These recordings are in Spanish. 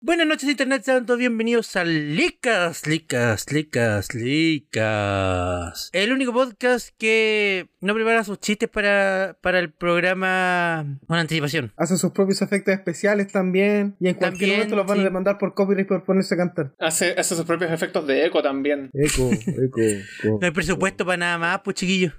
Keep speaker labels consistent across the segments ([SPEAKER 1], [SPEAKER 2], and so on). [SPEAKER 1] Buenas noches Internet, sean todos bienvenidos a Licas, Licas, Licas, Licas. El único podcast que no prepara sus chistes para, para el programa con anticipación.
[SPEAKER 2] Hacen sus propios efectos especiales también. Y en cualquier
[SPEAKER 1] También,
[SPEAKER 2] momento los van
[SPEAKER 1] sí.
[SPEAKER 2] a demandar por copyright por ponerse a cantar.
[SPEAKER 3] Hace, hace sus propios efectos de eco también.
[SPEAKER 2] Eco, eco, eco.
[SPEAKER 1] No hay presupuesto para nada más, pues chiquillos.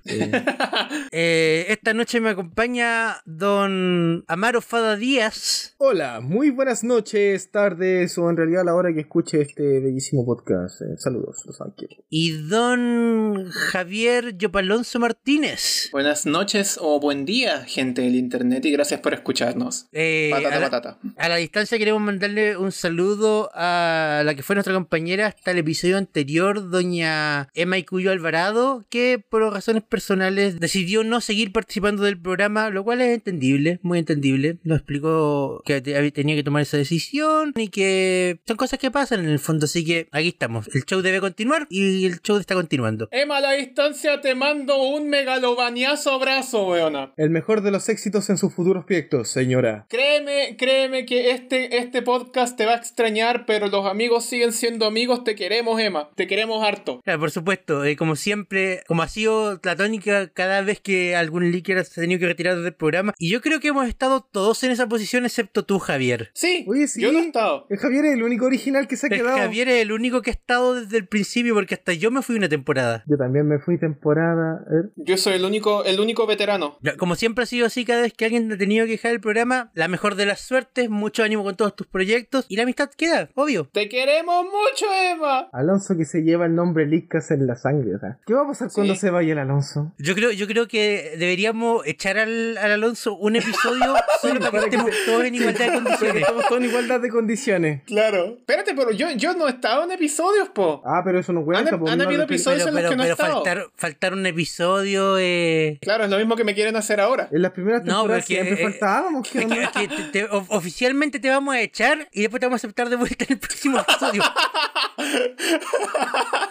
[SPEAKER 1] Eh, esta noche me acompaña don Amaro Fada Díaz.
[SPEAKER 2] Hola, muy buenas noches, tardes o en realidad a la hora que escuche este bellísimo podcast. Eh, saludos, los ángeles.
[SPEAKER 1] Y don Javier Yopalonso Martínez.
[SPEAKER 3] Buenas noches o buen día, gente del internet, y gracias por escucharnos.
[SPEAKER 1] Eh,
[SPEAKER 3] Patata,
[SPEAKER 1] a, la,
[SPEAKER 3] patata.
[SPEAKER 1] a la distancia queremos mandarle un saludo a la que fue nuestra compañera hasta el episodio anterior, doña Emma Icuyo Alvarado, que por razones personales decidió no seguir participando del programa, lo cual es entendible, muy entendible. Nos explicó que te- había- tenía que tomar esa decisión y que son cosas que pasan en el fondo, así que aquí estamos. El show debe continuar y el show está continuando.
[SPEAKER 3] Emma, a la distancia te mando un megalobaniazo abrazo, weona.
[SPEAKER 2] El mejor de los éxitos en sus futuros proyectos, señora.
[SPEAKER 3] Créeme, créeme que este, este podcast te va a extrañar, pero los amigos siguen siendo amigos. Te queremos, Emma. Te queremos harto.
[SPEAKER 1] Claro, por supuesto, eh, como siempre, como ha sido la tónica cada vez que algún líquido se ha tenido que retirar del programa, y yo creo que hemos estado todos en esa posición excepto tú, Javier.
[SPEAKER 3] Sí,
[SPEAKER 2] Oye, sí.
[SPEAKER 3] yo no he estado.
[SPEAKER 2] El Javier es el único original que se ha
[SPEAKER 1] El
[SPEAKER 2] quedado.
[SPEAKER 1] Javier es el único que ha estado desde el principio porque hasta yo me fui una temporada.
[SPEAKER 2] Yo también me fui temporada. a ver.
[SPEAKER 3] Yo soy el único, el único veterano.
[SPEAKER 1] Ya, Como siempre ha sido así, cada vez que alguien ha tenido que dejar el programa, la mejor de las suertes, mucho ánimo con todos tus proyectos y la amistad queda, obvio.
[SPEAKER 3] Te queremos mucho, Emma.
[SPEAKER 2] Alonso que se lleva el nombre Licas en la sangre. o sea, ¿Qué va a pasar cuando
[SPEAKER 3] Sí.
[SPEAKER 2] se vaya el Alonso?
[SPEAKER 1] Yo creo, yo creo que deberíamos echar al, al Alonso un episodio solo para que estemos todos en igualdad de
[SPEAKER 2] Porque
[SPEAKER 1] condiciones.
[SPEAKER 2] estamos todos en igualdad de condiciones.
[SPEAKER 3] Claro. Espérate, pero yo, yo no he estado en episodios, po.
[SPEAKER 2] Ah, pero eso no cuenta.
[SPEAKER 3] Han-
[SPEAKER 2] porque
[SPEAKER 3] han
[SPEAKER 2] no
[SPEAKER 3] habido
[SPEAKER 2] repite-
[SPEAKER 3] episodios- Todos en los que no he estado.
[SPEAKER 1] faltar, faltar un episodio. eh,
[SPEAKER 3] Claro, es lo mismo que me quieren hacer ahora.
[SPEAKER 2] En las primeras
[SPEAKER 1] No,
[SPEAKER 2] temporadas
[SPEAKER 1] porque,
[SPEAKER 2] siempre
[SPEAKER 1] eh,
[SPEAKER 2] faltábamos. ¿qué
[SPEAKER 1] es que-
[SPEAKER 2] onda?
[SPEAKER 1] es que te- te- of- oficialmente te vamos a echar y después te vamos a aceptar de vuelta en el próximo episodio.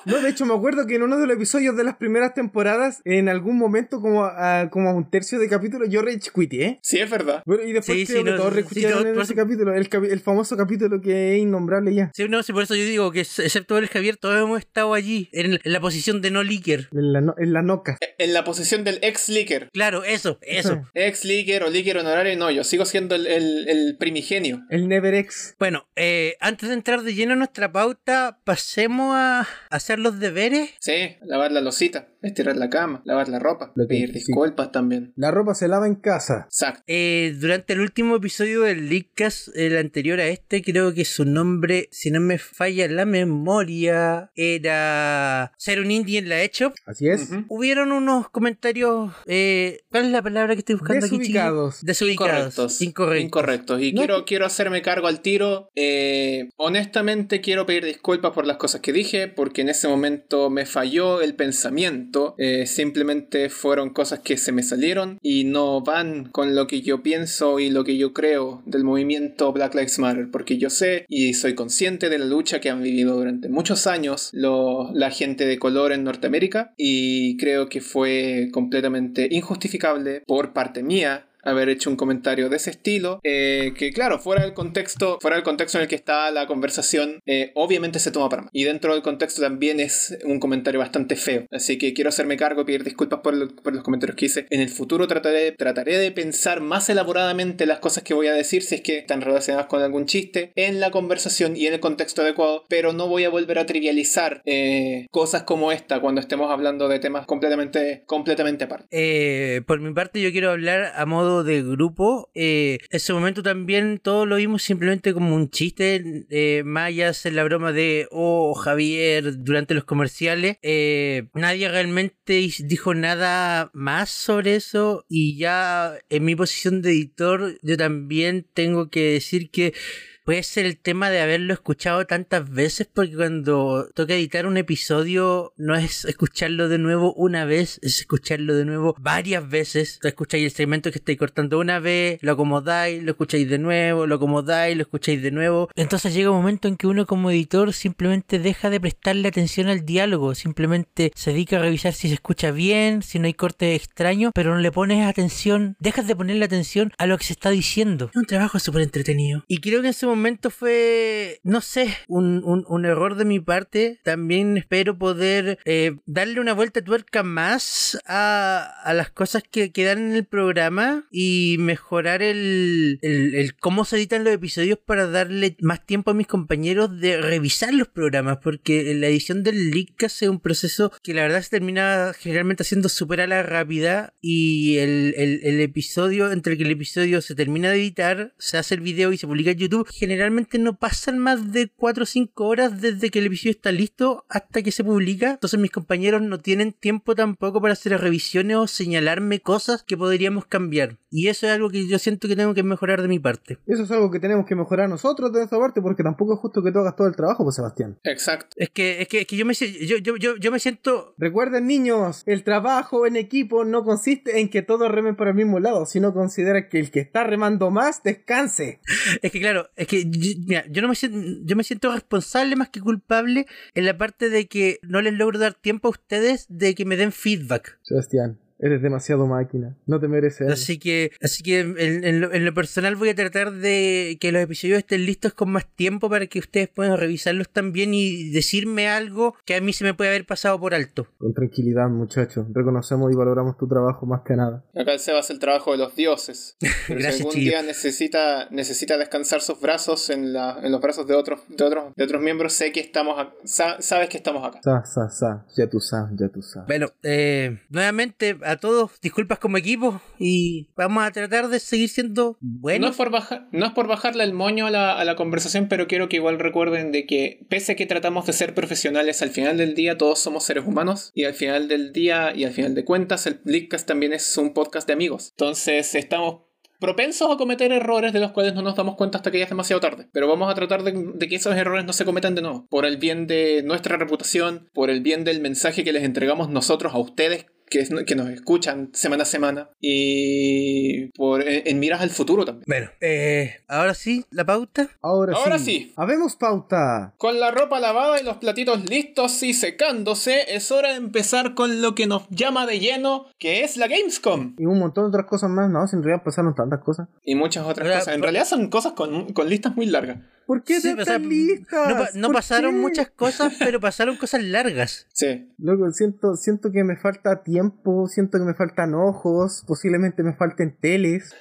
[SPEAKER 2] No, de hecho, me acuerdo que en uno de los episodios de las primeras temporadas, en algún momento, como a, a- como a un tercio de capítulo, yo rechicuiteé.
[SPEAKER 3] Sí, es verdad.
[SPEAKER 2] Bueno, y después
[SPEAKER 1] Sí,
[SPEAKER 2] creo
[SPEAKER 1] sí,
[SPEAKER 2] que
[SPEAKER 1] no,
[SPEAKER 2] todos
[SPEAKER 1] sí,
[SPEAKER 2] reescucharon
[SPEAKER 1] todos-
[SPEAKER 2] en
[SPEAKER 1] por
[SPEAKER 2] ese
[SPEAKER 1] su-
[SPEAKER 2] capítulo, el, capi- el famoso capítulo que es innombrable ya.
[SPEAKER 1] Sí, no, sí, por eso yo digo que es- excepto el Javier, todos hemos estado allí, en, el- en la posición de no leaker.
[SPEAKER 2] En la, no- en la noca.
[SPEAKER 3] E, En la posición del ex leaker.
[SPEAKER 1] Claro, eso, eso.
[SPEAKER 3] Ex leaker o leaker honorario, no, yo sigo siendo el, el- el primigenio.
[SPEAKER 2] El Neverex.
[SPEAKER 1] Bueno, eh, antes de entrar de lleno a nuestra pauta, pasemos a hacer los deberes.
[SPEAKER 3] Sí, lavar la losita, estirar la cama, lavar la ropa,
[SPEAKER 2] Lo que-
[SPEAKER 3] pedir
[SPEAKER 2] sí.
[SPEAKER 3] disculpas también.
[SPEAKER 2] La ropa se lava en casa.
[SPEAKER 3] Exacto.
[SPEAKER 1] Eh, durante el último episodio del Leakcast, el anterior a este, creo que su nombre, si no me falla la memoria, era ser un indie en la hecho.
[SPEAKER 2] Así es.
[SPEAKER 3] Ujú.
[SPEAKER 1] Hubieron unos comentarios. Eh, ¿Cuál es la palabra que estoy buscando
[SPEAKER 2] Desubicados.
[SPEAKER 1] aquí? chiquillos? Desubicados.
[SPEAKER 3] Incorrectos.
[SPEAKER 1] Incorrectos.
[SPEAKER 3] Incorrectos. Y
[SPEAKER 2] No,
[SPEAKER 3] quiero,
[SPEAKER 2] que-
[SPEAKER 3] quiero hacerme cargo al tiro. Eh, honestamente quiero pedir disculpas por las cosas que dije, porque en ese momento me falló el pensamiento. Eh, simplemente fueron cosas que se me salieron y no van con lo que yo pienso y lo que yo creo del movimiento Black Lives Matter, porque yo sé y soy consciente de la lucha que han vivido durante muchos años lo- la gente de color en Norteamérica y creo que fue completamente injustificable por parte mía haber hecho un comentario de ese estilo eh, que claro fuera del contexto fuera del contexto en el que está la conversación eh, obviamente se toma para mal y dentro del contexto también es un comentario bastante feo así que quiero hacerme cargo y pedir disculpas por, lo- por los comentarios que hice en el futuro trataré trataré de pensar más elaboradamente las cosas que voy a decir si es que están relacionadas con algún chiste en la conversación y en el contexto adecuado pero no voy a volver a trivializar eh, cosas como esta cuando estemos hablando de temas completamente completamente aparte
[SPEAKER 1] Eh, por mi parte yo quiero hablar a modo de grupo. Eh, ese momento también todo lo vimos simplemente como un chiste. Eh, Mayas en la broma de, oh Javier, durante los comerciales. Eh, nadie realmente is- dijo nada más sobre eso. Y ya en mi posición de editor yo también tengo que decir que... Puede ser el tema de haberlo escuchado tantas veces porque cuando toca editar un episodio no es escucharlo de nuevo una vez, es escucharlo de nuevo varias veces. Te escucháis el segmento que estáis cortando una vez, lo acomodáis, lo escucháis de nuevo, lo acomodáis, lo escucháis de nuevo. Entonces llega un momento en que uno como editor simplemente deja de prestarle atención al diálogo, simplemente se dedica a revisar si se escucha bien, si no hay corte extraño, pero no le pones atención, dejas de ponerle atención a lo que se está diciendo. Es un trabajo súper entretenido. Y creo que en su momento fue, no sé, un, un, un error de mi parte. También espero poder eh, darle una vuelta de tuerca más a, a las cosas que quedan en el programa y mejorar el, el, el cómo se editan los episodios para darle más tiempo a mis compañeros de revisar los programas, porque la edición del Leadcast es un proceso que la verdad se termina generalmente haciendo súper a la rápida y el, el, el episodio, entre que el episodio se termina de editar, se hace el video y se publica en YouTube, generalmente no pasan más de 4 o 5 horas desde que el episodio está listo hasta que se publica, entonces mis compañeros no tienen tiempo tampoco para hacer revisiones o señalarme cosas que podríamos cambiar. Y eso es algo que yo siento que tengo que mejorar de mi parte.
[SPEAKER 2] Eso es algo que tenemos que mejorar nosotros de esta parte, porque tampoco es justo que tú hagas todo el trabajo, pues Sebastián.
[SPEAKER 3] Exacto.
[SPEAKER 1] Es que, es que, es que yo, me, si- yo, yo, yo, yo me siento...
[SPEAKER 2] Recuerden, niños, el trabajo en equipo no consiste en que todos remen para el mismo lado, sino considera que el que está remando más descanse.
[SPEAKER 1] Es que claro, es que yo, mira, yo no me siento, yo me siento responsable más que culpable en la parte de que no les logro dar tiempo a ustedes de que me den feedback.
[SPEAKER 2] Sebastián, eres demasiado máquina. No te mereces. algo.
[SPEAKER 1] Así que, así que en, en lo, en lo personal voy a tratar de que los episodios estén listos con más tiempo para que ustedes puedan revisarlos también y decirme algo que a mí se me puede haber pasado por alto.
[SPEAKER 2] Con tranquilidad, muchachos. Reconocemos y valoramos tu trabajo más que nada.
[SPEAKER 3] Acá el Seba hace el trabajo de los dioses. Pero
[SPEAKER 1] Gracias,
[SPEAKER 3] si algún
[SPEAKER 1] chiquillo.
[SPEAKER 3] día necesita, necesita descansar sus brazos en, la, en los brazos de otros, de otros, de otros miembros, sé que estamos ac- sa- sabes que estamos acá.
[SPEAKER 2] Sa, sa, sa. Ya tú sabes, ya tú sabes.
[SPEAKER 1] Bueno, eh, nuevamente a todos, disculpas como equipo y vamos a tratar de seguir siendo
[SPEAKER 3] No
[SPEAKER 1] buenos.
[SPEAKER 3] es, por baja- no es por bajarle el moño a la, a la conversación, pero quiero que igual recuerden de que pese a que tratamos de ser profesionales, al final del día todos somos seres humanos y al final del día y al final de cuentas el Leadcast también es un podcast de amigos. Entonces estamos propensos a cometer errores de los cuales no nos damos cuenta hasta que ya es demasiado tarde. Pero vamos a tratar de, de que esos errores no se cometan de nuevo. Por el bien de nuestra reputación, por el bien del mensaje que les entregamos nosotros a ustedes. Que, es- que nos escuchan semana a semana y por, en- en miras al futuro también.
[SPEAKER 1] Bueno, eh, ahora sí, la pauta.
[SPEAKER 2] Ahora,
[SPEAKER 3] Ahora
[SPEAKER 2] sí.
[SPEAKER 3] sí.
[SPEAKER 2] Habemos pauta.
[SPEAKER 3] Con la ropa lavada y los platitos listos y secándose, es hora de empezar con lo que nos llama de lleno, que es la Gamescom.
[SPEAKER 2] Y un montón de otras cosas más. No, si en realidad pasaron tantas cosas.
[SPEAKER 3] Y muchas otras
[SPEAKER 1] Ahora,
[SPEAKER 3] cosas. En
[SPEAKER 1] pa-
[SPEAKER 3] realidad son cosas con, con listas muy largas.
[SPEAKER 2] ¿Por qué
[SPEAKER 1] Sí,
[SPEAKER 2] están
[SPEAKER 1] o sea,
[SPEAKER 2] listas?
[SPEAKER 1] no pa- no
[SPEAKER 2] ¿Por
[SPEAKER 1] pasaron
[SPEAKER 2] qué?
[SPEAKER 1] muchas cosas, pero pasaron cosas largas.
[SPEAKER 3] Sí.
[SPEAKER 2] Luego siento, siento que me falta tiempo, siento que me faltan ojos, posiblemente me falten teles.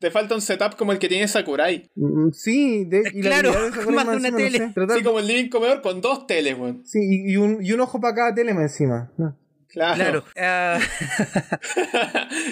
[SPEAKER 3] Te falta un setup como el que tiene Sakurai.
[SPEAKER 2] Mm, sí, de,
[SPEAKER 1] Eh,
[SPEAKER 2] y la
[SPEAKER 1] claro,
[SPEAKER 2] habilidad de sacar
[SPEAKER 1] más
[SPEAKER 2] más
[SPEAKER 1] de una
[SPEAKER 2] encima, no
[SPEAKER 1] tele.
[SPEAKER 2] sé, tratar-
[SPEAKER 3] Así como el living comedor con dos teles, weón.
[SPEAKER 2] sí, y, y un, y un ojo para cada tele más encima. No.
[SPEAKER 3] Claro.
[SPEAKER 1] Claro. ah,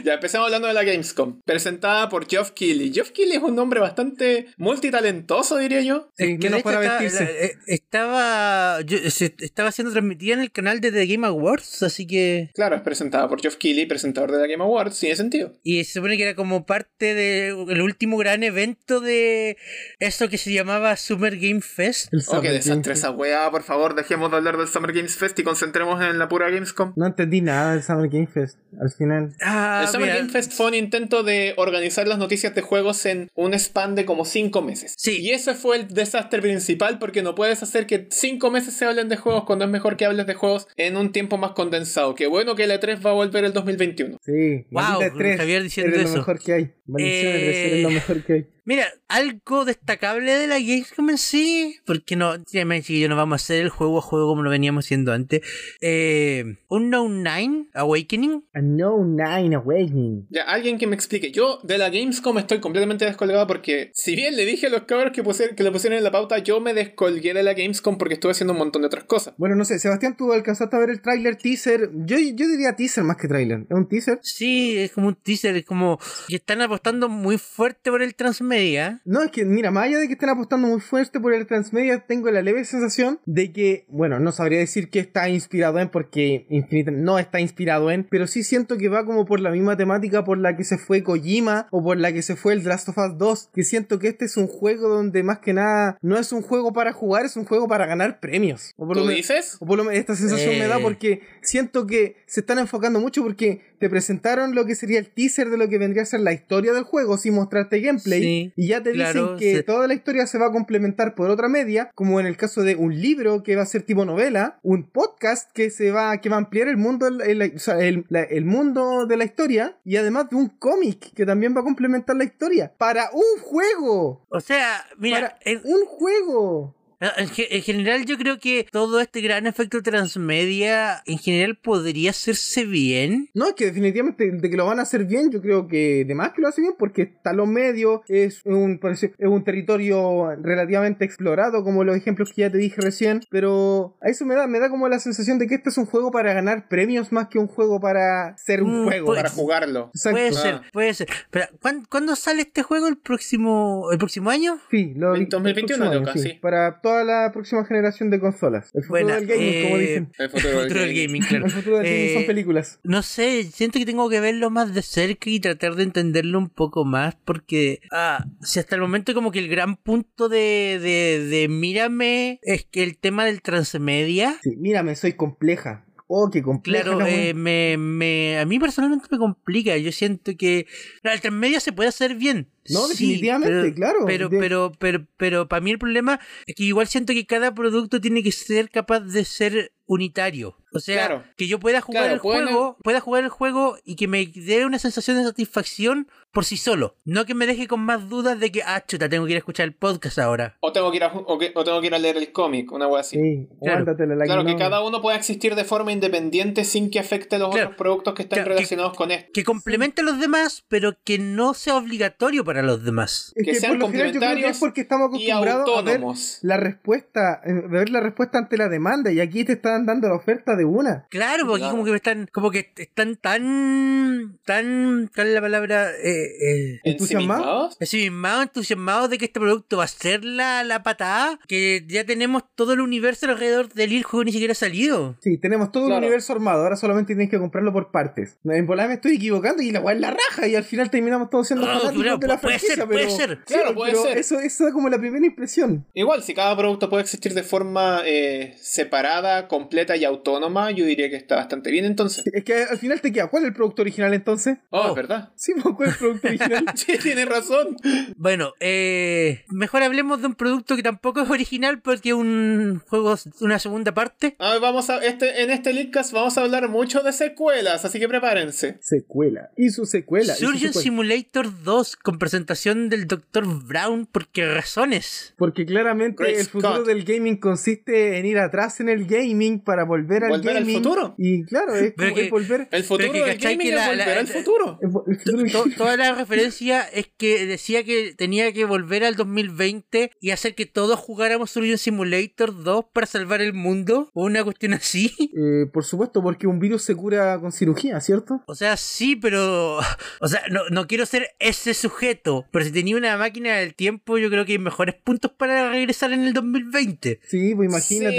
[SPEAKER 3] ya empezamos hablando de la Gamescom. Presentada por Geoff Keighley. Geoff Keighley es un hombre bastante multitalentoso, diría yo.
[SPEAKER 2] Sí,
[SPEAKER 1] Es que
[SPEAKER 2] menos
[SPEAKER 1] de hecho
[SPEAKER 2] para
[SPEAKER 1] estaba-
[SPEAKER 2] vestirse.
[SPEAKER 1] la- eh, estaba, yo- se- estaba siendo transmitida en el canal de The Game Awards, así que...
[SPEAKER 3] Claro, es presentada por Geoff Keighley, presentador de la Game Awards. Tiene sentido.
[SPEAKER 1] Y se supone que era como parte del último gran evento de eso que se llamaba Summer Game Fest.
[SPEAKER 2] El
[SPEAKER 3] Oh, qué
[SPEAKER 2] Summer
[SPEAKER 3] desastre
[SPEAKER 2] Games.
[SPEAKER 3] esa weá, por favor, dejemos de hablar del Summer Games Fest y concentremos en la pura Gamescom.
[SPEAKER 2] No entendí nada del Summer Game Fest al final.
[SPEAKER 1] Ah,
[SPEAKER 3] el Summer
[SPEAKER 1] mira,
[SPEAKER 3] Game Fest fue un intento de organizar las noticias de juegos en un span de como 5 meses.
[SPEAKER 1] Sí.
[SPEAKER 3] Y ese fue el desastre principal porque no puedes hacer que 5 meses se hablen de juegos cuando es mejor que hables de juegos en un tiempo más condensado. Qué bueno que la 3 va a volver el 2021.
[SPEAKER 2] Sí,
[SPEAKER 1] Wow,
[SPEAKER 2] maldita E3,
[SPEAKER 1] Javier diciendo
[SPEAKER 2] eres
[SPEAKER 1] eso.
[SPEAKER 2] lo mejor que hay. Maldición,
[SPEAKER 1] Eh,
[SPEAKER 2] E3, eres lo mejor que hay.
[SPEAKER 1] Mira, algo destacable de la Gamescom en sí, porque no, créanme, chiquillos, no vamos a hacer el juego a juego como lo veníamos haciendo antes. Eh, Unknown Nine Awakening,
[SPEAKER 2] A No Nine Awakening.
[SPEAKER 3] Ya, alguien que me explique. Yo de la Gamescom estoy completamente descolgado porque, si bien le dije a los cabros que, pusier- que lo pusieron en la pauta, yo me descolgué de la Gamescom porque estuve haciendo un montón de otras cosas.
[SPEAKER 2] Bueno, no sé, Sebastián, tú alcanzaste a ver el tráiler, teaser. Yo, yo diría teaser más que tráiler. ¿Es un teaser?
[SPEAKER 1] Sí, es como un teaser, es como que están apostando muy fuerte por el transmedia.
[SPEAKER 2] No, es que, mira, más allá de que estén apostando muy fuerte por el transmedia, tengo la leve sensación de que, bueno, no sabría decir que está inspirado en, porque Infinite no está inspirado en, pero sí siento que va como por la misma temática por la que se fue Kojima o por la que se fue el Last of Us 2, que siento que este es un juego donde más que nada no es un juego para jugar, es un juego para ganar premios. O por lo
[SPEAKER 3] ¿Tú
[SPEAKER 2] menos-
[SPEAKER 3] dices?
[SPEAKER 2] o por lo menos esta sensación me da
[SPEAKER 1] Eh.
[SPEAKER 2] porque siento que se están enfocando mucho porque te presentaron lo que sería el teaser de lo que vendría a ser la historia del juego sin mostrarte gameplay.
[SPEAKER 1] Sí.
[SPEAKER 2] Y ya te
[SPEAKER 1] claro,
[SPEAKER 2] dicen que
[SPEAKER 1] se-
[SPEAKER 2] toda la historia se va a complementar por otra media, como en el caso de un libro que va a ser tipo novela, un podcast que se va que va a ampliar el mundo, el, el- o sea, el- la- el mundo de la historia, y además de un cómic que también va a complementar la historia para un juego.
[SPEAKER 1] O sea, mira,
[SPEAKER 2] para
[SPEAKER 1] en-
[SPEAKER 2] un juego.
[SPEAKER 1] En, ge- en general yo creo que todo este gran efecto transmedia en general podría hacerse bien.
[SPEAKER 2] No, es que definitivamente de que lo van a hacer bien, yo creo que de más que lo hacen bien, porque está los medios, es un, parece- es un territorio relativamente explorado, como los ejemplos que ya te dije recién, pero a eso me da, me da como la sensación de que este es un juego para ganar premios más que un juego para ser un
[SPEAKER 1] Mm,
[SPEAKER 2] juego.
[SPEAKER 1] pues-
[SPEAKER 2] para
[SPEAKER 3] para jugarlo.
[SPEAKER 2] Exacto.
[SPEAKER 1] Puede
[SPEAKER 3] Ah.
[SPEAKER 1] ser, puede ser. Pero, ¿cuán- ¿cuándo, sale este juego? ¿El próximo el próximo año?
[SPEAKER 2] Sí, lo
[SPEAKER 3] En 2021
[SPEAKER 2] el próximo
[SPEAKER 3] toca,
[SPEAKER 2] año,
[SPEAKER 3] sí.
[SPEAKER 2] Para toda la próxima generación de consolas. El futuro
[SPEAKER 1] Buena,
[SPEAKER 2] del gaming, como
[SPEAKER 1] eh,
[SPEAKER 2] dicen.
[SPEAKER 3] El futuro del
[SPEAKER 1] Futuro del
[SPEAKER 3] gaming.
[SPEAKER 1] gaming, claro.
[SPEAKER 2] El futuro del gaming son
[SPEAKER 1] Eh,
[SPEAKER 2] películas.
[SPEAKER 1] No sé, siento que tengo que verlo más de cerca y tratar de entenderlo un poco más porque ah, si hasta el momento como que el gran punto de, de, de mírame es que el tema del transmedia,
[SPEAKER 2] Sí, mírame, soy compleja. Oh, qué compleja.
[SPEAKER 1] claro,
[SPEAKER 2] la wea.
[SPEAKER 1] eh, me, me, a mí personalmente me complica, yo siento que claro, el transmedia se puede hacer bien.
[SPEAKER 2] No,
[SPEAKER 1] sí,
[SPEAKER 2] definitivamente,
[SPEAKER 1] pero-
[SPEAKER 2] claro.
[SPEAKER 1] Pero,
[SPEAKER 2] De-
[SPEAKER 1] pero, pero, pero para mí el problema es que igual siento que cada producto tiene que ser capaz de ser unitario. O sea,
[SPEAKER 3] Claro.
[SPEAKER 1] que yo pueda jugar
[SPEAKER 3] Claro,
[SPEAKER 1] el
[SPEAKER 3] pueden-
[SPEAKER 1] juego, pueda jugar el juego y que me dé una sensación de satisfacción por sí solo. No que me deje con más dudas de que, ah, chuta, tengo que ir a escuchar el podcast ahora.
[SPEAKER 3] O tengo que ir a, ju- o que- o tengo que ir a leer el cómic, una wea así.
[SPEAKER 2] Sí, o
[SPEAKER 1] Claro.
[SPEAKER 2] ándatela, la
[SPEAKER 3] Claro, que
[SPEAKER 2] no.
[SPEAKER 3] cada uno pueda existir de forma independiente sin que afecte a los
[SPEAKER 1] Claro.
[SPEAKER 3] otros productos que están
[SPEAKER 1] Claro, que-
[SPEAKER 3] relacionados con esto.
[SPEAKER 1] Que complemente a los demás, pero que no sea obligatorio para los demás.
[SPEAKER 2] Es
[SPEAKER 3] que sean
[SPEAKER 2] por lo general yo creo que es
[SPEAKER 3] complementarios
[SPEAKER 2] porque estamos
[SPEAKER 3] Y
[SPEAKER 2] acostumbrados a ver
[SPEAKER 3] autónomos.
[SPEAKER 2] la respuesta, eh, ver la respuesta ante la demanda y aquí te están dando la oferta de una.
[SPEAKER 1] Claro, porque
[SPEAKER 3] Claro.
[SPEAKER 1] como que me están, como que están tan, tan, ¿cuál es la palabra? Eh, eh,
[SPEAKER 2] ¿Entusiasmado?
[SPEAKER 3] ¿Ensimismados?
[SPEAKER 1] entusiasmados, entusiasmados de que este producto va a ser la, la patada, que ya tenemos todo el universo alrededor del el juego ni siquiera ha salido.
[SPEAKER 2] Sí, tenemos todo un
[SPEAKER 3] Claro.
[SPEAKER 2] universo armado, ahora solamente tienes que comprarlo por partes. En volar me estoy equivocando y la weá es la raja y al final terminamos todos siendo
[SPEAKER 1] Ah,
[SPEAKER 2] fanáticos
[SPEAKER 1] claro,
[SPEAKER 2] de la
[SPEAKER 1] puede
[SPEAKER 2] franquicia,
[SPEAKER 1] ser, puede
[SPEAKER 2] pero-
[SPEAKER 1] ser.
[SPEAKER 3] Claro, puede
[SPEAKER 2] pero
[SPEAKER 3] ser.
[SPEAKER 2] Eso, eso es como la primera impresión.
[SPEAKER 3] Igual, si cada producto puede existir de forma eh, separada, completa y autónoma, yo diría que está bastante bien entonces.
[SPEAKER 2] Es que al final te queda, ¿cuál es el producto original entonces?
[SPEAKER 3] Oh,
[SPEAKER 1] Oh.
[SPEAKER 3] es verdad.
[SPEAKER 2] Sí, pues, ¿cuál es el producto original?
[SPEAKER 3] Sí, tiene razón.
[SPEAKER 1] Bueno, eh, mejor hablemos de un producto que tampoco es original porque es un juego, una segunda parte.
[SPEAKER 3] Ah, vamos a, este, en este Leadcast vamos a hablar mucho de secuelas, así que prepárense.
[SPEAKER 2] secuela. Y su secuela. y su
[SPEAKER 1] Surgeon
[SPEAKER 2] secuela.
[SPEAKER 1] Simulator 2 con presentación del Dr. Brown, ¿por qué razones?
[SPEAKER 2] Porque claramente
[SPEAKER 3] Great
[SPEAKER 2] el futuro
[SPEAKER 3] Scott.
[SPEAKER 2] del gaming consiste en ir atrás en el gaming para volver al
[SPEAKER 3] Volver al
[SPEAKER 2] gaming.
[SPEAKER 3] futuro.
[SPEAKER 2] Y claro, es,
[SPEAKER 1] Pero
[SPEAKER 2] como-
[SPEAKER 1] que-
[SPEAKER 2] es volver.
[SPEAKER 3] El futuro
[SPEAKER 1] Pero que
[SPEAKER 3] del
[SPEAKER 1] cachai
[SPEAKER 3] gaming
[SPEAKER 1] que la-
[SPEAKER 3] es volver
[SPEAKER 1] la-
[SPEAKER 3] al futuro.
[SPEAKER 2] es vo- el futuro del
[SPEAKER 1] To-
[SPEAKER 2] gaming.
[SPEAKER 1] toda la referencia es que decía que tenía que volver al 2020 y hacer que todos jugáramos Surgeon Simulator 2 para salvar el mundo. ¿O una cuestión así?
[SPEAKER 2] Eh, por supuesto, porque un virus se cura con cirugía, ¿cierto?
[SPEAKER 1] O sea, sí, pero. O sea, no, no quiero ser ese sujeto. Pero si tenía una máquina del tiempo, yo creo que hay mejores puntos para regresar en el 2020.
[SPEAKER 2] Sí, pues imagínate.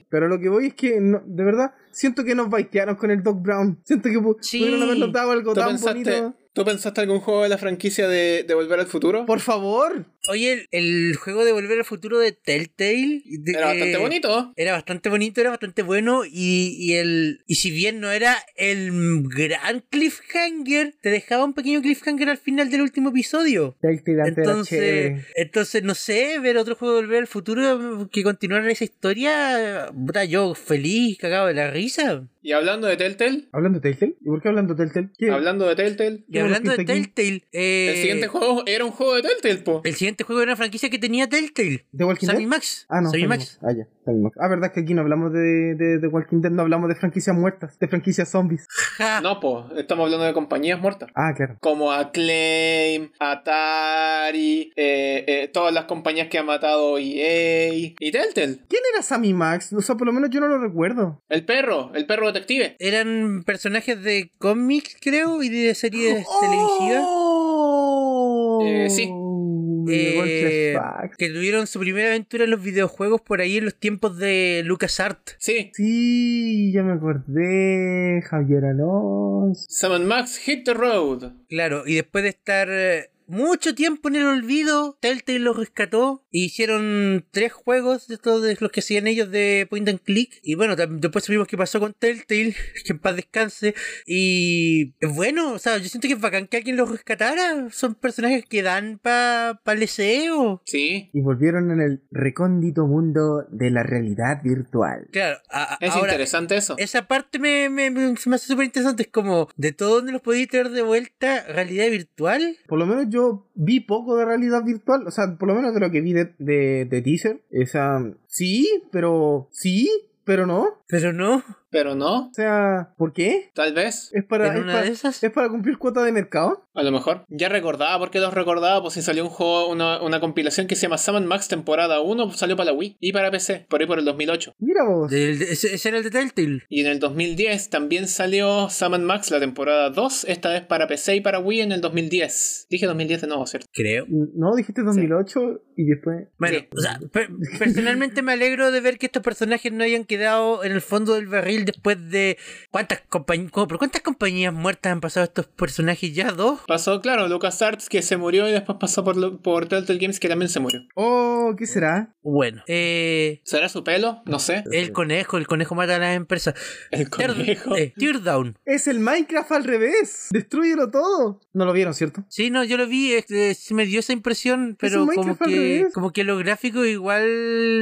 [SPEAKER 3] Sí.
[SPEAKER 2] Pero lo que voy es que, no- de verdad, siento que nos baitearon con el Doc Brown. Siento que pu-
[SPEAKER 1] Sí.
[SPEAKER 2] pudieron habernos dado algo
[SPEAKER 3] ¿Tú
[SPEAKER 2] tan
[SPEAKER 3] pensaste,
[SPEAKER 2] bonito.
[SPEAKER 3] ¿Tú pensaste algún juego de la franquicia de, de Volver al Futuro?
[SPEAKER 2] Por favor.
[SPEAKER 1] Oye, el, el juego de Volver al Futuro de Telltale. de-
[SPEAKER 3] Era bastante
[SPEAKER 1] eh,
[SPEAKER 3] bonito.
[SPEAKER 1] Era bastante bonito, era bastante bueno y, y el y si bien no era el gran cliffhanger, te dejaba un pequeño cliffhanger al final del último episodio.
[SPEAKER 2] Telltale antes era
[SPEAKER 1] Entonces,
[SPEAKER 2] chévere.
[SPEAKER 1] entonces no sé, ver otro juego de volver al futuro que continuara esa historia, puta, yo feliz, cagado de la risa.
[SPEAKER 3] Y hablando de Telltale,
[SPEAKER 2] ¿Hablando de Telltale? ¿Y por qué hablando de Telltale? ¿Qué?
[SPEAKER 3] hablando de Telltale,
[SPEAKER 1] Y
[SPEAKER 2] ¿Cómo nos
[SPEAKER 1] hablando de
[SPEAKER 2] pinta aquí?
[SPEAKER 1] Telltale, eh,
[SPEAKER 3] el siguiente juego era un juego de Telltale, po.
[SPEAKER 1] el siguiente juego era una franquicia que tenía Telltale.
[SPEAKER 2] ¿De Walking Dead?
[SPEAKER 1] Sammy Max.
[SPEAKER 2] Ah, no.
[SPEAKER 1] Sammy
[SPEAKER 2] Tony
[SPEAKER 1] Max.
[SPEAKER 2] Mac. Ah, ya. Tony Mac. Ah, verdad que aquí no hablamos de, de, de Walking Dead, no hablamos de franquicias muertas, de franquicias zombies.
[SPEAKER 1] Ja.
[SPEAKER 3] No, po, estamos hablando de compañías muertas.
[SPEAKER 2] Ah, claro.
[SPEAKER 3] Como Acclaim, Atari, eh, eh, todas las compañías que ha matado EA y Telltale.
[SPEAKER 2] ¿Quién era Sammy Max? O sea, por lo menos yo no lo recuerdo.
[SPEAKER 3] El perro, el perro detective.
[SPEAKER 1] Eran personajes de cómics, creo, y de series televisivas.
[SPEAKER 2] ¡Oh!
[SPEAKER 3] Eh, sí.
[SPEAKER 2] Me llegó el
[SPEAKER 1] eh,
[SPEAKER 2] flashback.
[SPEAKER 1] que tuvieron su primera aventura en los videojuegos por ahí en los tiempos de LucasArts.
[SPEAKER 3] Sí.
[SPEAKER 2] Sí, ya me acordé. Javier Alonso.
[SPEAKER 3] Summon Max Hit the Road.
[SPEAKER 1] Claro, y después de estar eh, mucho tiempo en el olvido, Telltale los rescató Hicieron tres juegos de todos los que hacían ellos de Point and Click. Y bueno, tam- después supimos qué pasó con Telltale, que en paz descanse. Y bueno, o sea, yo siento que es bacán que alguien los rescatara. Son personajes que dan para pa el SEO.
[SPEAKER 3] Sí.
[SPEAKER 2] Y volvieron en el recóndito mundo de la realidad virtual.
[SPEAKER 1] Claro, a- a-
[SPEAKER 3] Es
[SPEAKER 1] ahora, eh,
[SPEAKER 3] interesante eso.
[SPEAKER 1] Esa parte me, me, me- se me hace súper interesante. Es como, de todo donde los podéis traer de vuelta, realidad virtual.
[SPEAKER 2] Por lo menos yo vi poco de realidad virtual, o sea, por lo menos de lo que vi de, de, de teaser. Esa, sí, pero sí, pero no. O
[SPEAKER 1] Pero no,
[SPEAKER 3] Pero no,
[SPEAKER 2] sea, ¿por qué?
[SPEAKER 3] tal vez,
[SPEAKER 2] ¿Es para,
[SPEAKER 1] en
[SPEAKER 2] es
[SPEAKER 1] una
[SPEAKER 2] para,
[SPEAKER 1] de esas.
[SPEAKER 2] es para cumplir cuota de mercado?
[SPEAKER 3] a lo mejor. Ya recordaba, porque los recordaba, pues si salió un juego, una, una compilación que se llama Summon Max temporada 1, pues, salió para la Wii y para PC, por ahí por el 2008.
[SPEAKER 2] Mira vos.
[SPEAKER 1] Del- de- ese, ese era el de Telltale.
[SPEAKER 3] Y en el 2010 también salió Summon Max la temporada 2, esta vez para PC y para Wii en el 2010. Dije 2010 de nuevo, ¿cierto?
[SPEAKER 1] Creo.
[SPEAKER 2] No, dijiste 2008 y después...
[SPEAKER 1] Bueno,
[SPEAKER 3] Sí.
[SPEAKER 1] o sea, per- personalmente me alegro de ver que estos personajes no hayan quedado en el fondo del barril después de. ¿Cuántas compañías? ¿Por cuántas compañías muertas han pasado estos personajes ya? ¿Dos?
[SPEAKER 3] Pasó, claro, LucasArts que se murió y después pasó por, lo- por Telltale Games que también se murió.
[SPEAKER 2] Oh, ¿qué será?
[SPEAKER 1] Bueno, eh,
[SPEAKER 3] ¿Será su pelo? No sé.
[SPEAKER 1] el conejo, el conejo mata a las empresas.
[SPEAKER 3] El conejo.
[SPEAKER 1] Eh, Teardown.
[SPEAKER 2] Es el Minecraft al revés. Destruyelo todo. No lo vieron, ¿cierto?
[SPEAKER 1] Sí, no, yo lo vi, este, sí me dio esa impresión, pero
[SPEAKER 2] Minecraft
[SPEAKER 1] como
[SPEAKER 2] al
[SPEAKER 1] que,
[SPEAKER 2] revés.
[SPEAKER 1] como que los gráficos igual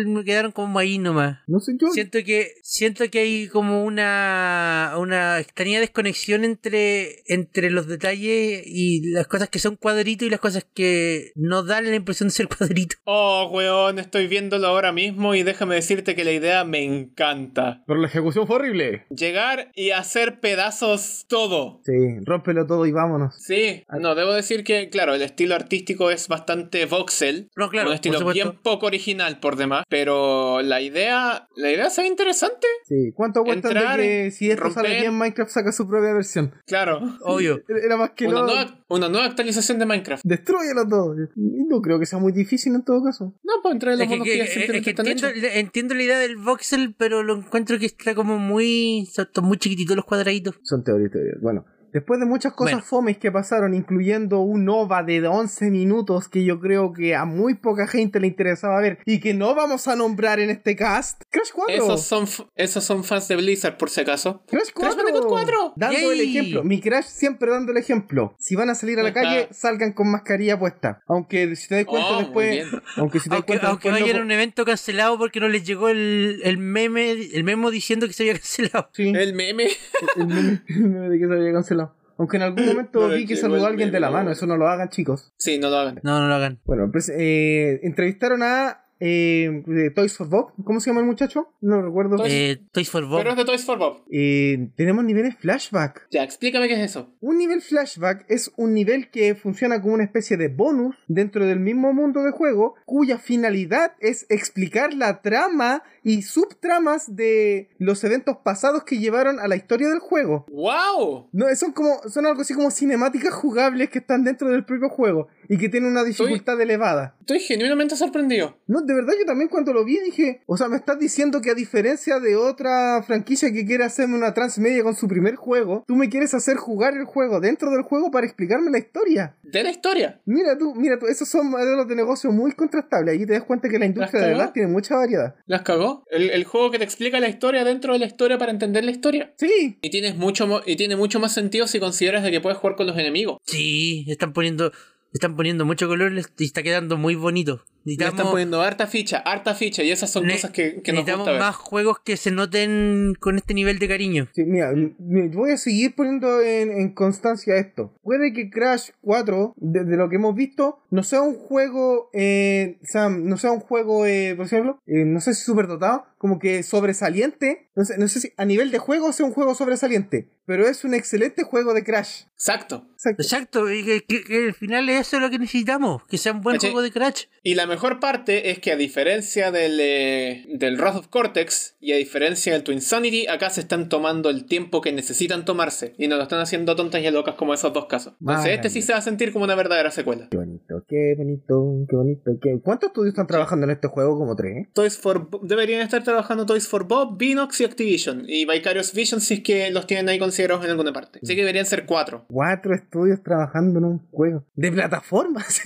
[SPEAKER 1] me quedaron como ahí nomás.
[SPEAKER 2] No sé yo.
[SPEAKER 1] Siento que, siento que hay como una, una extraña desconexión entre, entre los detalles y las cosas que son cuadritos y las cosas que no dan la impresión de ser cuadrito.
[SPEAKER 3] Oh, weón, estoy viéndolo ahora mismo y déjame decirte que la idea me encanta.
[SPEAKER 2] Pero la ejecución fue horrible.
[SPEAKER 3] Llegar y hacer pedazos todo.
[SPEAKER 2] Sí, rómpelo todo y vámonos.
[SPEAKER 3] Sí, no, debo decir que, claro, el estilo artístico es bastante voxel.
[SPEAKER 1] No, claro,
[SPEAKER 3] un
[SPEAKER 1] por
[SPEAKER 3] estilo
[SPEAKER 1] supuesto.
[SPEAKER 3] bien poco original por demás. Pero la idea, la idea se ve interesante.
[SPEAKER 2] Sí. ¿Cuánto cuesta de
[SPEAKER 3] Entrar,
[SPEAKER 2] que si esto sale
[SPEAKER 3] romper.
[SPEAKER 2] bien, Minecraft saca su propia versión?
[SPEAKER 3] Claro.
[SPEAKER 1] Obvio.
[SPEAKER 2] Era más que
[SPEAKER 3] Una
[SPEAKER 2] no.
[SPEAKER 3] nueva, una nueva actualización de Minecraft.
[SPEAKER 2] Destruyelo todo. Y No creo que sea muy difícil en todo caso.
[SPEAKER 3] No, pues entre los
[SPEAKER 1] Es que,
[SPEAKER 3] monos
[SPEAKER 1] que-
[SPEAKER 3] que ya
[SPEAKER 1] es
[SPEAKER 3] simplemente
[SPEAKER 1] que
[SPEAKER 3] están
[SPEAKER 1] entiendo,
[SPEAKER 3] hechos.
[SPEAKER 1] entiendo la idea del voxel, pero lo encuentro que está como muy, son muy chiquititos los cuadraditos.
[SPEAKER 2] Son teorías, teorías. Bueno. Después de muchas cosas
[SPEAKER 1] Bueno.
[SPEAKER 2] fomes que pasaron, incluyendo un OVA de 11 minutos que yo creo que a muy poca gente le interesaba ver y que no vamos a nombrar en este cast, Crash 4.
[SPEAKER 3] Esos son, f- esos son fans de Blizzard, por si acaso.
[SPEAKER 2] Crash 4.
[SPEAKER 3] Crash Bandicoot 4.
[SPEAKER 2] Dando el
[SPEAKER 1] Yay.
[SPEAKER 2] ejemplo. Mi Crash siempre dando el ejemplo. Si van a salir a la
[SPEAKER 3] Ajá.
[SPEAKER 2] calle, salgan con mascarilla puesta. Aunque si te das cuenta
[SPEAKER 3] Oh, muy
[SPEAKER 2] después.
[SPEAKER 3] bien.
[SPEAKER 2] Aunque si te das
[SPEAKER 1] Aunque,
[SPEAKER 2] cuenta
[SPEAKER 1] aunque
[SPEAKER 2] después.
[SPEAKER 1] vayan
[SPEAKER 2] no-
[SPEAKER 1] a un evento cancelado porque no les llegó el, el meme, el memo diciendo que se había cancelado.
[SPEAKER 2] Sí,
[SPEAKER 3] El meme.
[SPEAKER 2] el meme- el meme de que se había cancelado. Aunque en algún momento
[SPEAKER 3] No le
[SPEAKER 2] vi que
[SPEAKER 3] llegó
[SPEAKER 2] saludó
[SPEAKER 3] el
[SPEAKER 2] a alguien de la
[SPEAKER 3] meme.
[SPEAKER 2] mano. Eso no lo hagan, chicos.
[SPEAKER 3] Sí, no lo hagan.
[SPEAKER 1] No, no lo hagan.
[SPEAKER 2] Bueno, pues, eh, entrevistaron a. eh, de Toys for Bob. ¿Cómo se llama el muchacho? No recuerdo.
[SPEAKER 3] Toys-
[SPEAKER 1] Eh, Toys for Bob.
[SPEAKER 3] Pues, Pero es de Toys for Bob.
[SPEAKER 2] Eh, tenemos niveles flashback.
[SPEAKER 3] Ya, explícame qué es eso.
[SPEAKER 2] Un nivel flashback es un nivel que funciona como una especie de bonus dentro del mismo mundo de juego, cuya finalidad es explicar la trama y subtramas de los eventos pasados que llevaron a la historia del juego.
[SPEAKER 3] ¡Wow!
[SPEAKER 2] No, son como son algo así como cinemáticas jugables que están dentro del propio juego y que tienen una dificultad elevada.
[SPEAKER 3] Estoy genuinamente sorprendido.
[SPEAKER 2] No, de verdad yo también cuando lo vi dije, o sea, me estás diciendo que a diferencia de otra franquicia que quiere hacerme una transmedia con su primer juego, tú me quieres hacer jugar el juego dentro del juego para explicarme la historia.
[SPEAKER 3] De la historia.
[SPEAKER 2] Mira tú, mira tú, esos son modelos de negocio muy contrastables. Ahí te das cuenta que la industria de
[SPEAKER 3] cagó?
[SPEAKER 2] verdad tiene mucha variedad.
[SPEAKER 3] ¿Las cagó? El, el juego que te explica la historia dentro de la historia para entender la historia.
[SPEAKER 2] Sí,
[SPEAKER 3] Y, tienes mucho mo- y tiene mucho más sentido si consideras de que puedes jugar con los enemigos.
[SPEAKER 1] Sí, están poniendo, están poniendo mucho color y está quedando muy bonito.
[SPEAKER 3] Le
[SPEAKER 1] Necesitamos,
[SPEAKER 3] están poniendo harta ficha, harta ficha. Y esas son
[SPEAKER 1] ne-
[SPEAKER 3] cosas que, que nos
[SPEAKER 1] necesitamos
[SPEAKER 3] gusta ver.
[SPEAKER 1] más juegos que se noten con este nivel de cariño.
[SPEAKER 2] sí, mira, m- mira, voy a seguir poniendo en, en constancia esto. Puede que Crash 4, desde lo que hemos visto, no sea un juego, eh, Sam, no sea un juego, eh, por ejemplo, eh, no sé si superdotado, como que sobresaliente. No sé, no sé si a nivel de juego sea un juego sobresaliente, pero es un excelente juego de Crash.
[SPEAKER 3] Exacto.
[SPEAKER 2] Exacto.
[SPEAKER 1] Exacto, y que, que- que al final es eso lo que necesitamos, que sea un buen
[SPEAKER 3] Caché.
[SPEAKER 1] juego de Crash.
[SPEAKER 3] Y la mejor parte es que a diferencia del, eh, del Wrath of Cortex y a diferencia del Twin Sanity, acá se están tomando el tiempo que necesitan tomarse y no lo están haciendo tontas y locas como esos dos casos. Entonces
[SPEAKER 2] Vaya.
[SPEAKER 3] este sí se va a sentir como una verdadera secuela.
[SPEAKER 2] Qué bonito, qué bonito, qué bonito. Qué... ¿Cuántos estudios están trabajando en este juego? Como tres.
[SPEAKER 3] Toys for Bo- deberían estar trabajando Toys for Bob, Binox y Activision y Vicarious Vision si es que los tienen ahí considerados en alguna parte. Así que deberían ser cuatro.
[SPEAKER 2] Cuatro estudios trabajando en un juego. De plataformas.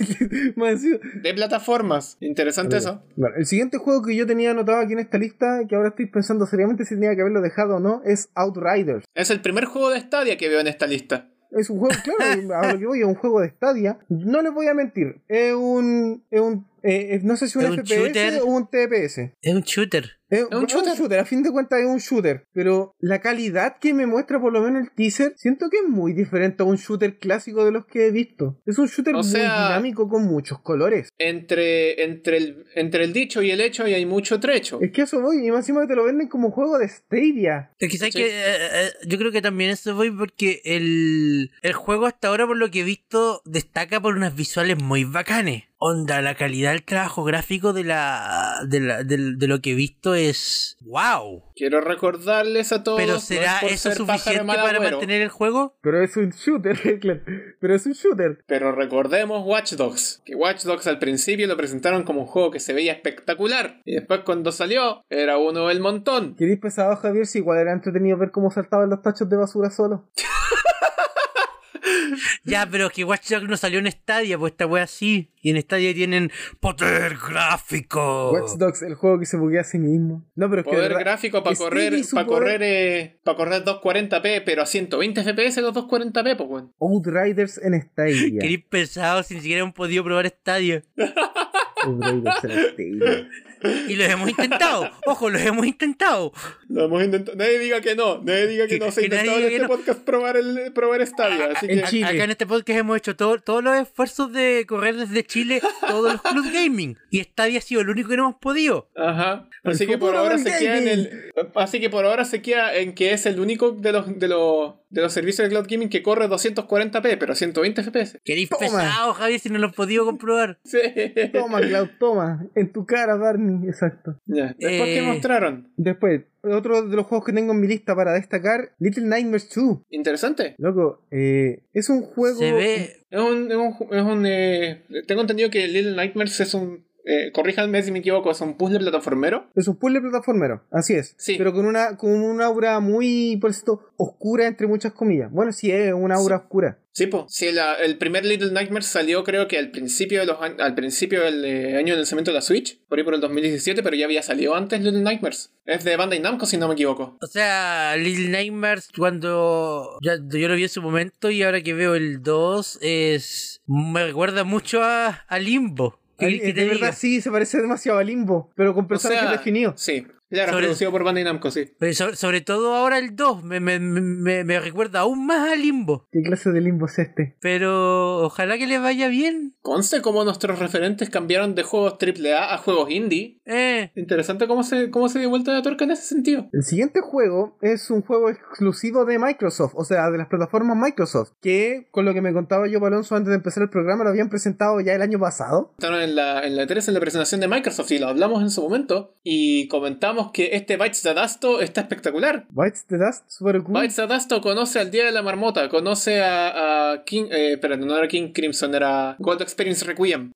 [SPEAKER 2] Más encima.
[SPEAKER 3] De plataforma, más. Interesante eso.
[SPEAKER 2] Bueno, el siguiente juego que yo tenía anotado aquí en esta lista, que ahora estoy pensando seriamente si tenía que haberlo dejado o no, es Outriders.
[SPEAKER 3] Es el primer juego de Stadia que veo en esta lista.
[SPEAKER 2] Es un juego, claro, a lo que voy, es un juego de Stadia. No les voy a mentir, es un. Es un eh, no sé si un,
[SPEAKER 1] ¿Es un
[SPEAKER 2] FPS
[SPEAKER 1] shooter?
[SPEAKER 2] o un TPS.
[SPEAKER 1] Es un shooter.
[SPEAKER 2] Es
[SPEAKER 3] un shooter.
[SPEAKER 2] A fin de cuentas es un shooter. Pero la calidad que me muestra por lo menos el teaser, siento que es muy diferente a un shooter clásico de los que he visto. Es un shooter muy
[SPEAKER 3] O sea-
[SPEAKER 2] dinámico con muchos colores.
[SPEAKER 3] Entre, entre, el, entre el dicho y el hecho y hay mucho trecho.
[SPEAKER 2] Es que eso voy, y más encima te lo venden como juego de Stadia.
[SPEAKER 1] Eh, Quizás
[SPEAKER 3] Sí.
[SPEAKER 1] que eh, eh, yo creo que también eso voy porque el, el juego hasta ahora por lo que he visto destaca por unas visuales muy bacanes. Onda, la calidad del trabajo gráfico de la de, la- del- de lo que he visto es wow.
[SPEAKER 3] Quiero recordarles a todos. no
[SPEAKER 1] Pero
[SPEAKER 3] es
[SPEAKER 1] será
[SPEAKER 3] por
[SPEAKER 1] eso
[SPEAKER 3] ser pájaro
[SPEAKER 1] suficiente
[SPEAKER 3] mal
[SPEAKER 1] para
[SPEAKER 3] agüero,
[SPEAKER 1] mantener el juego?
[SPEAKER 2] Pero es un shooter, claro. Pero es un shooter.
[SPEAKER 3] Pero recordemos Watch Dogs. Que Watch Dogs al principio lo presentaron como un juego que se veía espectacular. Y después cuando salió, era uno del montón.
[SPEAKER 2] ¿Queréis pesado, Javier? Si igual era entretenido ver cómo saltaban los tachos de basura solo.
[SPEAKER 3] Mm.
[SPEAKER 1] Ya, pero es que Watch Dogs no salió en Stadia, pues esta wea sí. Y en Stadia tienen poder gráfico.
[SPEAKER 2] Watch Dogs, el juego que se buguea a sí mismo. No, pero es que. de
[SPEAKER 3] Poder
[SPEAKER 2] verdad,
[SPEAKER 3] gráfico para
[SPEAKER 2] Stevie
[SPEAKER 3] correr,
[SPEAKER 2] su
[SPEAKER 3] para
[SPEAKER 2] poder-
[SPEAKER 3] correr, eh, para correr 240p, pero a 120 FPS los 240p, pues weón.
[SPEAKER 2] Outriders en Stadia.
[SPEAKER 1] Queréis pensado si ni siquiera hemos podido probar Stadia.
[SPEAKER 2] Outriders en Stadia.
[SPEAKER 1] Y los hemos intentado. Ojo, los hemos intentado.
[SPEAKER 3] Lo hemos intentado. Nadie diga que no, nadie diga que
[SPEAKER 1] Que-
[SPEAKER 3] no. Se ha
[SPEAKER 1] que nadie
[SPEAKER 3] intentado en este
[SPEAKER 1] diga que no.
[SPEAKER 3] podcast probar el probar Stadia, así
[SPEAKER 2] en
[SPEAKER 3] que.
[SPEAKER 2] Chile.
[SPEAKER 1] Acá en este podcast hemos hecho todo- todos los esfuerzos de correr desde Chile todos los club gaming. Y Stadia ha sido el único que no hemos podido.
[SPEAKER 3] Ajá.
[SPEAKER 2] El
[SPEAKER 3] Así que por
[SPEAKER 2] futuro
[SPEAKER 3] ahora
[SPEAKER 2] del
[SPEAKER 3] se queda en
[SPEAKER 2] gaming.
[SPEAKER 3] el. Así que por ahora se queda en que es el único de los de los de los servicios de cloud gaming que corre 240p, pero a 120 FPS.
[SPEAKER 1] Queréis
[SPEAKER 2] Toma.
[SPEAKER 1] pesado, Javier, si no lo hemos podido comprobar.
[SPEAKER 3] Sí.
[SPEAKER 2] Toma, Cloud, toma. En tu cara, Barney. Exacto.
[SPEAKER 3] Ya. Después
[SPEAKER 1] Eh.
[SPEAKER 3] que mostraron.
[SPEAKER 2] Después, otro de los juegos que tengo en mi lista para destacar: Little Nightmares 2.
[SPEAKER 3] Interesante.
[SPEAKER 2] Loco, eh, es un juego.
[SPEAKER 1] Se ve.
[SPEAKER 3] Es un, es un, ju- es un, eh, tengo entendido que Little Nightmares es un eh, corríjanme si me equivoco, es un puzzle plataformero.
[SPEAKER 2] Es un puzzle plataformero, así es.
[SPEAKER 3] Sí.
[SPEAKER 2] Pero con una, con una aura muy, por cierto, oscura entre muchas comillas. Bueno, sí es una aura oscura.
[SPEAKER 3] Sí, po. Sí, la- el primer Little Nightmares salió creo que al principio de los an- al principio del eh, año de lanzamiento de la Switch, por ahí por el 2017, pero ya había salido antes Little Nightmares. Es de Bandai Namco si no me equivoco.
[SPEAKER 1] O sea, Little Nightmares, cuando ya- yo lo vi en su momento y ahora que veo el 2, es me recuerda mucho a, a Limbo. ¿Qué
[SPEAKER 2] Ay,
[SPEAKER 1] querés que
[SPEAKER 2] eh, de
[SPEAKER 1] te
[SPEAKER 2] verdad
[SPEAKER 1] diga?
[SPEAKER 2] sí, se parece demasiado a Limbo, pero con personajes definidos.
[SPEAKER 3] Sí. Claro,
[SPEAKER 1] Sobre-
[SPEAKER 3] producido por Bandai Namco, sí.
[SPEAKER 1] Pero sobre, sobre todo ahora el 2 me, me- me- me recuerda aún más a Limbo.
[SPEAKER 2] ¿Qué clase de Limbo es este?
[SPEAKER 1] Pero ojalá que les vaya bien.
[SPEAKER 3] Conste cómo nuestros referentes cambiaron de juegos AAA a juegos indie.
[SPEAKER 1] Eh.
[SPEAKER 3] Interesante cómo se, cómo se dio vuelta la tuerca en ese sentido.
[SPEAKER 2] El siguiente juego es un juego exclusivo de Microsoft, o sea, de las plataformas Microsoft, que con lo que me contaba yo, Alonso, antes de empezar el programa, lo habían presentado ya el año pasado.
[SPEAKER 3] Estaron en la, en la 3 en la presentación de Microsoft y lo hablamos en su momento. Y comentamos que este Bites de Dasto está espectacular.
[SPEAKER 2] Bites the Dust, super cool.
[SPEAKER 3] Bites de Dasto conoce al Día de la Marmota, conoce a, a King. Eh, espera, no era King Crimson, era Gold Experience Requiem.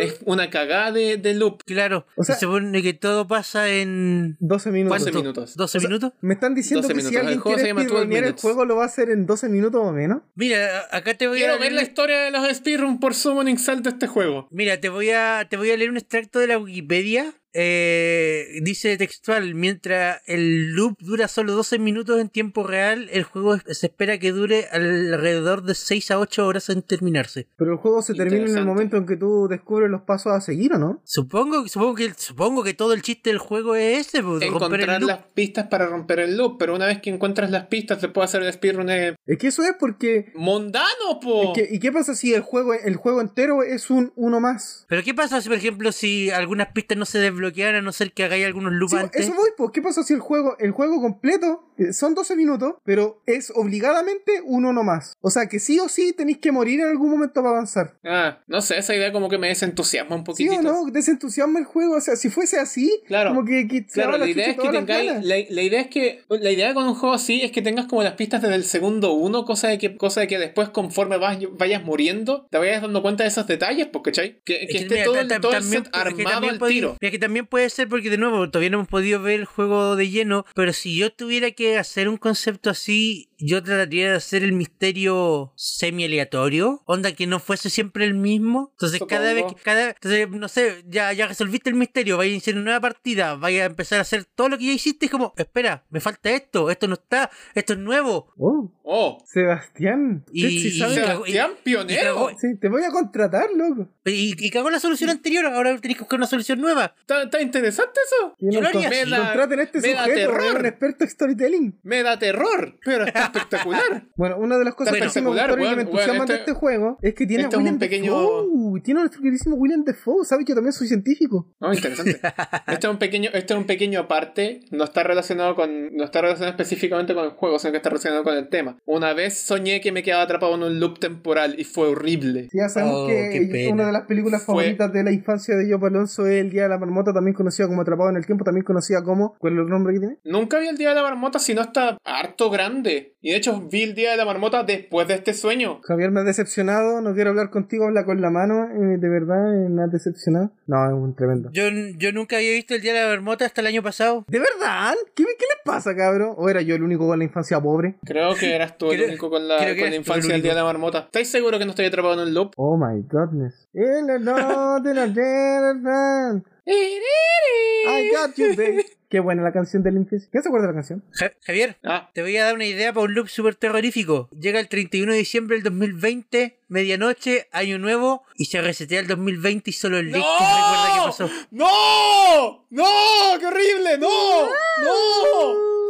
[SPEAKER 3] Es una cagada de, de loop.
[SPEAKER 1] Claro,
[SPEAKER 2] O sea-
[SPEAKER 1] se supone que todo pasa en
[SPEAKER 2] 12 minutos.
[SPEAKER 3] 12
[SPEAKER 1] ¿cuánto?
[SPEAKER 3] minutos.
[SPEAKER 1] 12
[SPEAKER 2] O sea,
[SPEAKER 1] minutos.
[SPEAKER 2] Me están diciendo
[SPEAKER 3] 12
[SPEAKER 2] que si
[SPEAKER 3] minutos.
[SPEAKER 2] alguien
[SPEAKER 3] El juego se
[SPEAKER 2] quiere
[SPEAKER 3] llama 12
[SPEAKER 2] speedrunear el
[SPEAKER 3] minutos.
[SPEAKER 2] juego lo va a hacer en 12 minutos o menos.
[SPEAKER 1] Mira, a- acá te voy a
[SPEAKER 3] Quiero
[SPEAKER 1] leer-
[SPEAKER 3] ver la historia de los speedrun por Summoning Salt de este juego.
[SPEAKER 1] Mira, te voy a te voy a leer un extracto de la Wikipedia. Eh, dice textual, mientras el loop dura solo 12 minutos en tiempo real, el juego es- se espera que dure alrededor de 6 a 8 horas en terminarse.
[SPEAKER 2] Pero el juego se termina en el
[SPEAKER 3] Interesante.
[SPEAKER 2] momento en que tú descubres los pasos a seguir, ¿o no?
[SPEAKER 1] Supongo, supongo que supongo que todo el chiste del juego es ese, pues, romper el
[SPEAKER 3] encontrar
[SPEAKER 1] loop.
[SPEAKER 3] las pistas para romper el loop, pero una vez que encuentras las pistas te puede hacer el speedrun eh,
[SPEAKER 2] Es que eso es porque...
[SPEAKER 3] mundano, po.
[SPEAKER 2] es que- ¿Y qué pasa si el juego, el juego entero es un uno más?
[SPEAKER 1] Pero ¿qué pasa, si, por ejemplo, si algunas pistas no se desbloquean a no ser que hagáis algunos loops
[SPEAKER 2] Sí,
[SPEAKER 1] antes?
[SPEAKER 2] eso voy, pues. ¿Qué pasa si el juego, el juego completo eh, son 12 minutos, pero es obligadamente un uno más? O sea que sí o sí tenéis que morir en algún momento para avanzar.
[SPEAKER 3] Ah, no sé, esa idea como que me desentusiasma un
[SPEAKER 2] ¿Sí
[SPEAKER 3] poquitito.
[SPEAKER 2] o no? Desentusiasma el juego. O sea, si fuese así,
[SPEAKER 3] Claro.
[SPEAKER 2] como que, que se va
[SPEAKER 3] Claro, la
[SPEAKER 2] la
[SPEAKER 3] idea
[SPEAKER 2] chucha
[SPEAKER 3] es que
[SPEAKER 2] todas las
[SPEAKER 3] tengáis,
[SPEAKER 2] ganas.
[SPEAKER 3] la, la idea es que, pues, la idea con un juego así es que tengas como las pistas desde el segundo uno, cosa de que, cosa de que después conforme vas- vayas muriendo, te vayas dando cuenta de esos detalles, pues, ¿cachai? Que, que
[SPEAKER 1] Es que
[SPEAKER 3] esté
[SPEAKER 1] mira,
[SPEAKER 3] todo,
[SPEAKER 1] ta-
[SPEAKER 3] el-
[SPEAKER 1] ta-
[SPEAKER 3] todo el
[SPEAKER 1] también-
[SPEAKER 3] set
[SPEAKER 1] es que
[SPEAKER 3] armado
[SPEAKER 1] también
[SPEAKER 3] al
[SPEAKER 1] podí-
[SPEAKER 3] tiro.
[SPEAKER 1] mira, que también también puede ser porque, de nuevo, todavía no hemos podido ver el juego de lleno, pero si yo tuviera que hacer un concepto así, yo trataría de hacer el misterio semi-aleatorio, onda que no fuese siempre el mismo. Entonces,
[SPEAKER 3] Supongo.
[SPEAKER 1] cada vez que, cada, entonces, no sé, ya, ya resolviste el misterio, vaya a iniciar una nueva partida, vaya a empezar a hacer todo lo que ya hiciste, es como, espera, me falta esto, esto no está, esto es nuevo.
[SPEAKER 2] Oh,
[SPEAKER 3] Oh,
[SPEAKER 2] Sebastián.
[SPEAKER 1] Y-
[SPEAKER 2] usted sí
[SPEAKER 1] y-
[SPEAKER 2] sabe-
[SPEAKER 1] cagó-
[SPEAKER 3] Sebastián
[SPEAKER 1] cagó-
[SPEAKER 3] Pionero.
[SPEAKER 2] Sí, te voy a contratar, loco.
[SPEAKER 1] Y, y cagó la
[SPEAKER 3] Mm.
[SPEAKER 1] solución anterior, ahora tenés que buscar una solución nueva.
[SPEAKER 3] ¿Está, está interesante eso?
[SPEAKER 2] Y
[SPEAKER 1] Yo lo
[SPEAKER 2] nos
[SPEAKER 1] haría
[SPEAKER 2] con-
[SPEAKER 3] así.
[SPEAKER 2] Contraten a este
[SPEAKER 3] Ah, Me da
[SPEAKER 2] sujeto,
[SPEAKER 3] terror.
[SPEAKER 2] weón, un experto en storytelling.
[SPEAKER 3] Me da terror, pero está espectacular.
[SPEAKER 2] Bueno, una de las cosas
[SPEAKER 1] Bueno.
[SPEAKER 2] que sí me gustaron y que me
[SPEAKER 3] Espectacular, weón,
[SPEAKER 2] entusiasman de
[SPEAKER 3] este-
[SPEAKER 2] este juego es que tiene
[SPEAKER 3] este
[SPEAKER 2] a
[SPEAKER 3] es un
[SPEAKER 2] William
[SPEAKER 3] pequeño-
[SPEAKER 2] Dafoe. Tiene a nuestro queridísimo William Defoe. Sabes, yo también soy científico.
[SPEAKER 3] Oh, interesante. Este es un pequeño, este es un pequeño aparte, no está relacionado con, no está relacionado específicamente con el juego, sino que está relacionado con el tema. Una vez soñé que me quedaba atrapado en un loop temporal y fue horrible.
[SPEAKER 2] Ya sabemos
[SPEAKER 1] Oh, qué
[SPEAKER 2] que
[SPEAKER 1] pena.
[SPEAKER 2] una de las películas
[SPEAKER 3] Fue-
[SPEAKER 2] favoritas de la infancia de Joe Alonso es El Día de la Marmota, también conocida como Atrapado en el Tiempo, también conocida como. ¿Cuál es el otro nombre que tiene?
[SPEAKER 3] Nunca vi el Día de la Marmota si no está harto grande. Y de hecho vi el Día de la Marmota después de este sueño.
[SPEAKER 2] Javier, me has decepcionado. No quiero hablar contigo, habla con la mano. eh, de verdad, eh, me has decepcionado. No, es un tremendo.
[SPEAKER 1] Yo, yo nunca había visto el Día de la Bermota hasta el año pasado.
[SPEAKER 2] ¿De verdad? ¿Qué, qué les pasa, cabrón? ¿O era yo el único con la infancia pobre?
[SPEAKER 3] Creo que eras tú el
[SPEAKER 1] Creo-
[SPEAKER 3] único con la,
[SPEAKER 1] creo que
[SPEAKER 3] con la
[SPEAKER 1] eras tú el
[SPEAKER 3] infancia del Día de la Marmota. ¿Estáis seguro que no estoy atrapado en un loop?
[SPEAKER 2] Oh my goodness. Eh, In the north, in the dead land. I got you, babe. Qué buena la canción de Limpis. ¿Quién se acuerda de la canción?
[SPEAKER 1] Ja- Javier,
[SPEAKER 3] Ah,
[SPEAKER 1] Te voy a dar una idea para un loop súper terrorífico. Llega el 31 de diciembre del 2020, medianoche, año nuevo, y se resetea el 2020 y solo el Lick que recuerda qué pasó.
[SPEAKER 3] ¡No! ¡No! ¡Qué horrible! ¡No! ¡No!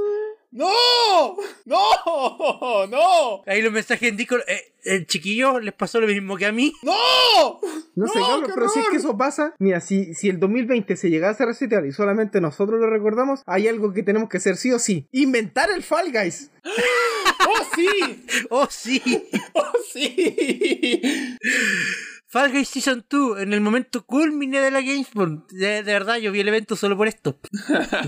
[SPEAKER 3] ¡No! ¡No! ¡No! ¡Oh,
[SPEAKER 1] Ahí los mensajes en Discord, eh, eh, chiquillos, les pasó lo mismo que a mí.
[SPEAKER 3] ¡No!
[SPEAKER 2] No, sé,
[SPEAKER 3] ¡No,
[SPEAKER 2] cabrón,
[SPEAKER 3] qué
[SPEAKER 2] pero si es
[SPEAKER 3] horror!
[SPEAKER 2] que eso pasa, mira, si, si el 2020 se llegase a resetear y solamente nosotros lo recordamos, hay algo que tenemos que hacer sí o sí. Inventar el Fall Guys.
[SPEAKER 3] ¡Oh, sí!
[SPEAKER 1] Oh, sí.
[SPEAKER 3] ¡Oh, sí!
[SPEAKER 1] Fall Guys Season 2, en el momento culmine de la Gamespot. De, de verdad, yo vi el evento solo por esto.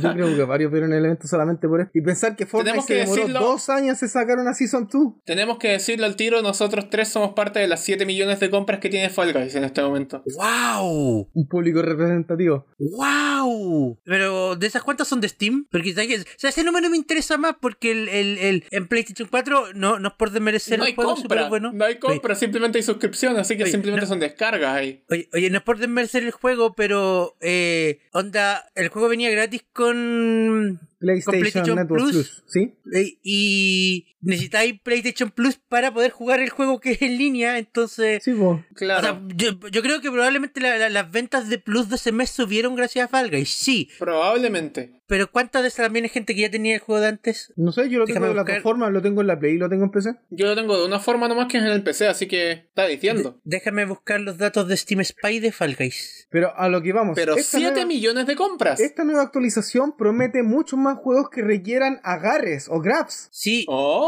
[SPEAKER 2] Yo creo que varios vieron el evento solamente por esto. Y pensar que Fall
[SPEAKER 3] Tenemos
[SPEAKER 2] Guys se
[SPEAKER 3] que
[SPEAKER 2] demoró
[SPEAKER 3] decirlo.
[SPEAKER 2] dos años se sacaron a Season 2.
[SPEAKER 3] Tenemos que decirlo al tiro, nosotros tres somos parte de las 7 millones de compras que tiene Fall Guys en este momento.
[SPEAKER 1] ¡Wow!
[SPEAKER 2] Un público representativo.
[SPEAKER 1] ¡Wow! Pero, ¿de esas cuántas son de Steam? Porque, ¿sabes qué? O sea, ese número me interesa más porque el, el, el- en PlayStation 4 no, no es por desmerecer
[SPEAKER 3] No
[SPEAKER 1] el
[SPEAKER 3] hay
[SPEAKER 1] juego
[SPEAKER 3] compra,
[SPEAKER 1] súper bueno.
[SPEAKER 3] no hay compra, simplemente hay suscripción, así que
[SPEAKER 1] Oye,
[SPEAKER 3] simplemente
[SPEAKER 1] no-
[SPEAKER 3] son descargas ahí.
[SPEAKER 1] Oye, oye, no es por desmerecer el juego, pero eh, onda, el juego venía gratis con
[SPEAKER 2] PlayStation,
[SPEAKER 1] PlayStation
[SPEAKER 2] Network
[SPEAKER 1] Plus.
[SPEAKER 2] Plus. ¿sí?
[SPEAKER 1] eh, y necesitáis PlayStation Plus para poder jugar el juego que es en línea, entonces
[SPEAKER 2] Sí, vos.
[SPEAKER 1] o
[SPEAKER 3] Claro,
[SPEAKER 1] sea, yo, yo creo que probablemente la- la- las ventas de Plus de ese mes subieron gracias a Fall Guys, sí,
[SPEAKER 3] probablemente.
[SPEAKER 1] pero ¿cuántas de esas también es gente que ya tenía el juego de antes?
[SPEAKER 2] No sé, yo lo tengo
[SPEAKER 1] Déjame
[SPEAKER 2] de las
[SPEAKER 1] buscar.
[SPEAKER 2] dos formas, lo tengo en la Play y lo tengo en PC.
[SPEAKER 3] Yo lo tengo de una forma nomás que es en el PC, así que está diciendo.
[SPEAKER 1] Déjame buscar los datos de Steam Spy de Fall Guys.
[SPEAKER 2] Pero a lo que vamos.
[SPEAKER 3] Pero
[SPEAKER 2] esta
[SPEAKER 3] 7
[SPEAKER 2] nueva-
[SPEAKER 3] millones de compras.
[SPEAKER 2] Esta nueva actualización promete muchos más juegos que requieran agarres o grabs.
[SPEAKER 1] Sí,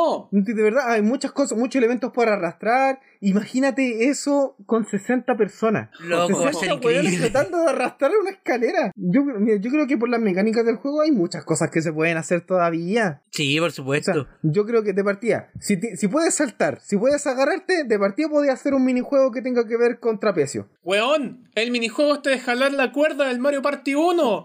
[SPEAKER 3] Oh,
[SPEAKER 2] De verdad, hay muchas cosas, muchos elementos por arrastrar. Imagínate eso con 60 personas.
[SPEAKER 1] loco, va a ser
[SPEAKER 2] 60 weones
[SPEAKER 1] pues, increíble.
[SPEAKER 2] tratando de arrastrar una escalera. Yo, mira, yo creo que por las mecánicas del juego hay muchas cosas que se pueden hacer todavía.
[SPEAKER 1] Sí, por
[SPEAKER 2] O sea,
[SPEAKER 1] supuesto.
[SPEAKER 2] yo creo que de partida, si, ti- si puedes saltar, si puedes agarrarte, de partida podías hacer un minijuego que tenga que ver con trapecio.
[SPEAKER 3] weón, el minijuego este de jalar la cuerda del Mario Party 1.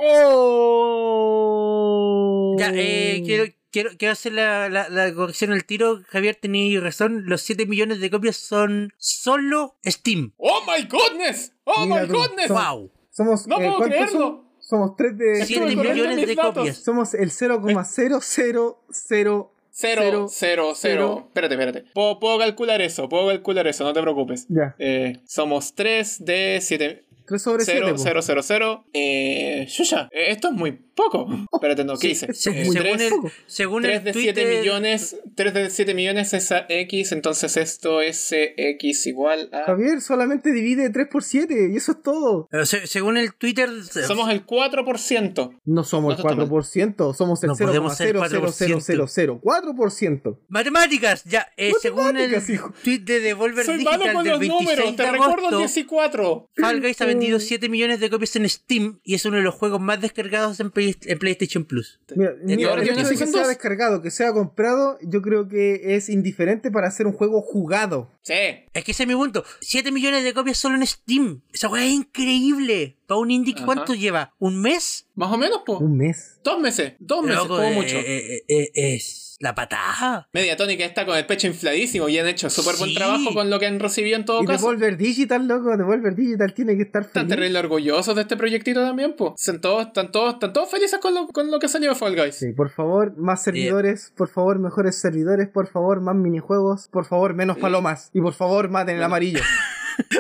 [SPEAKER 2] ¡Oh!
[SPEAKER 1] Ya, eh,
[SPEAKER 3] Mm.
[SPEAKER 1] quiero, quiero, quiero hacer la, la, la corrección al tiro. Javier, tenéis razón. Los 7 millones de copias son solo Steam.
[SPEAKER 3] Oh my goodness, oh
[SPEAKER 2] Mira
[SPEAKER 3] my
[SPEAKER 2] tú,
[SPEAKER 3] goodness.
[SPEAKER 2] son-
[SPEAKER 1] ¡Wow!
[SPEAKER 2] Somos,
[SPEAKER 3] No puedo
[SPEAKER 2] ¿cuántos
[SPEAKER 3] creerlo.
[SPEAKER 2] somos? Somos tres de...
[SPEAKER 3] Estuve
[SPEAKER 1] 7
[SPEAKER 3] corriendo
[SPEAKER 1] millones
[SPEAKER 3] mis
[SPEAKER 1] de
[SPEAKER 3] datos.
[SPEAKER 1] copias.
[SPEAKER 2] Somos el 0,0000.
[SPEAKER 3] Cero,
[SPEAKER 2] Cero,
[SPEAKER 3] cero, cero.
[SPEAKER 2] cero.
[SPEAKER 3] Espérate, espérate. Puedo, puedo calcular eso, puedo calcular eso, no te preocupes.
[SPEAKER 2] Ya.
[SPEAKER 3] Eh, somos 3 de 7.
[SPEAKER 2] 3 sobre 7.
[SPEAKER 3] 0, 0, 0, 0. Eh, Yuya, eh, esto es muy poco. Espérate, no, ¿qué hice?
[SPEAKER 1] Se-
[SPEAKER 3] Eh,
[SPEAKER 2] muy
[SPEAKER 1] según
[SPEAKER 3] tres-
[SPEAKER 1] el, según
[SPEAKER 3] 3
[SPEAKER 1] el
[SPEAKER 3] de
[SPEAKER 1] Twitter,
[SPEAKER 3] 7 millones, 3 de 7 millones es a X, entonces esto es eh, X igual a...
[SPEAKER 2] Javier, solamente divide 3 por 7 y eso es todo.
[SPEAKER 1] eh, se- según el Twitter, eh, se-
[SPEAKER 3] Somos el 4%.
[SPEAKER 2] No somos el
[SPEAKER 3] Nosotros
[SPEAKER 2] 4%, somos el
[SPEAKER 1] No podemos ser
[SPEAKER 2] 0,00004%. 4%.
[SPEAKER 1] matemáticas. Ya, eh, según el
[SPEAKER 2] Matemáticas, hijo.
[SPEAKER 1] tweet de Devolver
[SPEAKER 3] Soy
[SPEAKER 1] Digital
[SPEAKER 3] malo con
[SPEAKER 1] del
[SPEAKER 3] los
[SPEAKER 1] 26 de
[SPEAKER 3] números, te recuerdo el
[SPEAKER 1] agosto,
[SPEAKER 3] 14.
[SPEAKER 1] Fall Guys
[SPEAKER 2] Soy
[SPEAKER 1] vendido 7 millones de copias en Steam y es uno de los juegos más descargados en, Play- en PlayStation Plus.
[SPEAKER 2] Mira, mira,
[SPEAKER 3] ahora
[SPEAKER 2] el
[SPEAKER 3] tiene
[SPEAKER 2] hecho de que
[SPEAKER 3] 600.
[SPEAKER 2] sea descargado, que sea comprado, yo creo que es indiferente para hacer un juego jugado.
[SPEAKER 3] Sí.
[SPEAKER 1] Es que ese es mi punto. 7 millones de copias solo en Steam. Esa weá es increíble. Para un indie, que
[SPEAKER 3] Ajá.
[SPEAKER 1] ¿cuánto lleva? ¿Un mes?
[SPEAKER 3] Más o menos, po.
[SPEAKER 2] Un mes.
[SPEAKER 3] Dos meses. Dos meses,
[SPEAKER 1] Mm. Loco,
[SPEAKER 3] como
[SPEAKER 1] eh,
[SPEAKER 3] mucho.
[SPEAKER 1] eh, eh, eh, es la patada.
[SPEAKER 3] Mediatónica está con el pecho infladísimo y han hecho súper buen
[SPEAKER 1] Sí.
[SPEAKER 3] trabajo con lo que han recibido en todo
[SPEAKER 2] Y
[SPEAKER 3] caso.
[SPEAKER 2] Devolver Digital, loco, Devolver Digital tiene que estar
[SPEAKER 3] Están
[SPEAKER 2] feliz.
[SPEAKER 3] terrible orgullosos de este proyectito también, pues. Están todos, están todos, están todos felices con lo, con lo que salió de Fall Guys.
[SPEAKER 2] Sí, por favor,
[SPEAKER 3] Eh,
[SPEAKER 2] más servidores, por favor, mejores servidores, por favor, más minijuegos, por favor,
[SPEAKER 3] eh,
[SPEAKER 2] menos palomas y por favor, maten el amarillo.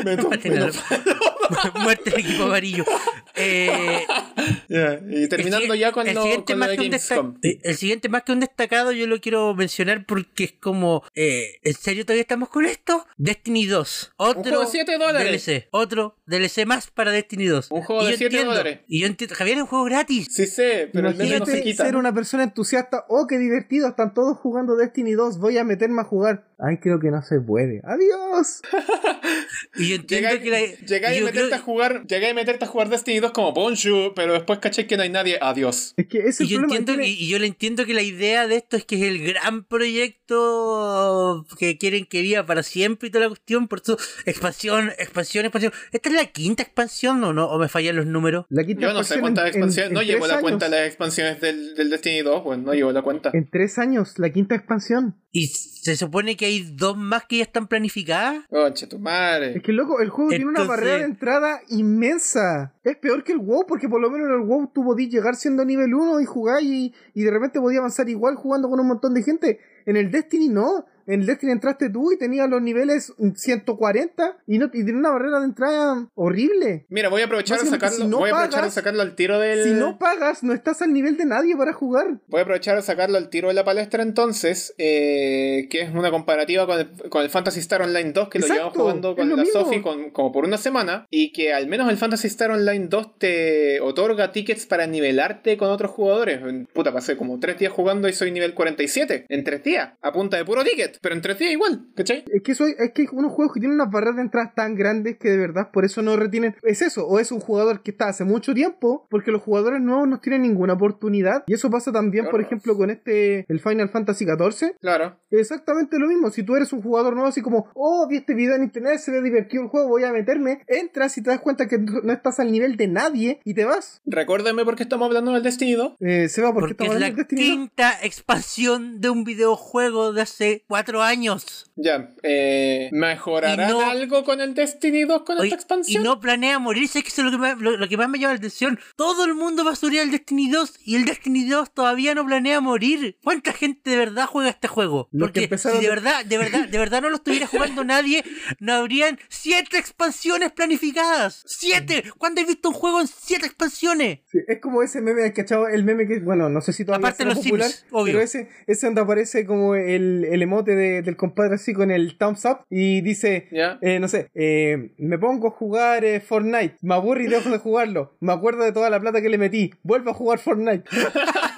[SPEAKER 3] Menos- menos-
[SPEAKER 1] Muerte del equipo amarillo. Eh,
[SPEAKER 3] Ya, Y terminando
[SPEAKER 1] El si-
[SPEAKER 3] ya con,
[SPEAKER 1] el
[SPEAKER 3] lo,
[SPEAKER 1] siguiente
[SPEAKER 3] con lo
[SPEAKER 1] más
[SPEAKER 3] de
[SPEAKER 1] que un
[SPEAKER 3] Gamescom.
[SPEAKER 1] desta- eh, El siguiente más que un destacado yo lo quiero mencionar porque es como... eh, ¿En serio todavía estamos con esto? Destiny 2. Otro
[SPEAKER 3] juego de 7 dólares.
[SPEAKER 1] DLC. Otro DLC más para Destiny 2.
[SPEAKER 3] Un juego
[SPEAKER 1] Y
[SPEAKER 3] de
[SPEAKER 1] yo
[SPEAKER 3] 7
[SPEAKER 1] entiendo,
[SPEAKER 3] dólares.
[SPEAKER 1] Y yo entiendo... Javier, es un juego gratis.
[SPEAKER 3] Sí sé, pero el meme no se
[SPEAKER 2] Imagínate
[SPEAKER 3] quita.
[SPEAKER 2] ser una persona entusiasta. Oh, qué divertido, están todos jugando Destiny 2. Voy a meterme a jugar. Ay, creo que no se puede. Adiós.
[SPEAKER 1] Y yo entiendo
[SPEAKER 3] Llegáis
[SPEAKER 1] que la...
[SPEAKER 3] llegáis y
[SPEAKER 1] yo
[SPEAKER 3] meterte
[SPEAKER 1] creo-
[SPEAKER 3] a jugar, llegáis y meterte a jugar Destiny 2 como Bonshu, pero después caché que no hay nadie. Adiós.
[SPEAKER 2] Es que ese es
[SPEAKER 1] y
[SPEAKER 2] el
[SPEAKER 1] yo,
[SPEAKER 2] problema.
[SPEAKER 1] entiendo,
[SPEAKER 2] tiene-
[SPEAKER 1] que- y yo le entiendo que la idea de esto es que es el gran proyecto que quieren que viva para siempre y toda la cuestión. Por su expansión, expansión, expansión. ¿Esta es la quinta expansión o no? ¿O me fallan los números?
[SPEAKER 2] La quinta
[SPEAKER 3] Yo no sé
[SPEAKER 2] expansión
[SPEAKER 3] cuántas
[SPEAKER 2] en- en-
[SPEAKER 3] expansiones, no
[SPEAKER 2] en
[SPEAKER 3] llevo
[SPEAKER 2] tres
[SPEAKER 3] la cuenta de
[SPEAKER 2] años.
[SPEAKER 3] las expansiones del, del Destiny 2, bueno, no llevo la cuenta.
[SPEAKER 2] En tres años, la quinta expansión.
[SPEAKER 1] Y se supone que hay dos más que ya están planificadas.
[SPEAKER 3] Conche tu madre.
[SPEAKER 2] Es que loco, el juego tiene una
[SPEAKER 1] Entonces-
[SPEAKER 2] barrera de entrada inmensa. Es peor que el WoW, porque por lo menos en el WoW tú podías llegar siendo nivel 1 y jugar y, y de repente podías avanzar igual jugando con un montón de gente. En el Destiny no. En el Destiny entraste tú y tenías los niveles 140 y, no, y tenía una barrera de entrada horrible.
[SPEAKER 3] Mira, voy a aprovechar de
[SPEAKER 2] Básicamente,
[SPEAKER 3] sacarlo,
[SPEAKER 2] si no
[SPEAKER 3] voy a aprovechar
[SPEAKER 2] pagas-
[SPEAKER 3] de sacarlo al tiro del
[SPEAKER 2] Si no pagas, no estás al nivel de nadie para jugar.
[SPEAKER 3] Voy a aprovechar de sacarlo al tiro de la palestra entonces, eh, que es una comparativa con el, con el Fantasy Star Online 2 que
[SPEAKER 2] Exacto,
[SPEAKER 3] lo llevamos jugando
[SPEAKER 2] es
[SPEAKER 3] con
[SPEAKER 2] lo
[SPEAKER 3] la
[SPEAKER 2] mismo.
[SPEAKER 3] Sofi con- como por una semana y que al menos el Fantasy Star Online 2 te otorga tickets para nivelarte con otros jugadores. Puta, pasé como tres días jugando y soy nivel 47 en tres días, a punta de puro ticket, pero en tres días igual, ¿cachai?
[SPEAKER 2] Es que, eso, es que hay unos juegos que tienen unas barreras de entradas tan grandes que de verdad por eso no retienen. Es eso, o es un jugador que está hace mucho tiempo, porque los jugadores nuevos no tienen ninguna oportunidad. Y eso pasa también, por
[SPEAKER 3] Claro.
[SPEAKER 2] ejemplo, con este, el Final Fantasy XIV.
[SPEAKER 3] Claro.
[SPEAKER 2] Exactamente lo mismo, si tú eres un jugador nuevo así como, oh, vi este video en internet, se ve divertido el juego, voy a meterme, entras y te das cuenta que no estás al nivel de nadie y te vas.
[SPEAKER 3] Recuérdame por qué estamos hablando del Destiny 2.
[SPEAKER 2] Eh, Seba, ¿por qué
[SPEAKER 1] Porque
[SPEAKER 2] estamos
[SPEAKER 1] es la
[SPEAKER 2] hablando de este Destiny 2?
[SPEAKER 1] quinta expansión de un videojuego de hace cuatro años.
[SPEAKER 3] Ya, eh, ¿mejorarán
[SPEAKER 1] Y no-
[SPEAKER 3] algo con el Destiny 2 con
[SPEAKER 1] Oye,
[SPEAKER 3] esta
[SPEAKER 1] y
[SPEAKER 3] expansión?
[SPEAKER 1] no planea morirse, es que eso es lo que, más, lo, lo que más me llama la atención. Todo el mundo va a subir al Destiny 2 y el Destiny 2 todavía no planea morir. ¿Cuánta gente de verdad juega este juego?
[SPEAKER 2] Los
[SPEAKER 1] Porque
[SPEAKER 2] que empezaron-
[SPEAKER 1] si de verdad, de verdad, de verdad no lo estuviera jugando nadie, no habrían siete expansiones planificadas. ¡Siete! ¿Cuándo he visto un juego en siete expansiones?
[SPEAKER 2] Sí, es como ese meme, ¿cachado? El meme que, bueno, no sé si todavía
[SPEAKER 1] Aparte
[SPEAKER 2] será
[SPEAKER 1] los Sims, obvio.
[SPEAKER 2] pero ese, ese donde aparece como el, el emote de- del compadre así con el thumbs up y dice,
[SPEAKER 3] Ya.
[SPEAKER 2] eh, no sé, eh, me pongo a jugar eh, Fortnite, me aburro y dejo de jugarlo, me acuerdo de toda la plata que le metí, vuelvo a jugar Fortnite.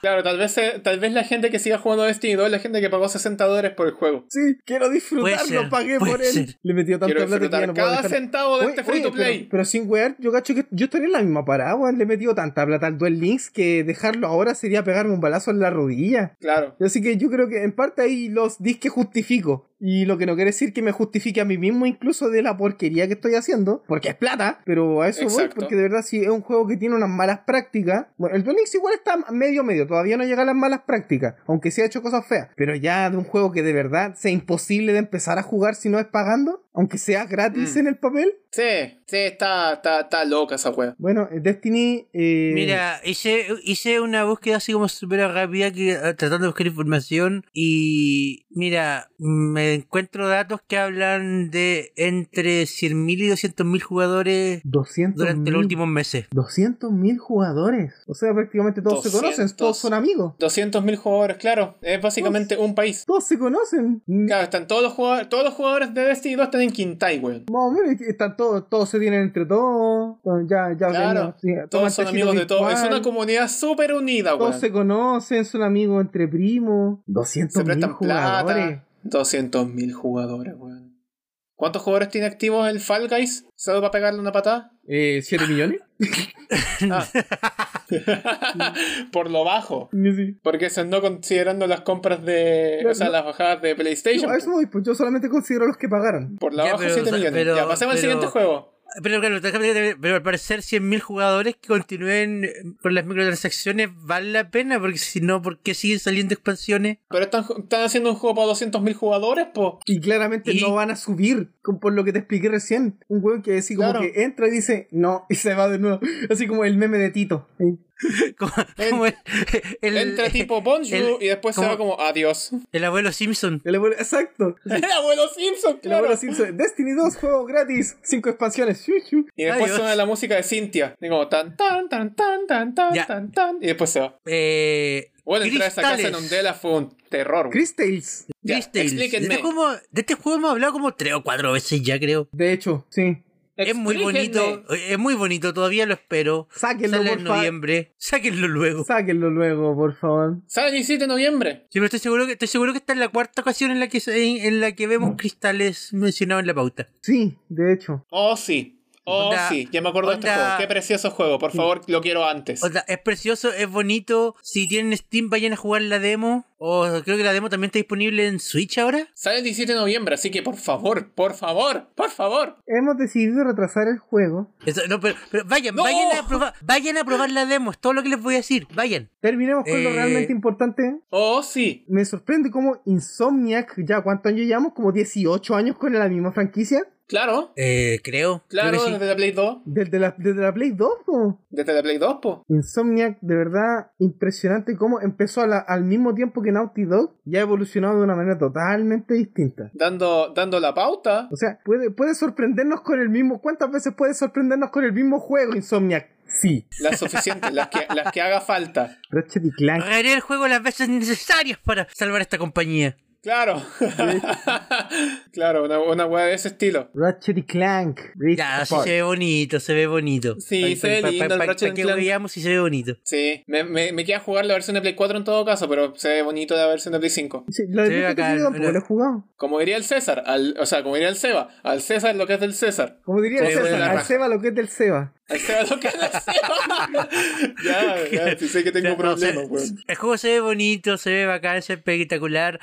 [SPEAKER 3] Claro, tal vez, eh, tal vez la gente que siga jugando Destiny 2 es la gente que pagó 60 dólares por el juego.
[SPEAKER 2] Sí, quiero disfrutarlo,
[SPEAKER 1] Puede ser,
[SPEAKER 2] pagué
[SPEAKER 1] puede
[SPEAKER 2] por él.
[SPEAKER 1] ser.
[SPEAKER 2] Le metió tanta plata
[SPEAKER 3] Quiero
[SPEAKER 2] que ya
[SPEAKER 3] disfrutar
[SPEAKER 2] no puedo
[SPEAKER 3] cada
[SPEAKER 2] dejar-
[SPEAKER 3] centavo de
[SPEAKER 2] Oye,
[SPEAKER 3] este free
[SPEAKER 2] oye,
[SPEAKER 3] to play.
[SPEAKER 2] Pero, pero sin wear, yo cacho que yo estaría en la misma parada, weón. Le he metido tanta plata al Duel Links que dejarlo ahora sería pegarme un balazo en la rodilla.
[SPEAKER 3] Claro.
[SPEAKER 2] Así que yo creo que en parte ahí los dis que justifico. Y lo que no quiere decir que me justifique a mí mismo incluso de la porquería que estoy haciendo, porque es plata, pero a eso voy,
[SPEAKER 3] Exacto.
[SPEAKER 2] porque de verdad si es un juego que tiene unas malas prácticas. Bueno, el Duelix igual está medio medio, todavía no llega a las malas prácticas, aunque sí ha hecho cosas feas. Pero ya de un juego que de verdad sea imposible de empezar a jugar si no es pagando, aunque sea gratis
[SPEAKER 3] Mm.
[SPEAKER 2] en el papel.
[SPEAKER 3] Sí, sí, está, está, está loca esa wea.
[SPEAKER 2] Bueno, Destiny... eh,
[SPEAKER 1] Mira, hice, hice una búsqueda así como súper rápida que, eh, tratando de buscar información y mira, me encuentro datos que hablan de entre 100.000 y 200.000 jugadores
[SPEAKER 2] 200
[SPEAKER 1] durante los últimos meses.
[SPEAKER 2] 200 mil jugadores. O sea, prácticamente todos se
[SPEAKER 3] 200.
[SPEAKER 2] conocen, todos son amigos.
[SPEAKER 3] 200.000 jugadores, claro. Es básicamente un país.
[SPEAKER 2] Todos se conocen.
[SPEAKER 3] Claro, están todos los jugadores, todos los jugadores de Destiny 2 están en Quintai, weón.
[SPEAKER 2] Más o menos, están todos, todos se tienen entre todos. Entonces, Ya, ya,
[SPEAKER 3] Claro,
[SPEAKER 2] sí, toman
[SPEAKER 3] Todos son
[SPEAKER 2] tecito
[SPEAKER 3] amigos de todos. Es
[SPEAKER 2] virtual,
[SPEAKER 3] una comunidad súper unida,
[SPEAKER 2] Todos
[SPEAKER 3] weón.
[SPEAKER 2] se conocen, son amigos entre primos.
[SPEAKER 3] Se
[SPEAKER 2] 200 mil
[SPEAKER 3] prestan
[SPEAKER 2] jugadores.
[SPEAKER 3] plata. 200.000 jugadores, weón. ¿Cuántos jugadores tiene activos el Fall Guys? ¿Solo para pegarle una patada?
[SPEAKER 2] Eh, ¿7 millones?
[SPEAKER 3] Ah. Por lo bajo. Porque eso es no considerando las compras de.
[SPEAKER 2] No,
[SPEAKER 3] o sea,
[SPEAKER 2] no.
[SPEAKER 3] las bajadas de PlayStation.
[SPEAKER 2] No, a eso voy, pues yo solamente considero los que pagaron.
[SPEAKER 3] Por lo
[SPEAKER 1] Ya,
[SPEAKER 3] bajo,
[SPEAKER 1] pero,
[SPEAKER 3] 7
[SPEAKER 1] o sea,
[SPEAKER 3] millones.
[SPEAKER 1] pero-
[SPEAKER 3] ya, pasemos
[SPEAKER 1] pero-
[SPEAKER 3] al siguiente juego.
[SPEAKER 1] Pero claro, déjame- pero al parecer 100.000 jugadores que continúen eh, con las microtransacciones vale la pena, porque si no, ¿por qué siguen saliendo expansiones?
[SPEAKER 3] Pero están, están haciendo un juego para 200.000 jugadores, po.
[SPEAKER 2] Y claramente
[SPEAKER 1] Y-
[SPEAKER 2] no van a subir, con- por lo que te expliqué recién. Un hueón que así como
[SPEAKER 3] Claro.
[SPEAKER 2] que entra y dice no, y se va de nuevo. Así como el meme de Tito.
[SPEAKER 1] Como,
[SPEAKER 3] En-
[SPEAKER 1] como el, el-
[SPEAKER 3] Entra tipo Bonjour
[SPEAKER 1] el-
[SPEAKER 3] y después se
[SPEAKER 1] como-
[SPEAKER 3] va como adiós.
[SPEAKER 1] el abuelo Simpson.
[SPEAKER 2] El abuelo- exacto.
[SPEAKER 3] El abuelo Simpson,
[SPEAKER 2] El
[SPEAKER 3] claro.
[SPEAKER 2] abuelo Simpson, Destiny 2, juego gratis, 5 expansiones. Shu, shu.
[SPEAKER 3] Y después
[SPEAKER 1] Adiós.
[SPEAKER 3] suena la música de Cintia. Y como tan, tan, tan, tan, tan, tan,
[SPEAKER 1] Ya.
[SPEAKER 3] tan, tan. Y después se va.
[SPEAKER 1] Eh,
[SPEAKER 3] Bueno, entrar a esa casa en
[SPEAKER 1] Cristales.
[SPEAKER 3] Ondela fue un terror. güey.
[SPEAKER 2] Chris Tales.
[SPEAKER 3] Ya,
[SPEAKER 1] Cristales. De
[SPEAKER 3] explíquenme.
[SPEAKER 1] este, juego, de este juego hemos hablado como tres o cuatro veces ya, creo.
[SPEAKER 2] De hecho, sí.
[SPEAKER 1] Es muy
[SPEAKER 3] Explíquenme.
[SPEAKER 1] bonito, es muy bonito, todavía lo espero.
[SPEAKER 2] Sáquenlo,
[SPEAKER 1] Sale
[SPEAKER 2] por
[SPEAKER 1] en
[SPEAKER 2] favor.
[SPEAKER 1] noviembre, sáquenlo luego.
[SPEAKER 2] Sáquenlo luego, por favor.
[SPEAKER 3] Sale el 17 de noviembre.
[SPEAKER 1] Sí, pero estoy seguro que estoy seguro que esta es la cuarta ocasión en la que en, en la que vemos cristales mencionados en la pauta.
[SPEAKER 2] Sí, de hecho.
[SPEAKER 3] Oh, sí. Oh,
[SPEAKER 1] Onda-
[SPEAKER 3] sí. Ya me acuerdo de este
[SPEAKER 1] onda-
[SPEAKER 3] juego. Qué precioso juego. Por favor, lo quiero antes.
[SPEAKER 1] O sea, es precioso, es bonito. Si tienen Steam, vayan a jugar la demo. O creo que la demo también está disponible en Switch ahora.
[SPEAKER 3] Sale el 17 de noviembre, así que por favor, por favor, por favor.
[SPEAKER 2] Hemos decidido retrasar el juego.
[SPEAKER 1] Eso- no, pero, pero vayan,
[SPEAKER 3] ¡No!
[SPEAKER 1] vayan a probar, vayan a probar la demo, es todo lo que les voy a decir, vayan.
[SPEAKER 2] Terminemos con lo
[SPEAKER 1] Eh,
[SPEAKER 2] realmente importante.
[SPEAKER 3] Oh, sí.
[SPEAKER 2] Me sorprende cómo Insomniac, ya cuántos años llevamos, como 18 años con la misma franquicia.
[SPEAKER 3] Claro.
[SPEAKER 1] Eh, creo.
[SPEAKER 3] Claro,
[SPEAKER 1] creo que sí.
[SPEAKER 3] desde la Play 2.
[SPEAKER 2] Desde la, desde la Play 2, po.
[SPEAKER 3] Desde la Play 2, po.
[SPEAKER 2] Insomniac, de verdad, impresionante cómo empezó a la- al mismo tiempo que Naughty Dog y ha evolucionado de una manera totalmente distinta.
[SPEAKER 3] Dando, dando la pauta.
[SPEAKER 2] O sea, puede, puede sorprendernos con el mismo. ¿Cuántas veces puede sorprendernos con el mismo juego, Insomniac? Sí.
[SPEAKER 3] Las suficientes, las que, las que haga falta.
[SPEAKER 2] Ratchet y Clank.
[SPEAKER 1] Haré el juego las veces necesarias para salvar esta compañía.
[SPEAKER 3] Claro. claro, una, una weá de ese estilo.
[SPEAKER 2] Ratchet y Clank. Rift
[SPEAKER 1] Ya, sí
[SPEAKER 2] Apart.
[SPEAKER 1] se ve bonito, se ve bonito.
[SPEAKER 3] Sí, se ve lindo el
[SPEAKER 1] Para
[SPEAKER 3] Ratchet
[SPEAKER 1] que
[SPEAKER 3] Clank.
[SPEAKER 1] veamos si se ve bonito.
[SPEAKER 3] Sí, me, me, me queda jugar la versión de Play 4 en todo caso, pero se ve bonito la versión de Play 5.
[SPEAKER 2] Sí, lo de
[SPEAKER 1] Se ve
[SPEAKER 2] Rift
[SPEAKER 1] bacán,
[SPEAKER 2] Apart tampoco
[SPEAKER 1] lo-
[SPEAKER 2] lo he jugado.
[SPEAKER 3] Como diría el César, al, o sea, como diría el Seba, al César lo que es del César.
[SPEAKER 2] Como diría
[SPEAKER 3] Se
[SPEAKER 2] el
[SPEAKER 3] ve
[SPEAKER 2] César,
[SPEAKER 3] la
[SPEAKER 2] al
[SPEAKER 3] raja.
[SPEAKER 2] Seba lo que es del Seba.
[SPEAKER 3] Al Seba lo que es del Seba. ya, ya, sí sé que tengo
[SPEAKER 1] O sea, no, se-
[SPEAKER 3] problemas, weón.
[SPEAKER 1] el juego se ve bonito, se ve bacán, se ve espectacular.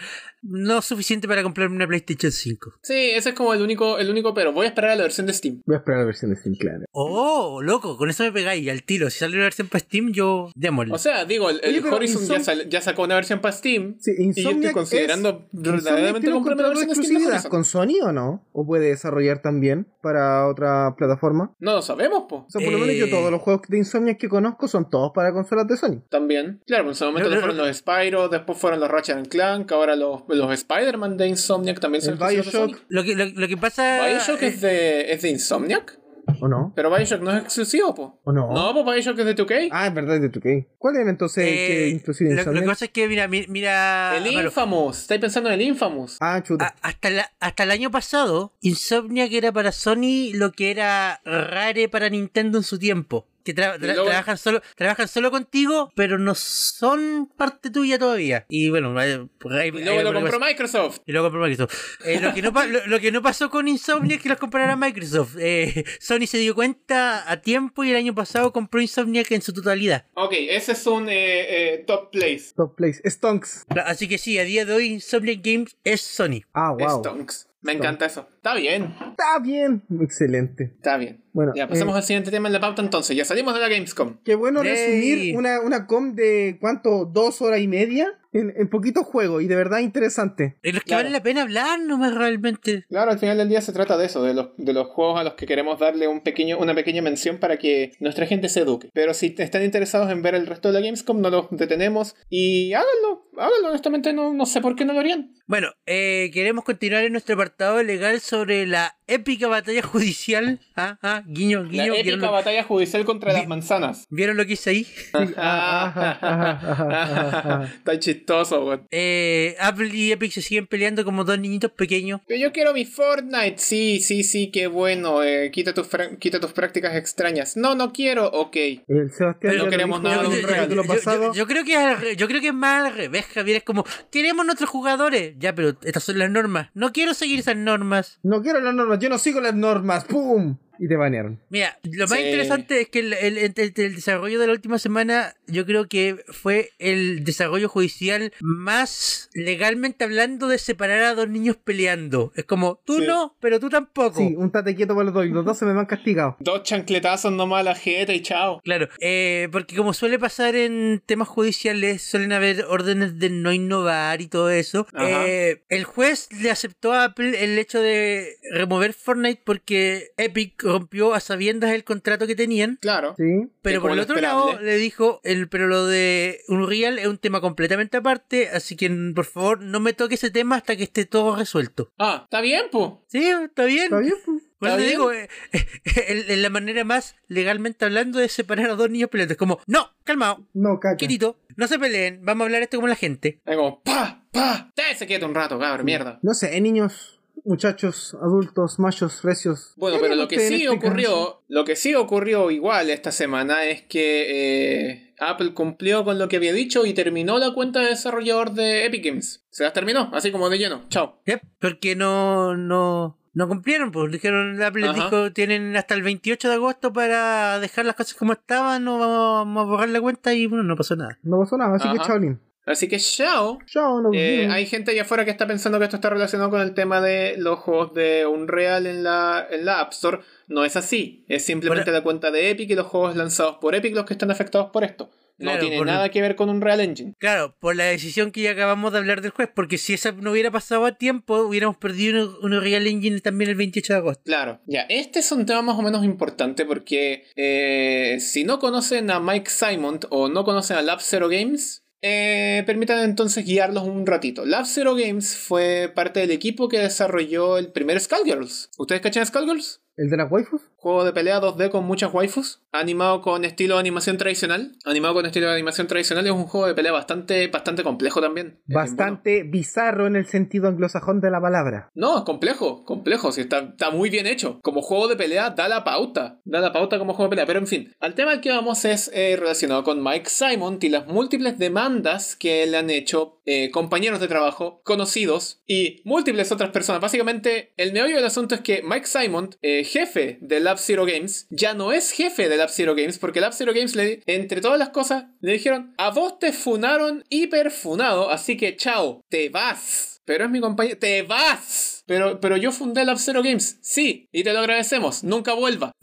[SPEAKER 1] No suficiente para comprarme una PlayStation 5.
[SPEAKER 3] Sí, ese es como el único, el único pero. Voy a esperar a la versión de Steam.
[SPEAKER 2] Voy a esperar la versión de Steam, claro.
[SPEAKER 1] Oh, loco, con eso me pegáis al tiro. Si sale una versión para Steam, yo démosle.
[SPEAKER 3] O sea, digo, el, el
[SPEAKER 2] Mm. Oye, pero
[SPEAKER 3] Horizon
[SPEAKER 2] Insom-
[SPEAKER 3] ya, sal- ya sacó una versión para Steam.
[SPEAKER 2] Sí,
[SPEAKER 3] y yo estoy
[SPEAKER 2] Insomniac
[SPEAKER 3] considerando
[SPEAKER 2] es- Insomniac
[SPEAKER 3] verdaderamente
[SPEAKER 2] tiene un
[SPEAKER 3] comprarme la
[SPEAKER 2] contrato de
[SPEAKER 3] versión de Steam de
[SPEAKER 2] exclusividad
[SPEAKER 3] Horizon.
[SPEAKER 2] con Sony o no? ¿O puede desarrollar también para otra plataforma?
[SPEAKER 3] No lo sabemos, po.
[SPEAKER 2] O sea, por lo menos
[SPEAKER 1] Eh.
[SPEAKER 2] yo todos los juegos de Insomniac que conozco son todos para consolas de Sony.
[SPEAKER 3] También. Claro, en su momento
[SPEAKER 1] No, no,
[SPEAKER 3] fueron
[SPEAKER 1] no.
[SPEAKER 3] los Spyro, después fueron los Ratchet and Clank, ahora los, los Spider-Man de Insomniac también son
[SPEAKER 2] El
[SPEAKER 3] exclusivos de
[SPEAKER 2] Bioshock,
[SPEAKER 3] Sony.
[SPEAKER 1] lo, que, lo, lo que pasa. eh,
[SPEAKER 3] Bioshock es de, es de Insomniac,
[SPEAKER 2] ¿o no?
[SPEAKER 3] pero Bioshock no es exclusivo, po.
[SPEAKER 2] ¿O no?
[SPEAKER 3] No, pues Bioshock es de 2K.
[SPEAKER 2] Ah, es verdad, de 2K. ¿Cuál era entonces el
[SPEAKER 1] eh,
[SPEAKER 2] que inclusive
[SPEAKER 1] lo, lo que
[SPEAKER 2] Insomniac?
[SPEAKER 1] pasa es que, mira, mi- mira.
[SPEAKER 3] el
[SPEAKER 1] Amaro,
[SPEAKER 3] Infamous. Estáis pensando en el Infamous.
[SPEAKER 2] Ah, chuta.
[SPEAKER 1] a- hasta, la- hasta el año pasado, Insomniac era para Sony lo que era Rare para Nintendo en su tiempo. Que tra- tra-
[SPEAKER 3] Y luego-
[SPEAKER 1] trabajan, solo, trabajan solo contigo, pero no son parte tuya todavía. Y bueno, eh, ahí-
[SPEAKER 3] Y
[SPEAKER 1] ahí
[SPEAKER 3] luego lo
[SPEAKER 1] lo que
[SPEAKER 3] compró
[SPEAKER 1] pasa.
[SPEAKER 3] Microsoft.
[SPEAKER 1] Y luego compró Microsoft. Eh, lo, que no pa- lo, lo que no pasó con Insomniac es que los compraron a Microsoft. Eh, Sony se dio cuenta a tiempo y el año pasado compró Insomniac en su totalidad.
[SPEAKER 3] Ok, ese es un eh, eh, top place.
[SPEAKER 2] Top Place. Stonks.
[SPEAKER 1] Así que sí, a día de hoy Insomniac Games es Sony.
[SPEAKER 2] Ah, wow.
[SPEAKER 3] Stonks. Me encanta eso. Está bien.
[SPEAKER 2] Está bien. Excelente.
[SPEAKER 3] Está bien.
[SPEAKER 2] Bueno,
[SPEAKER 3] ya, pasamos
[SPEAKER 2] eh,
[SPEAKER 3] al siguiente tema en la pauta entonces. Ya salimos de la Gamescom.
[SPEAKER 2] Qué bueno
[SPEAKER 1] Yay.
[SPEAKER 2] resumir una, una com de, ¿cuánto? ¿Dos horas y media? En, en poquito juego y de verdad interesante.
[SPEAKER 1] De los que
[SPEAKER 3] Claro.
[SPEAKER 1] vale la pena hablar nomás realmente.
[SPEAKER 3] Claro, al final del día se trata de eso, de los, de los juegos a los que queremos darle un pequeño, una pequeña mención para que nuestra gente se eduque. Pero si están interesados en ver el resto de la Gamescom, no los detenemos y háganlo, háganlo, honestamente no, no sé por qué no lo harían.
[SPEAKER 1] Bueno, eh, queremos continuar en nuestro apartado legal sobre la épica batalla judicial. Ah, ah, guiño,
[SPEAKER 3] La
[SPEAKER 1] guiño.
[SPEAKER 3] épica
[SPEAKER 1] ¿Vieron lo,
[SPEAKER 3] batalla judicial contra las manzanas.
[SPEAKER 1] vieron lo que hice ahí?
[SPEAKER 3] Está chistoso, weón.
[SPEAKER 1] Eh, Apple y Epic se siguen peleando como dos niñitos pequeños.
[SPEAKER 3] Pero yo quiero mi Fortnite. Sí, sí, sí, qué bueno. eh, quita, tus fra- quita tus prácticas extrañas. No, no quiero. Ok.
[SPEAKER 2] El Sebastián
[SPEAKER 3] Pero
[SPEAKER 2] ya
[SPEAKER 3] no
[SPEAKER 2] lo
[SPEAKER 3] queremos
[SPEAKER 2] dijo
[SPEAKER 3] nada
[SPEAKER 2] en
[SPEAKER 3] de
[SPEAKER 2] un
[SPEAKER 3] un regalo.
[SPEAKER 2] capítulo
[SPEAKER 1] yo- yo-
[SPEAKER 2] pasado.
[SPEAKER 1] yo creo que es al re- yo creo que es más al revés, Javier. Es como, queremos nuestros jugadores. Ya, pero estas son las normas. No quiero seguir esas normas.
[SPEAKER 2] No quiero las normas, yo no sigo las normas. ¡Pum! Y te banearon.
[SPEAKER 1] Mira, lo más
[SPEAKER 3] Sí.
[SPEAKER 1] interesante es que el, el- el- el- el desarrollo de la última semana, yo creo que fue el desarrollo judicial más legalmente hablando de separar a dos niños peleando. Es como, tú
[SPEAKER 3] Sí.
[SPEAKER 1] no, pero tú tampoco.
[SPEAKER 2] Sí, un tate quieto para los dos. Y los dos se me van castigados.
[SPEAKER 3] Dos chancletazos nomás a la jeta y chao.
[SPEAKER 1] Claro, eh, porque como suele pasar en temas judiciales, suelen haber órdenes de no innovar y todo eso.
[SPEAKER 3] Ajá.
[SPEAKER 1] eh, el juez le aceptó a Apple el hecho de remover Fortnite porque Epic rompió a sabiendas el contrato que tenían.
[SPEAKER 3] Claro.
[SPEAKER 2] Sí.
[SPEAKER 1] Pero por
[SPEAKER 3] Sí, como
[SPEAKER 1] el
[SPEAKER 3] lo
[SPEAKER 1] otro
[SPEAKER 3] esperable.
[SPEAKER 1] lado le dijo, el, pero lo de Unreal es un tema completamente aparte, así que por favor no me toque ese tema hasta que esté todo resuelto.
[SPEAKER 3] Ah, está bien, po.
[SPEAKER 1] Sí, está bien.
[SPEAKER 2] ¿Está bien? pues?
[SPEAKER 1] Por eso
[SPEAKER 3] ¿Está
[SPEAKER 1] te
[SPEAKER 3] bien?
[SPEAKER 1] digo, eh, en, en la manera más legalmente hablando de separar a dos niños peleantes. Como, no, calmado,
[SPEAKER 2] No, caca.
[SPEAKER 1] quietito, no se peleen, vamos a hablar esto como la gente.
[SPEAKER 3] Ahí como, pa, pa. Te quieto un rato, cabrón, mierda.
[SPEAKER 2] No sé, eh, niños, muchachos, adultos, machos, recios.
[SPEAKER 3] Bueno,
[SPEAKER 2] ¿Qué
[SPEAKER 3] pero
[SPEAKER 2] harían
[SPEAKER 3] lo que
[SPEAKER 2] ustedes en
[SPEAKER 3] sí
[SPEAKER 2] este caso?
[SPEAKER 3] ocurrió, lo que sí ocurrió igual esta semana es que eh, Apple cumplió con lo que había dicho y terminó la cuenta de desarrollador de Epic Games. Se las terminó, así como de lleno. Chao.
[SPEAKER 1] Yep, Porque no, no, no cumplieron, pues dijeron, Apple les
[SPEAKER 3] Ajá.
[SPEAKER 1] dijo, tienen hasta el 28 de agosto para dejar las cosas como estaban, no vamos, vamos a borrar la cuenta y bueno, no pasó nada.
[SPEAKER 2] No pasó nada, así que
[SPEAKER 3] Ajá.
[SPEAKER 2] chaolín.
[SPEAKER 3] Así que chao.
[SPEAKER 2] Chao, nos
[SPEAKER 3] Eh,
[SPEAKER 2] vemos.
[SPEAKER 3] hay gente allá afuera que está pensando que esto está relacionado con el tema de los juegos de Unreal en la, en la App Store. No es así. Es simplemente la cuenta de Epic y los juegos lanzados por Epic los que están afectados por esto. No
[SPEAKER 1] Claro,
[SPEAKER 3] tiene
[SPEAKER 1] por-
[SPEAKER 3] nada que ver con Unreal Engine.
[SPEAKER 1] Claro, por la decisión que ya acabamos de hablar del juez, porque si esa no hubiera pasado a tiempo, hubiéramos perdido un, un Real Engine también el 28 de agosto.
[SPEAKER 3] Claro, ya, este es un tema más o menos importante porque eh, si no conocen a Mike Simon o no conocen a Lab Zero Games, eh, permitan entonces guiarlos un ratito. Lab Zero Games fue parte del equipo que desarrolló el primer Skullgirls. ¿Ustedes cachan Skullgirls?
[SPEAKER 2] ¿El de las waifus?
[SPEAKER 3] Juego de pelea 2D con muchas waifus, animado con estilo de animación tradicional. Animado con estilo de animación tradicional es un juego de pelea bastante, bastante complejo también. Es bueno.
[SPEAKER 2] Bastante bizarro en el sentido anglosajón de la palabra.
[SPEAKER 3] No, es complejo, complejo, sí, está, está muy bien hecho. Como juego de pelea, da la pauta, da la pauta como juego de pelea, pero en fin. Al tema al que vamos es eh, relacionado con Mike Simon y las múltiples demandas que le han hecho eh, compañeros de trabajo, conocidos y múltiples otras personas. Básicamente, el meollo del asunto es que Mike Simon, eh, jefe de Lab Zero Games, ya no es jefe de Lab Zero Games porque Lab Zero Games, le, entre todas las cosas, le dijeron, a vos te funaron hiperfunado, así que chao, te vas. Pero es mi compañero. ¡Te vas! Pero, pero yo fundé Lab Zero Games. Sí, y te lo agradecemos. Nunca vuelva.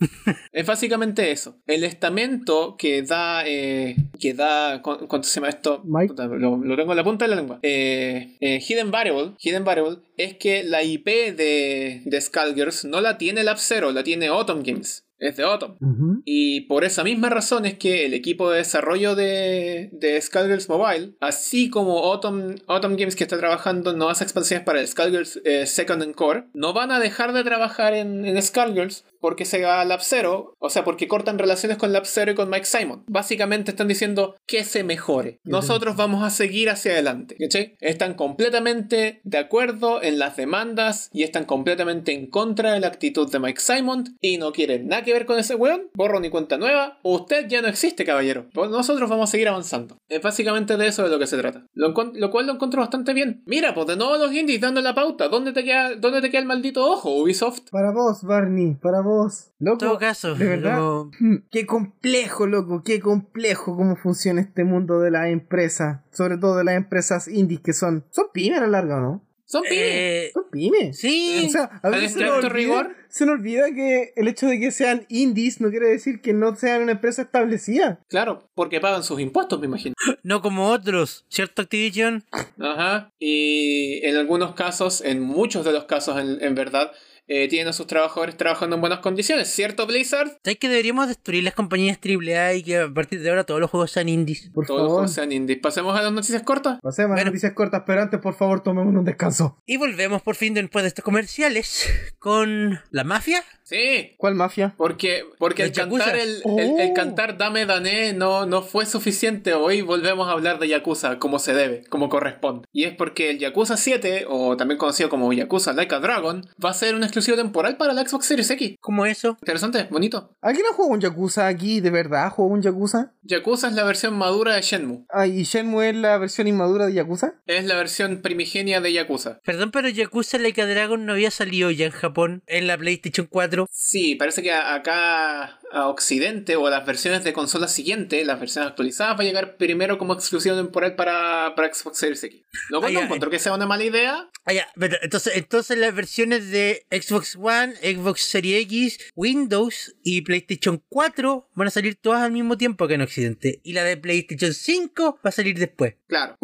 [SPEAKER 3] es básicamente eso. El estamento que da. eh, que da. cu- ¿Cuánto se llama esto?
[SPEAKER 2] Mike.
[SPEAKER 3] Puta, lo, lo tengo en la punta de la lengua. Eh, eh, Hidden Variable. Hidden Variable es que la IP de, de Skullgirls no la tiene Lab Zero, la tiene Autumn Games. Es de Autumn.
[SPEAKER 2] Ujú.
[SPEAKER 3] Y por esa misma razón es que el equipo de desarrollo de, de Skullgirls Mobile, así como Autumn, Autumn Games que está trabajando en nuevas expansiones para el Skullgirls eh, Second and Core, no van a dejar de trabajar en, en Skullgirls porque se va a Lab Zero, o sea, porque cortan relaciones con Lab Zero y con Mike Simon. Básicamente están diciendo que se mejore. Nosotros vamos a seguir hacia adelante. ¿cachai? Están completamente de acuerdo en las demandas y están completamente en contra de la actitud de Mike Simon y no quieren nada que ver con ese weón. Borro ni cuenta nueva. Usted ya no existe, caballero. Pues Nosotros vamos a seguir avanzando. Es básicamente de eso de lo que se trata. Lo, encon- lo cual lo encuentro bastante bien. Mira, pues de nuevo los indies dando la pauta. ¿Dónde te queda, dónde te queda el maldito ojo, Ubisoft?
[SPEAKER 2] Para vos, Barney, para vos.
[SPEAKER 1] En
[SPEAKER 2] Loco,
[SPEAKER 1] todo caso,
[SPEAKER 2] de verdad.
[SPEAKER 1] como-
[SPEAKER 2] Qué complejo, loco, qué complejo cómo funciona este mundo de las empresas, sobre todo de las empresas indies que son. Son pymes a la larga, ¿o ¿no?
[SPEAKER 3] Son pibes.
[SPEAKER 1] eh,
[SPEAKER 2] Son pymes.
[SPEAKER 1] sí,
[SPEAKER 2] O sea, a
[SPEAKER 3] ¿Al
[SPEAKER 2] veces se nos,
[SPEAKER 3] estricto
[SPEAKER 2] olvida,
[SPEAKER 3] rigor?
[SPEAKER 2] se nos olvida que el hecho de que sean indies no quiere decir que no sean una empresa establecida.
[SPEAKER 3] Claro, porque pagan sus impuestos, me imagino.
[SPEAKER 1] no como otros, ¿cierto Activision?
[SPEAKER 3] Ajá. Y en algunos casos, en muchos de los casos, en, en verdad, eh, tienen a sus trabajadores trabajando en buenas condiciones, ¿cierto, Blizzard?
[SPEAKER 1] ¿Sabes que deberíamos destruir las compañías AAA y que a partir de ahora todos los juegos sean indies?
[SPEAKER 2] Por
[SPEAKER 3] Todos
[SPEAKER 2] favor.
[SPEAKER 3] sean indies. Pasemos a las noticias cortas.
[SPEAKER 2] Pasemos a las
[SPEAKER 1] Bueno.
[SPEAKER 2] noticias cortas, pero antes, por favor, tomemos un descanso.
[SPEAKER 1] Y volvemos por fin después de estos comerciales con la mafia.
[SPEAKER 3] Sí.
[SPEAKER 2] ¿Cuál mafia?
[SPEAKER 3] Porque, porque el
[SPEAKER 1] Los yakuza.
[SPEAKER 3] cantar, el, el- el
[SPEAKER 2] Oh.
[SPEAKER 3] cantar Dame Dané no, no fue suficiente. Hoy volvemos a hablar de Yakuza como se debe, como corresponde. Y es porque el Yakuza 7, o también conocido como Yakuza Like a Dragon, va a ser un exclusivo temporal para la Xbox Series X.
[SPEAKER 1] Como eso.
[SPEAKER 3] Interesante, bonito.
[SPEAKER 2] ¿Alguien ha jugado un Yakuza aquí? ¿De verdad jugó un Yakuza?
[SPEAKER 3] Yakuza es la versión madura de Shenmue.
[SPEAKER 2] Ah, ¿Y Shenmue es la versión inmadura de Yakuza?
[SPEAKER 3] Es la versión primigenia de Yakuza.
[SPEAKER 1] Perdón, pero Yakuza Like a Dragon no había salido ya en Japón en la PlayStation 4.
[SPEAKER 3] Sí, parece que a- acá a Occidente o a las versiones de consola siguiente, las versiones actualizadas, va a llegar primero como exclusivo temporal para, para Xbox Series X. Lo cual
[SPEAKER 1] Ay,
[SPEAKER 3] no
[SPEAKER 1] ay.
[SPEAKER 3] encuentro que sea una mala idea.
[SPEAKER 1] Ah, ya, pero entonces, entonces las versiones de Xbox One, Xbox Series X, Windows y PlayStation 4 van a salir todas al mismo tiempo que en Occidente. Y la de PlayStation 5 va a salir después.
[SPEAKER 3] Claro.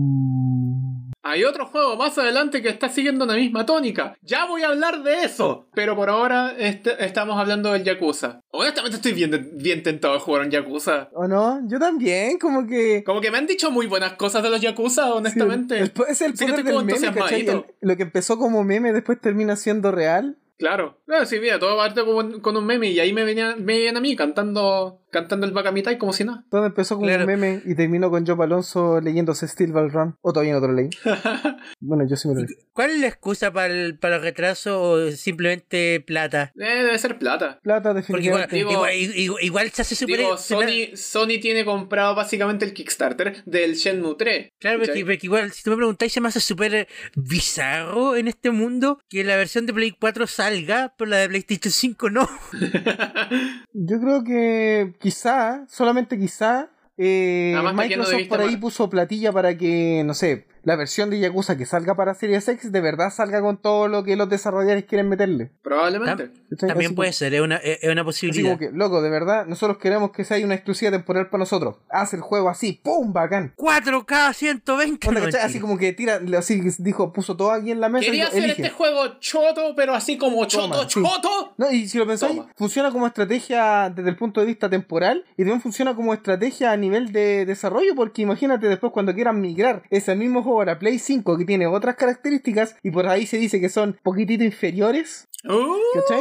[SPEAKER 2] Uh.
[SPEAKER 3] Hay otro juego más adelante que está siguiendo una misma tónica. Ya voy a hablar de eso. Pero por ahora este- estamos hablando del Yakuza. Honestamente estoy bien, bien tentado de jugar un Yakuza.
[SPEAKER 2] ¿O no? Yo también, como que...
[SPEAKER 3] Como que me han dicho muy buenas cosas de los Yakuza, honestamente.
[SPEAKER 2] El po- es el
[SPEAKER 3] Sí que
[SPEAKER 2] poder
[SPEAKER 3] estoy como
[SPEAKER 2] del meme, ¿cachai?
[SPEAKER 3] entusiasmadito.
[SPEAKER 2] El- lo que empezó como meme después termina siendo real.
[SPEAKER 3] Claro. Claro, sí, mira, todo parte con, con un meme y ahí me venían, me venían a mí cantando cantando el Bakamitai como si nada.
[SPEAKER 2] Todo empezó como
[SPEAKER 1] Claro.
[SPEAKER 2] un meme y terminó con Job Alonso leyéndose Steel Ball Run. O todavía no te lo leí. Bueno, yo sí me lo leí.
[SPEAKER 1] ¿Cuál es la excusa para el, para el retraso o simplemente plata?
[SPEAKER 3] Eh, debe ser plata.
[SPEAKER 2] Plata,
[SPEAKER 1] Porque igual,
[SPEAKER 2] definitivamente.
[SPEAKER 3] Digo-
[SPEAKER 1] igual, igual- igual se hace super...
[SPEAKER 3] Digo,
[SPEAKER 1] se la-
[SPEAKER 3] Sony, Sony tiene comprado básicamente el Kickstarter del Shenmue 3.
[SPEAKER 1] Claro,
[SPEAKER 3] ¿cachai?
[SPEAKER 1] porque, porque igual, si tú me preguntáis, se me hace súper bizarro en este mundo que la versión de Play 4 salga, pero la de PlayStation 5 no.
[SPEAKER 2] Yo creo que quizá, solamente quizá, eh,
[SPEAKER 3] Además, está lleno de
[SPEAKER 2] Microsoft
[SPEAKER 3] vista
[SPEAKER 2] por ahí
[SPEAKER 3] mar-
[SPEAKER 2] puso platilla para que, no sé, la versión de Yakuza que salga para Series X de verdad salga con todo lo que los desarrolladores quieren meterle.
[SPEAKER 3] Probablemente.
[SPEAKER 2] ¿Cachai?
[SPEAKER 1] También
[SPEAKER 2] Así
[SPEAKER 1] puede ser, es una, es es una
[SPEAKER 2] como- así como
[SPEAKER 1] posibilidad.
[SPEAKER 2] que, loco, de verdad, nosotros queremos que sea una exclusiva temporal para nosotros. Haz el juego así, ¡pum! ¡Bacán!
[SPEAKER 1] 4K 120.
[SPEAKER 2] Onda,
[SPEAKER 1] no,
[SPEAKER 2] ¿cachai? Así
[SPEAKER 1] mentira.
[SPEAKER 2] como que tira, así dijo, puso todo aquí en la mesa y
[SPEAKER 3] Quería
[SPEAKER 2] dijo,
[SPEAKER 3] hacer
[SPEAKER 2] elige.
[SPEAKER 3] este juego choto, pero así como choto,
[SPEAKER 2] Toma, sí.
[SPEAKER 3] choto.
[SPEAKER 2] No, y si lo pensáis,
[SPEAKER 3] Toma.
[SPEAKER 2] funciona como estrategia desde el punto de vista temporal y también funciona como estrategia a nivel de desarrollo, porque imagínate después cuando quieran migrar ese mismo juego a la Play 5 que tiene otras características y por ahí se dice que son poquitito inferiores,
[SPEAKER 3] Uh,
[SPEAKER 2] ¿cachai?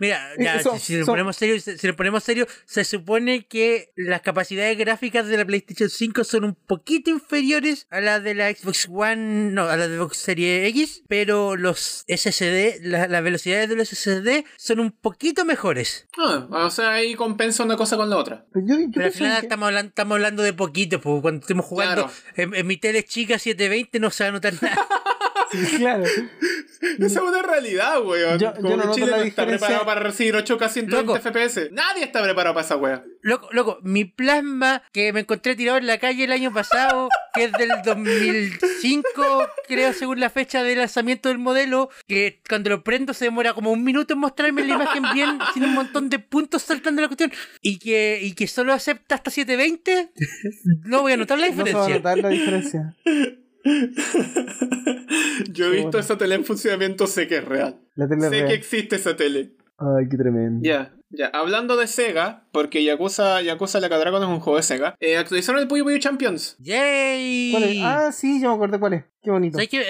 [SPEAKER 1] Mira,
[SPEAKER 2] Eh,
[SPEAKER 1] ya,
[SPEAKER 2] son-
[SPEAKER 1] si, si nos
[SPEAKER 2] son-
[SPEAKER 1] ponemos serio, si, si nos ponemos serio, se supone que las capacidades gráficas de la PlayStation 5 son un poquito inferiores a las de la Xbox One, no, a las de Xbox Series X, pero los SSD, la- las velocidades de los SSD son un poquito mejores.
[SPEAKER 3] ah, o sea, ahí compensa una cosa con la otra.
[SPEAKER 2] Pero yo, yo
[SPEAKER 1] Pero al
[SPEAKER 2] pienso
[SPEAKER 1] final
[SPEAKER 2] que-
[SPEAKER 1] estamos hablando, estamos hablando de poquito, porque cuando estemos jugando
[SPEAKER 3] Claro.
[SPEAKER 1] en, en mi tele chica 720 no se va a notar nada.
[SPEAKER 2] sí, claro.
[SPEAKER 3] Esa es una realidad, weón.
[SPEAKER 2] Yo-
[SPEAKER 3] Como
[SPEAKER 2] yo no
[SPEAKER 3] que
[SPEAKER 2] noto
[SPEAKER 3] Chile
[SPEAKER 2] la
[SPEAKER 3] no está
[SPEAKER 2] diferencia.
[SPEAKER 3] preparado para recibir 8K 120
[SPEAKER 1] Loco.
[SPEAKER 3] FPS. Nadie está preparado para esa wea.
[SPEAKER 1] Loco, loco, mi plasma que me encontré tirado en la calle el año pasado, que es del 2005, creo, según la fecha de lanzamiento del modelo, que cuando lo prendo se demora como un minuto en mostrarme la imagen bien, sin un montón de puntos saltando la cuestión, y que, y que solo acepta hasta 720, no voy a notar la
[SPEAKER 2] No se va a
[SPEAKER 1] diferencia.
[SPEAKER 2] notar la diferencia.
[SPEAKER 3] Yo he
[SPEAKER 2] Qué
[SPEAKER 3] visto
[SPEAKER 2] bueno.
[SPEAKER 3] esa tele en funcionamiento, sé que es real.
[SPEAKER 2] La tele
[SPEAKER 3] sé
[SPEAKER 2] real.
[SPEAKER 3] que existe esa tele.
[SPEAKER 2] Ay, qué tremendo.
[SPEAKER 3] Ya, ya. Hablando de Sega, porque Yakuza, Yakuza la Cadragon es un juego de Sega, eh, actualizaron el Puyo Puyo Champions.
[SPEAKER 1] ¡Yay!
[SPEAKER 2] ¿Cuál es? Ah, sí, yo me acordé cuál es. Qué bonito.
[SPEAKER 1] ¿Sabes que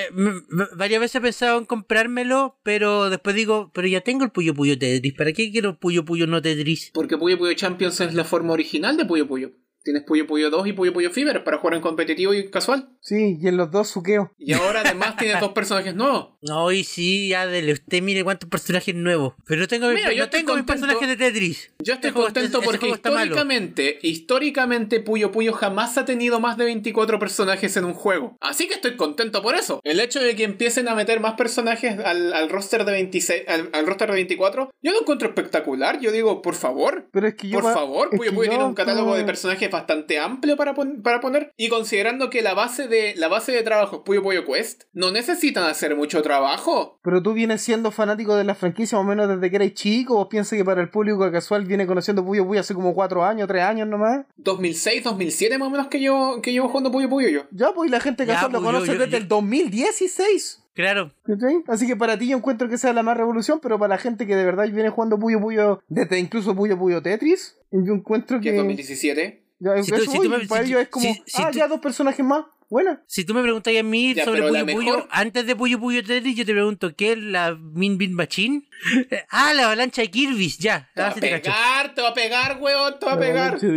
[SPEAKER 1] varias veces he pensado en comprármelo, pero después digo, pero ya tengo el Puyo Puyo Tetris, ¿para qué quiero Puyo Puyo no Tetris?
[SPEAKER 3] Porque Puyo Puyo Champions es la forma original de Puyo Puyo. Tienes Puyo Puyo 2 y Puyo Puyo Fever para jugar en competitivo y casual.
[SPEAKER 2] Sí, y en los dos suqueo.
[SPEAKER 3] Y ahora además tienes dos personajes nuevos.
[SPEAKER 1] Ay, sí, Adel, usted mire cuántos personajes nuevos. Pero no tengo, mi-
[SPEAKER 3] Mira, yo
[SPEAKER 1] no
[SPEAKER 3] estoy
[SPEAKER 1] tengo mis
[SPEAKER 3] contento.
[SPEAKER 1] personajes de Tetris. Ese
[SPEAKER 3] Yo estoy
[SPEAKER 1] Este juego-
[SPEAKER 3] contento
[SPEAKER 1] ese- ese
[SPEAKER 3] porque
[SPEAKER 1] juego está malo.
[SPEAKER 3] históricamente, históricamente Puyo Puyo jamás ha tenido más de 24 personajes en un juego. Así que estoy contento por eso. El hecho de que empiecen a meter más personajes al, al roster de 26, al, al roster de 24, yo lo encuentro espectacular. Yo digo, por favor.
[SPEAKER 2] Pero es que yo.
[SPEAKER 3] Por
[SPEAKER 2] pa-
[SPEAKER 3] favor, pues,
[SPEAKER 2] es
[SPEAKER 3] Puyo
[SPEAKER 2] que
[SPEAKER 3] Puyo
[SPEAKER 2] yo
[SPEAKER 3] tiene un catálogo de
[SPEAKER 2] pa-
[SPEAKER 3] personajes bastante amplio para, pon- para poner. Y considerando que la base de la base de trabajo es Puyo Puyo Quest, no necesitan hacer mucho trabajo.
[SPEAKER 2] Pero tú vienes siendo fanático de la franquicia más o menos desde que eres chico, vos piensas que para el público casual viene conociendo Puyo Puyo hace como 4 años, 3 años nomás.
[SPEAKER 3] 2006, 2007 más o menos que yo que llevo jugando Puyo Puyo yo.
[SPEAKER 2] Ya, pues y la gente
[SPEAKER 1] Ya,
[SPEAKER 2] casual lo
[SPEAKER 1] pues, yo-
[SPEAKER 2] conoce
[SPEAKER 1] yo-
[SPEAKER 2] desde
[SPEAKER 1] yo-
[SPEAKER 2] el 2016.
[SPEAKER 1] Claro.
[SPEAKER 2] ¿Cachai? Así que para ti yo encuentro que sea la más revolución, pero para la gente que de verdad viene jugando Puyo Puyo, desde incluso Puyo Puyo Tetris, yo encuentro
[SPEAKER 3] que es
[SPEAKER 2] que...
[SPEAKER 3] 2017.
[SPEAKER 2] ya,
[SPEAKER 1] Si tú-
[SPEAKER 2] eso
[SPEAKER 1] si
[SPEAKER 2] voy,
[SPEAKER 1] tú me-
[SPEAKER 2] para
[SPEAKER 1] si
[SPEAKER 2] ellos
[SPEAKER 1] tú-
[SPEAKER 2] es como,
[SPEAKER 1] si- si
[SPEAKER 2] ah,
[SPEAKER 1] tú-
[SPEAKER 2] ya dos personajes más, buena.
[SPEAKER 1] Si tú me preguntas a mí
[SPEAKER 3] Ya,
[SPEAKER 1] sobre
[SPEAKER 3] pero la
[SPEAKER 1] Puyo Puyo,
[SPEAKER 3] mejor-
[SPEAKER 1] antes de Puyo Puyo Tetris, yo te pregunto, ¿qué es la Min Bin Machine? ah, la avalancha de Kirby, ya.
[SPEAKER 3] Te va
[SPEAKER 1] Ah,
[SPEAKER 3] a
[SPEAKER 1] sí te cacho.
[SPEAKER 3] pegar, te va a pegar, weón, te va a pegar. Te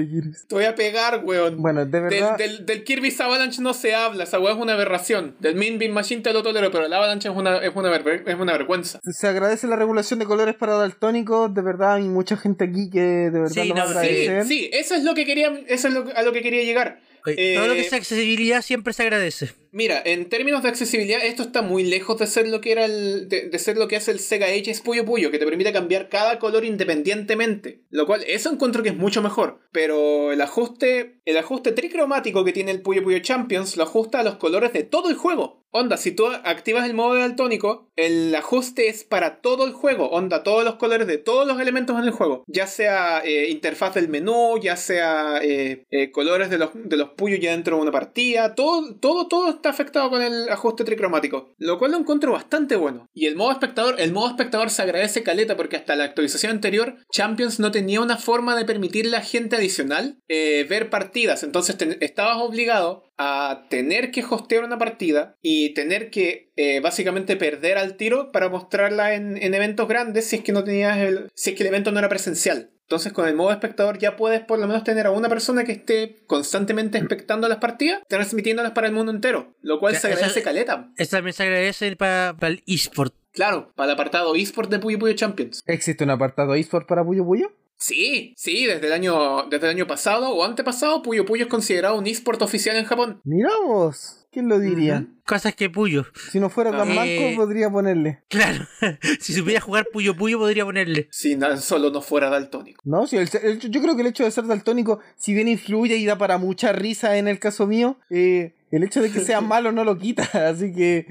[SPEAKER 3] voy a pegar, weón.
[SPEAKER 2] Bueno, de verdad...
[SPEAKER 3] Del, del, del Kirby's Avalanche no se habla, esa weá es una aberración. Del Min Bean Machine te lo tolero, pero el Avalanche es una, es una, ver- es una vergüenza.
[SPEAKER 2] Se agradece la regulación de colores para daltónicos, de verdad hay mucha gente aquí que de verdad
[SPEAKER 1] Sí,
[SPEAKER 2] lo va a
[SPEAKER 1] no, sí,
[SPEAKER 3] Sí,
[SPEAKER 2] agradecer.
[SPEAKER 3] sí, eso es lo que quería, eso es lo, a lo que quería llegar.
[SPEAKER 1] Oye, Todo lo que
[SPEAKER 3] Eh,
[SPEAKER 1] es accesibilidad siempre se agradece.
[SPEAKER 3] Mira, en términos de accesibilidad, esto está muy lejos de ser lo que era el, de, de ser lo que hace el Sega Ages Puyo Puyo, que te permite cambiar cada color independientemente. Lo cual, eso encuentro que es mucho mejor. Pero el ajuste, el ajuste tricromático que tiene el Puyo Puyo Champions lo ajusta a los colores de todo el juego. Onda, si tú activas el modo daltónico, el ajuste es para todo el juego. Onda, todos los colores de todos los elementos en el juego. Ya sea eh, interfaz del menú, ya sea eh, eh, colores de los, de los puyos ya dentro de una partida. Todo, todo, todo está afectado con el ajuste tricromático. Lo cual lo encuentro bastante bueno. Y el modo espectador, el modo espectador se agradece caleta porque hasta la actualización anterior, Champions no tenía una forma de permitirle a gente adicional eh, ver partidas. Entonces te- estabas obligado a tener que hostear una partida y tener que eh, básicamente perder al tiro para mostrarla en, en eventos grandes si es que no tenías el, si es que el evento no era presencial. Entonces con el modo espectador ya puedes por lo menos tener a una persona que esté constantemente expectando las partidas, transmitiéndolas para el mundo entero, lo cual
[SPEAKER 1] Ya,
[SPEAKER 3] se
[SPEAKER 1] eso-
[SPEAKER 3] agradece caleta.
[SPEAKER 1] Eso también se agradece para el eSport.
[SPEAKER 3] Claro, para el apartado eSport de Puyo Puyo Champions.
[SPEAKER 2] ¿Existe un apartado eSport para Puyo Puyo?
[SPEAKER 3] Sí, sí, desde el año desde el año pasado o antepasado Puyo Puyo es considerado un eSport oficial en Japón.
[SPEAKER 2] Mirá vos, ¿quién lo diría?
[SPEAKER 1] Cosas que Puyo.
[SPEAKER 2] Si no fuera tan
[SPEAKER 1] Eh,
[SPEAKER 2] manco, podría ponerle.
[SPEAKER 1] Claro. si supiera jugar Puyo Puyo, podría ponerle.
[SPEAKER 3] Si tan solo no fuera daltónico.
[SPEAKER 2] No, si el- el- yo creo que el hecho de ser daltónico, si bien influye y da para mucha risa en el caso mío, eh, el hecho de que sea malo no lo quita. Así que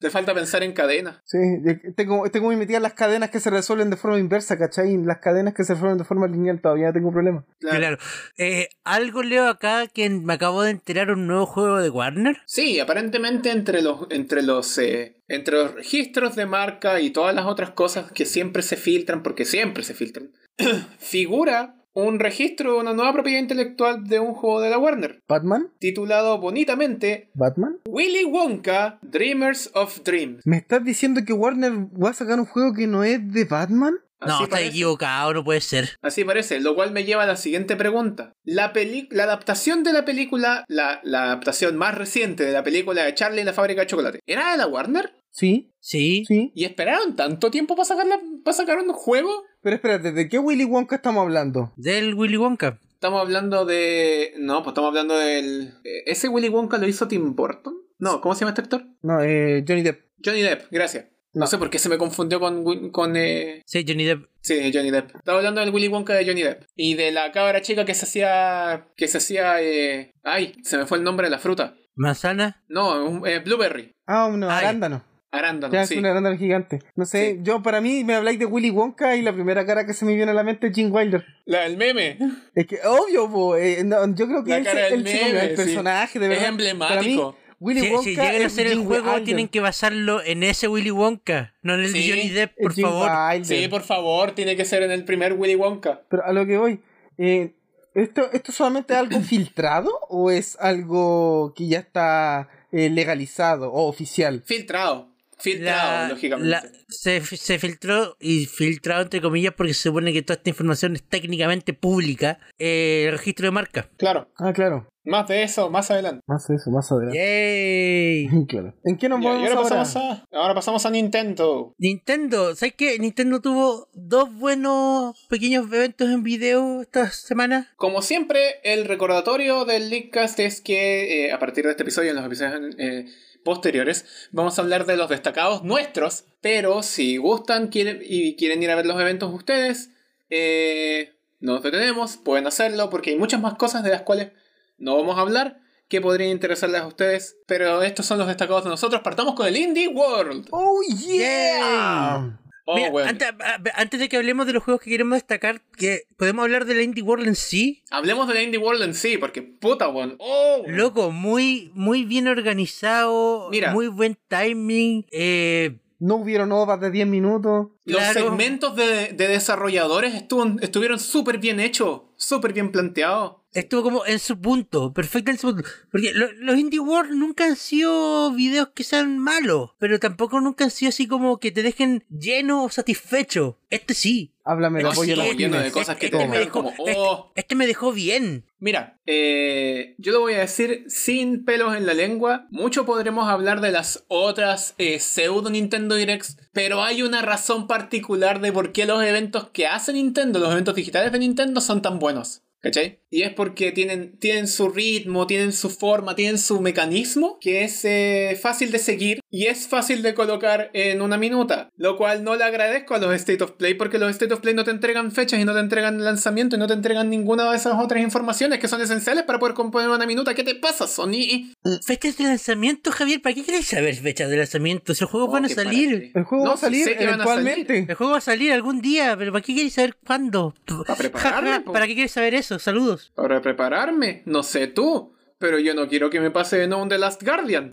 [SPEAKER 3] Te falta pensar en cadena.
[SPEAKER 2] sí, yo tengo, tengo muy metidas las cadenas que se resuelven de forma inversa, ¿cachai? Las cadenas que se resuelven de forma lineal todavía tengo problema.
[SPEAKER 3] Claro.
[SPEAKER 1] Claro. Eh, algo leo acá que me acabo de enterar un nuevo juego de Warner.
[SPEAKER 3] Sí, aparentemente entre los entre los eh, entre los registros de marca y todas las otras cosas que siempre se filtran porque siempre se filtran figura un registro de una nueva propiedad intelectual de un juego de la Warner
[SPEAKER 2] ¿Batman?
[SPEAKER 3] titulado bonitamente
[SPEAKER 2] ¿Batman?
[SPEAKER 3] Willy Wonka Dreamers of Dreams.
[SPEAKER 2] ¿Me estás diciendo que Warner va a sacar un juego que no es de Batman?
[SPEAKER 1] no,
[SPEAKER 3] Así
[SPEAKER 1] está
[SPEAKER 3] parece.
[SPEAKER 1] equivocado, no puede ser.
[SPEAKER 3] Así parece, lo cual me lleva a la siguiente pregunta. La, peli- la adaptación de la película, la, la adaptación más reciente de la película de Charlie y la fábrica de chocolate, ¿era de la Warner?
[SPEAKER 2] Sí,
[SPEAKER 1] Sí.
[SPEAKER 2] sí.
[SPEAKER 3] ¿Y esperaron tanto tiempo para sacar, la- para sacar un juego?
[SPEAKER 2] Pero espérate, ¿de qué Willy Wonka estamos hablando?
[SPEAKER 1] Del Willy Wonka.
[SPEAKER 3] Estamos hablando de... No, pues estamos hablando del... eh, ¿Ese Willy Wonka lo hizo Tim Burton? No, ¿cómo se llama este actor?
[SPEAKER 2] No, eh, Johnny Depp.
[SPEAKER 3] Johnny Depp, gracias. No sé por qué se me confundió con... Wi- con eh,
[SPEAKER 1] Sí, Johnny Depp.
[SPEAKER 3] Sí, Johnny Depp. Estaba hablando del Willy Wonka de Johnny Depp. Y de la cabra chica que se hacía... Que se hacía... eh, Ay, se me fue el nombre de la fruta.
[SPEAKER 1] Manzana.
[SPEAKER 3] No, un- eh, Blueberry.
[SPEAKER 2] Ah, un
[SPEAKER 1] Ah, ya.
[SPEAKER 2] arándano.
[SPEAKER 3] Arándano,
[SPEAKER 2] Ya, es
[SPEAKER 3] sí.
[SPEAKER 2] un arándano gigante. No sé,
[SPEAKER 3] Sí.
[SPEAKER 2] yo para mí me habláis de Willy Wonka y la primera cara que se me viene a la mente es Jim Wilder.
[SPEAKER 3] La del meme.
[SPEAKER 2] Es que, obvio, po, eh, no, yo creo que
[SPEAKER 3] La
[SPEAKER 2] él se-
[SPEAKER 3] cara del
[SPEAKER 2] él se comió
[SPEAKER 3] meme,
[SPEAKER 2] el
[SPEAKER 3] sí.
[SPEAKER 2] personaje, de
[SPEAKER 3] Es
[SPEAKER 2] verdad.
[SPEAKER 3] emblemático.
[SPEAKER 2] Para mí, Willy
[SPEAKER 1] Si,
[SPEAKER 2] Wonka
[SPEAKER 1] si llegan a
[SPEAKER 2] es
[SPEAKER 1] hacer el
[SPEAKER 2] Gene
[SPEAKER 1] juego,
[SPEAKER 2] Wilder.
[SPEAKER 1] tienen que basarlo en ese Willy Wonka, no en el de
[SPEAKER 3] Sí,
[SPEAKER 1] Johnny Depp,
[SPEAKER 2] Es
[SPEAKER 1] por
[SPEAKER 2] Gene
[SPEAKER 1] favor.
[SPEAKER 2] Wilder.
[SPEAKER 3] Sí, por favor, tiene que ser en el primer Willy Wonka.
[SPEAKER 2] Pero a lo que voy, eh, ¿esto, ¿esto solamente es algo filtrado o es algo que ya está eh, legalizado o oficial?
[SPEAKER 3] Filtrado. Filtrado,
[SPEAKER 1] La-
[SPEAKER 3] lógicamente.
[SPEAKER 1] la- se, se filtró y filtrado entre comillas porque se supone que toda esta información es técnicamente pública. eh, el registro de marca.
[SPEAKER 3] Claro.
[SPEAKER 2] Ah, claro.
[SPEAKER 3] Más de eso, más adelante.
[SPEAKER 2] Más eso, más adelante.
[SPEAKER 1] ¡Yay!
[SPEAKER 2] Claro. ¿En qué nos
[SPEAKER 3] Ya,
[SPEAKER 2] vamos
[SPEAKER 3] y ahora
[SPEAKER 2] ahora?
[SPEAKER 3] pasamos a. Ahora pasamos a Nintendo.
[SPEAKER 1] Nintendo, ¿sabes qué? Nintendo tuvo dos buenos pequeños eventos en video esta semana.
[SPEAKER 3] Como siempre, el recordatorio del Leakcast es que eh, a partir de este episodio, en los episodios eh, posteriores, vamos a hablar de los destacados nuestros. Pero si gustan quieren, y quieren ir a ver los eventos ustedes, eh, no nos detenemos, pueden hacerlo porque hay muchas más cosas de las cuales no vamos a hablar que podrían interesarles a ustedes. Pero estos son los destacados de nosotros. Partamos con el Indie World.
[SPEAKER 2] ¡Oh, yeah!
[SPEAKER 3] Oh,
[SPEAKER 1] Mira,
[SPEAKER 3] weón.
[SPEAKER 1] ante- a- antes de que hablemos de los juegos que queremos destacar, que podemos hablar de la Indie World en sí.
[SPEAKER 3] Hablemos de la Indie World en sí, porque puta, weón. Oh, weón.
[SPEAKER 1] Loco, muy, muy bien organizado,
[SPEAKER 3] Mira.
[SPEAKER 1] muy buen timing. eh,
[SPEAKER 2] No hubieron ovas de 10 minutos.
[SPEAKER 3] Los
[SPEAKER 1] Claro.
[SPEAKER 3] segmentos de, de desarrolladores estuvo- estuvieron súper bien hechos, súper bien planteados.
[SPEAKER 1] estuvo como en su punto, perfecto en su punto. Porque lo- los Indie World nunca han sido videos que sean malos, pero tampoco nunca han sido así como que te dejen lleno o satisfecho. Este sí.
[SPEAKER 2] Háblame de
[SPEAKER 3] No,
[SPEAKER 2] apoyo a
[SPEAKER 3] sí,
[SPEAKER 2] los
[SPEAKER 1] este-
[SPEAKER 3] lleno de
[SPEAKER 2] pymes.
[SPEAKER 3] cosas que
[SPEAKER 1] este
[SPEAKER 3] te
[SPEAKER 1] me
[SPEAKER 3] dejaron
[SPEAKER 1] dejó-
[SPEAKER 3] como,
[SPEAKER 1] este-
[SPEAKER 3] oh.
[SPEAKER 1] este me dejó bien.
[SPEAKER 3] Mira, eh, yo lo voy a decir sin pelos en la lengua. Mucho podremos hablar de las otras eh, pseudo Nintendo Directs, pero hay una razón particular de por qué los eventos que hace Nintendo, los eventos digitales de Nintendo, son tan buenos. ¿Cachai? Y es porque tienen, tienen su ritmo, tienen su forma, tienen su mecanismo que es eh, fácil de seguir y es fácil de colocar en una minuta. Lo cual no le agradezco a los State of Play porque los State of Play no te entregan fechas y no te entregan lanzamiento y no te entregan ninguna de esas otras informaciones que son esenciales para poder componer una minuta. ¿Qué te pasa, Sony?
[SPEAKER 1] Fechas de lanzamiento, Javier, ¿para qué querés saber fechas de lanzamiento? Si los juegos van a
[SPEAKER 3] Oh, qué
[SPEAKER 1] salir.
[SPEAKER 3] parate.
[SPEAKER 2] El juego
[SPEAKER 3] No,
[SPEAKER 2] va a
[SPEAKER 3] sí
[SPEAKER 2] salir
[SPEAKER 3] sé que van a salir.
[SPEAKER 2] eventualmente.
[SPEAKER 1] El juego va a salir algún día, pero ¿para qué querés saber cuándo?
[SPEAKER 3] Para prepararme,
[SPEAKER 1] Ja, ja,
[SPEAKER 3] po.
[SPEAKER 1] ¿Para qué quieres saber eso? Saludos.
[SPEAKER 3] Para prepararme, no sé tú, pero yo no quiero que me pase de nuevo un The Last Guardian.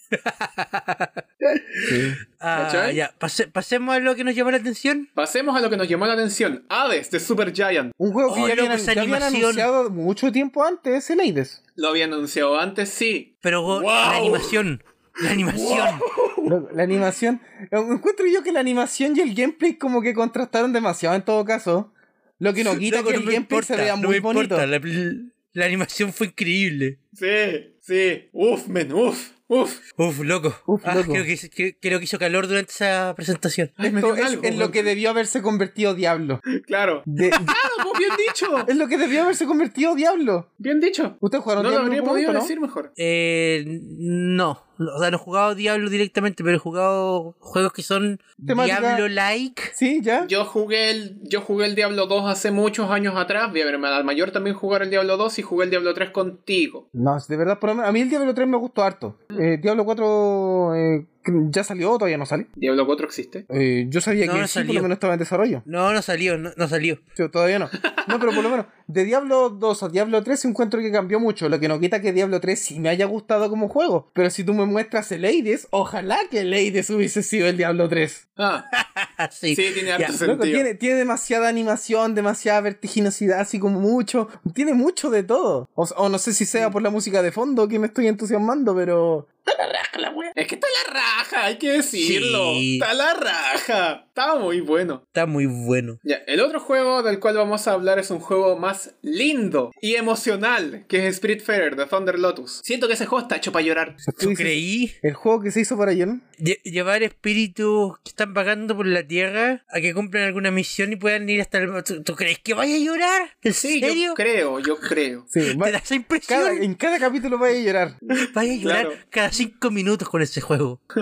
[SPEAKER 1] Ah,
[SPEAKER 3] ¿Cachai?
[SPEAKER 1] ya, pase- pasemos a lo que nos llamó la atención.
[SPEAKER 3] Pasemos a lo que nos llamó la atención: Hades de Super Giant.
[SPEAKER 2] Un juego que
[SPEAKER 1] Oh,
[SPEAKER 2] ya
[SPEAKER 1] loco,
[SPEAKER 2] habían,
[SPEAKER 1] esa
[SPEAKER 2] ya habían
[SPEAKER 1] animación.
[SPEAKER 2] anunciado mucho tiempo antes, el Aides.
[SPEAKER 3] Lo había anunciado antes, sí.
[SPEAKER 1] Pero go-
[SPEAKER 3] Wow.
[SPEAKER 1] la animación. La animación.
[SPEAKER 2] Loco, La animación. eh, Encuentro yo que la animación y el gameplay como que contrastaron demasiado en todo caso. Lo que no quita
[SPEAKER 1] Loco,
[SPEAKER 2] que
[SPEAKER 1] no
[SPEAKER 2] el
[SPEAKER 1] me
[SPEAKER 2] gameplay se
[SPEAKER 1] importa,
[SPEAKER 2] vea
[SPEAKER 1] no
[SPEAKER 2] muy
[SPEAKER 1] me
[SPEAKER 2] bonito.
[SPEAKER 1] importa, La, la animación fue increíble.
[SPEAKER 3] Sí, sí. Uf, men, uf, uf.
[SPEAKER 1] Uf, loco.
[SPEAKER 2] Uf,
[SPEAKER 1] Ah,
[SPEAKER 2] loco.
[SPEAKER 1] Creo, que, hizo- creo- creo que hizo calor durante esa presentación.
[SPEAKER 3] Ay, me
[SPEAKER 2] Esto
[SPEAKER 3] dio
[SPEAKER 2] es
[SPEAKER 3] algo,
[SPEAKER 2] en lo
[SPEAKER 3] weón.
[SPEAKER 2] que debió haberse convertido Diablo.
[SPEAKER 3] Claro.
[SPEAKER 2] De-
[SPEAKER 3] ¡Ah, pues bien dicho!
[SPEAKER 2] es lo que debió haberse convertido Diablo.
[SPEAKER 3] Bien dicho.
[SPEAKER 2] Ustedes
[SPEAKER 3] No
[SPEAKER 2] jugaron
[SPEAKER 3] lo
[SPEAKER 2] Diablo
[SPEAKER 3] habría
[SPEAKER 2] en algún
[SPEAKER 3] podido
[SPEAKER 2] momento,
[SPEAKER 3] decir mejor.
[SPEAKER 1] Eh, no, o sea, no he jugado Diablo directamente, pero he jugado juegos que son
[SPEAKER 2] Temática-
[SPEAKER 1] Diablo-like.
[SPEAKER 2] ¿no? Sí, ya.
[SPEAKER 3] Yo jugué el, yo jugué el Diablo 2 hace muchos años atrás. Vi a mi hermana mayor también jugar el Diablo 2 y jugué el Diablo 3 contigo.
[SPEAKER 2] No, de verdad, por lo menos- a mí el Diablo 3 me gustó harto. Eh, Diablo 4 eh, ya salió o todavía no sale.
[SPEAKER 3] ¿Diablo 4 existe?
[SPEAKER 2] Eh, yo sabía
[SPEAKER 1] No,
[SPEAKER 2] que
[SPEAKER 1] no
[SPEAKER 2] sí, por
[SPEAKER 1] salió.
[SPEAKER 2] lo menos estaba en desarrollo.
[SPEAKER 1] No, no salió, no, no salió.
[SPEAKER 2] Sí, todavía no. No, pero por lo menos, de Diablo 2 a Diablo 3 encuentro que cambió mucho. Lo que no quita que Diablo 3 sí me haya gustado como juego. Pero si tú me muestras el Hades, ojalá que el Hades hubiese sido el Diablo 3.
[SPEAKER 3] Ah,
[SPEAKER 1] Ah, sí.
[SPEAKER 3] sí, tiene
[SPEAKER 1] Ya.
[SPEAKER 3] harto
[SPEAKER 2] Loco,
[SPEAKER 3] sentido.
[SPEAKER 2] tiene, tiene demasiada animación, demasiada vertiginosidad, así como mucho. Tiene mucho de todo. O, o no sé si sea por la música de fondo que me estoy entusiasmando, pero.
[SPEAKER 3] Es que está la raja, hay que decirlo.
[SPEAKER 1] Sí.
[SPEAKER 3] Está la raja. Está muy bueno.
[SPEAKER 1] Está muy bueno.
[SPEAKER 3] Ya, el otro juego del cual vamos a hablar es un juego más lindo y emocional, que es Spiritfarer de Thunder Lotus. Siento que ese juego está hecho para llorar.
[SPEAKER 2] Tú
[SPEAKER 1] Yo
[SPEAKER 2] dices,
[SPEAKER 1] creí
[SPEAKER 2] El juego que se hizo para John.
[SPEAKER 1] lle- llevar espíritus que están vagando por la tierra a que cumplan alguna misión y puedan ir hasta el... ¿Tú, tú crees que vaya a llorar? ¿En
[SPEAKER 3] Sí,
[SPEAKER 1] serio?
[SPEAKER 3] yo creo, yo creo.
[SPEAKER 2] Sí, va-
[SPEAKER 1] ¿Te da esa impresión?
[SPEAKER 2] cada- en cada capítulo vaya a llorar.
[SPEAKER 1] Vaya a llorar
[SPEAKER 3] Claro.
[SPEAKER 1] cada cinco minutos con ese juego.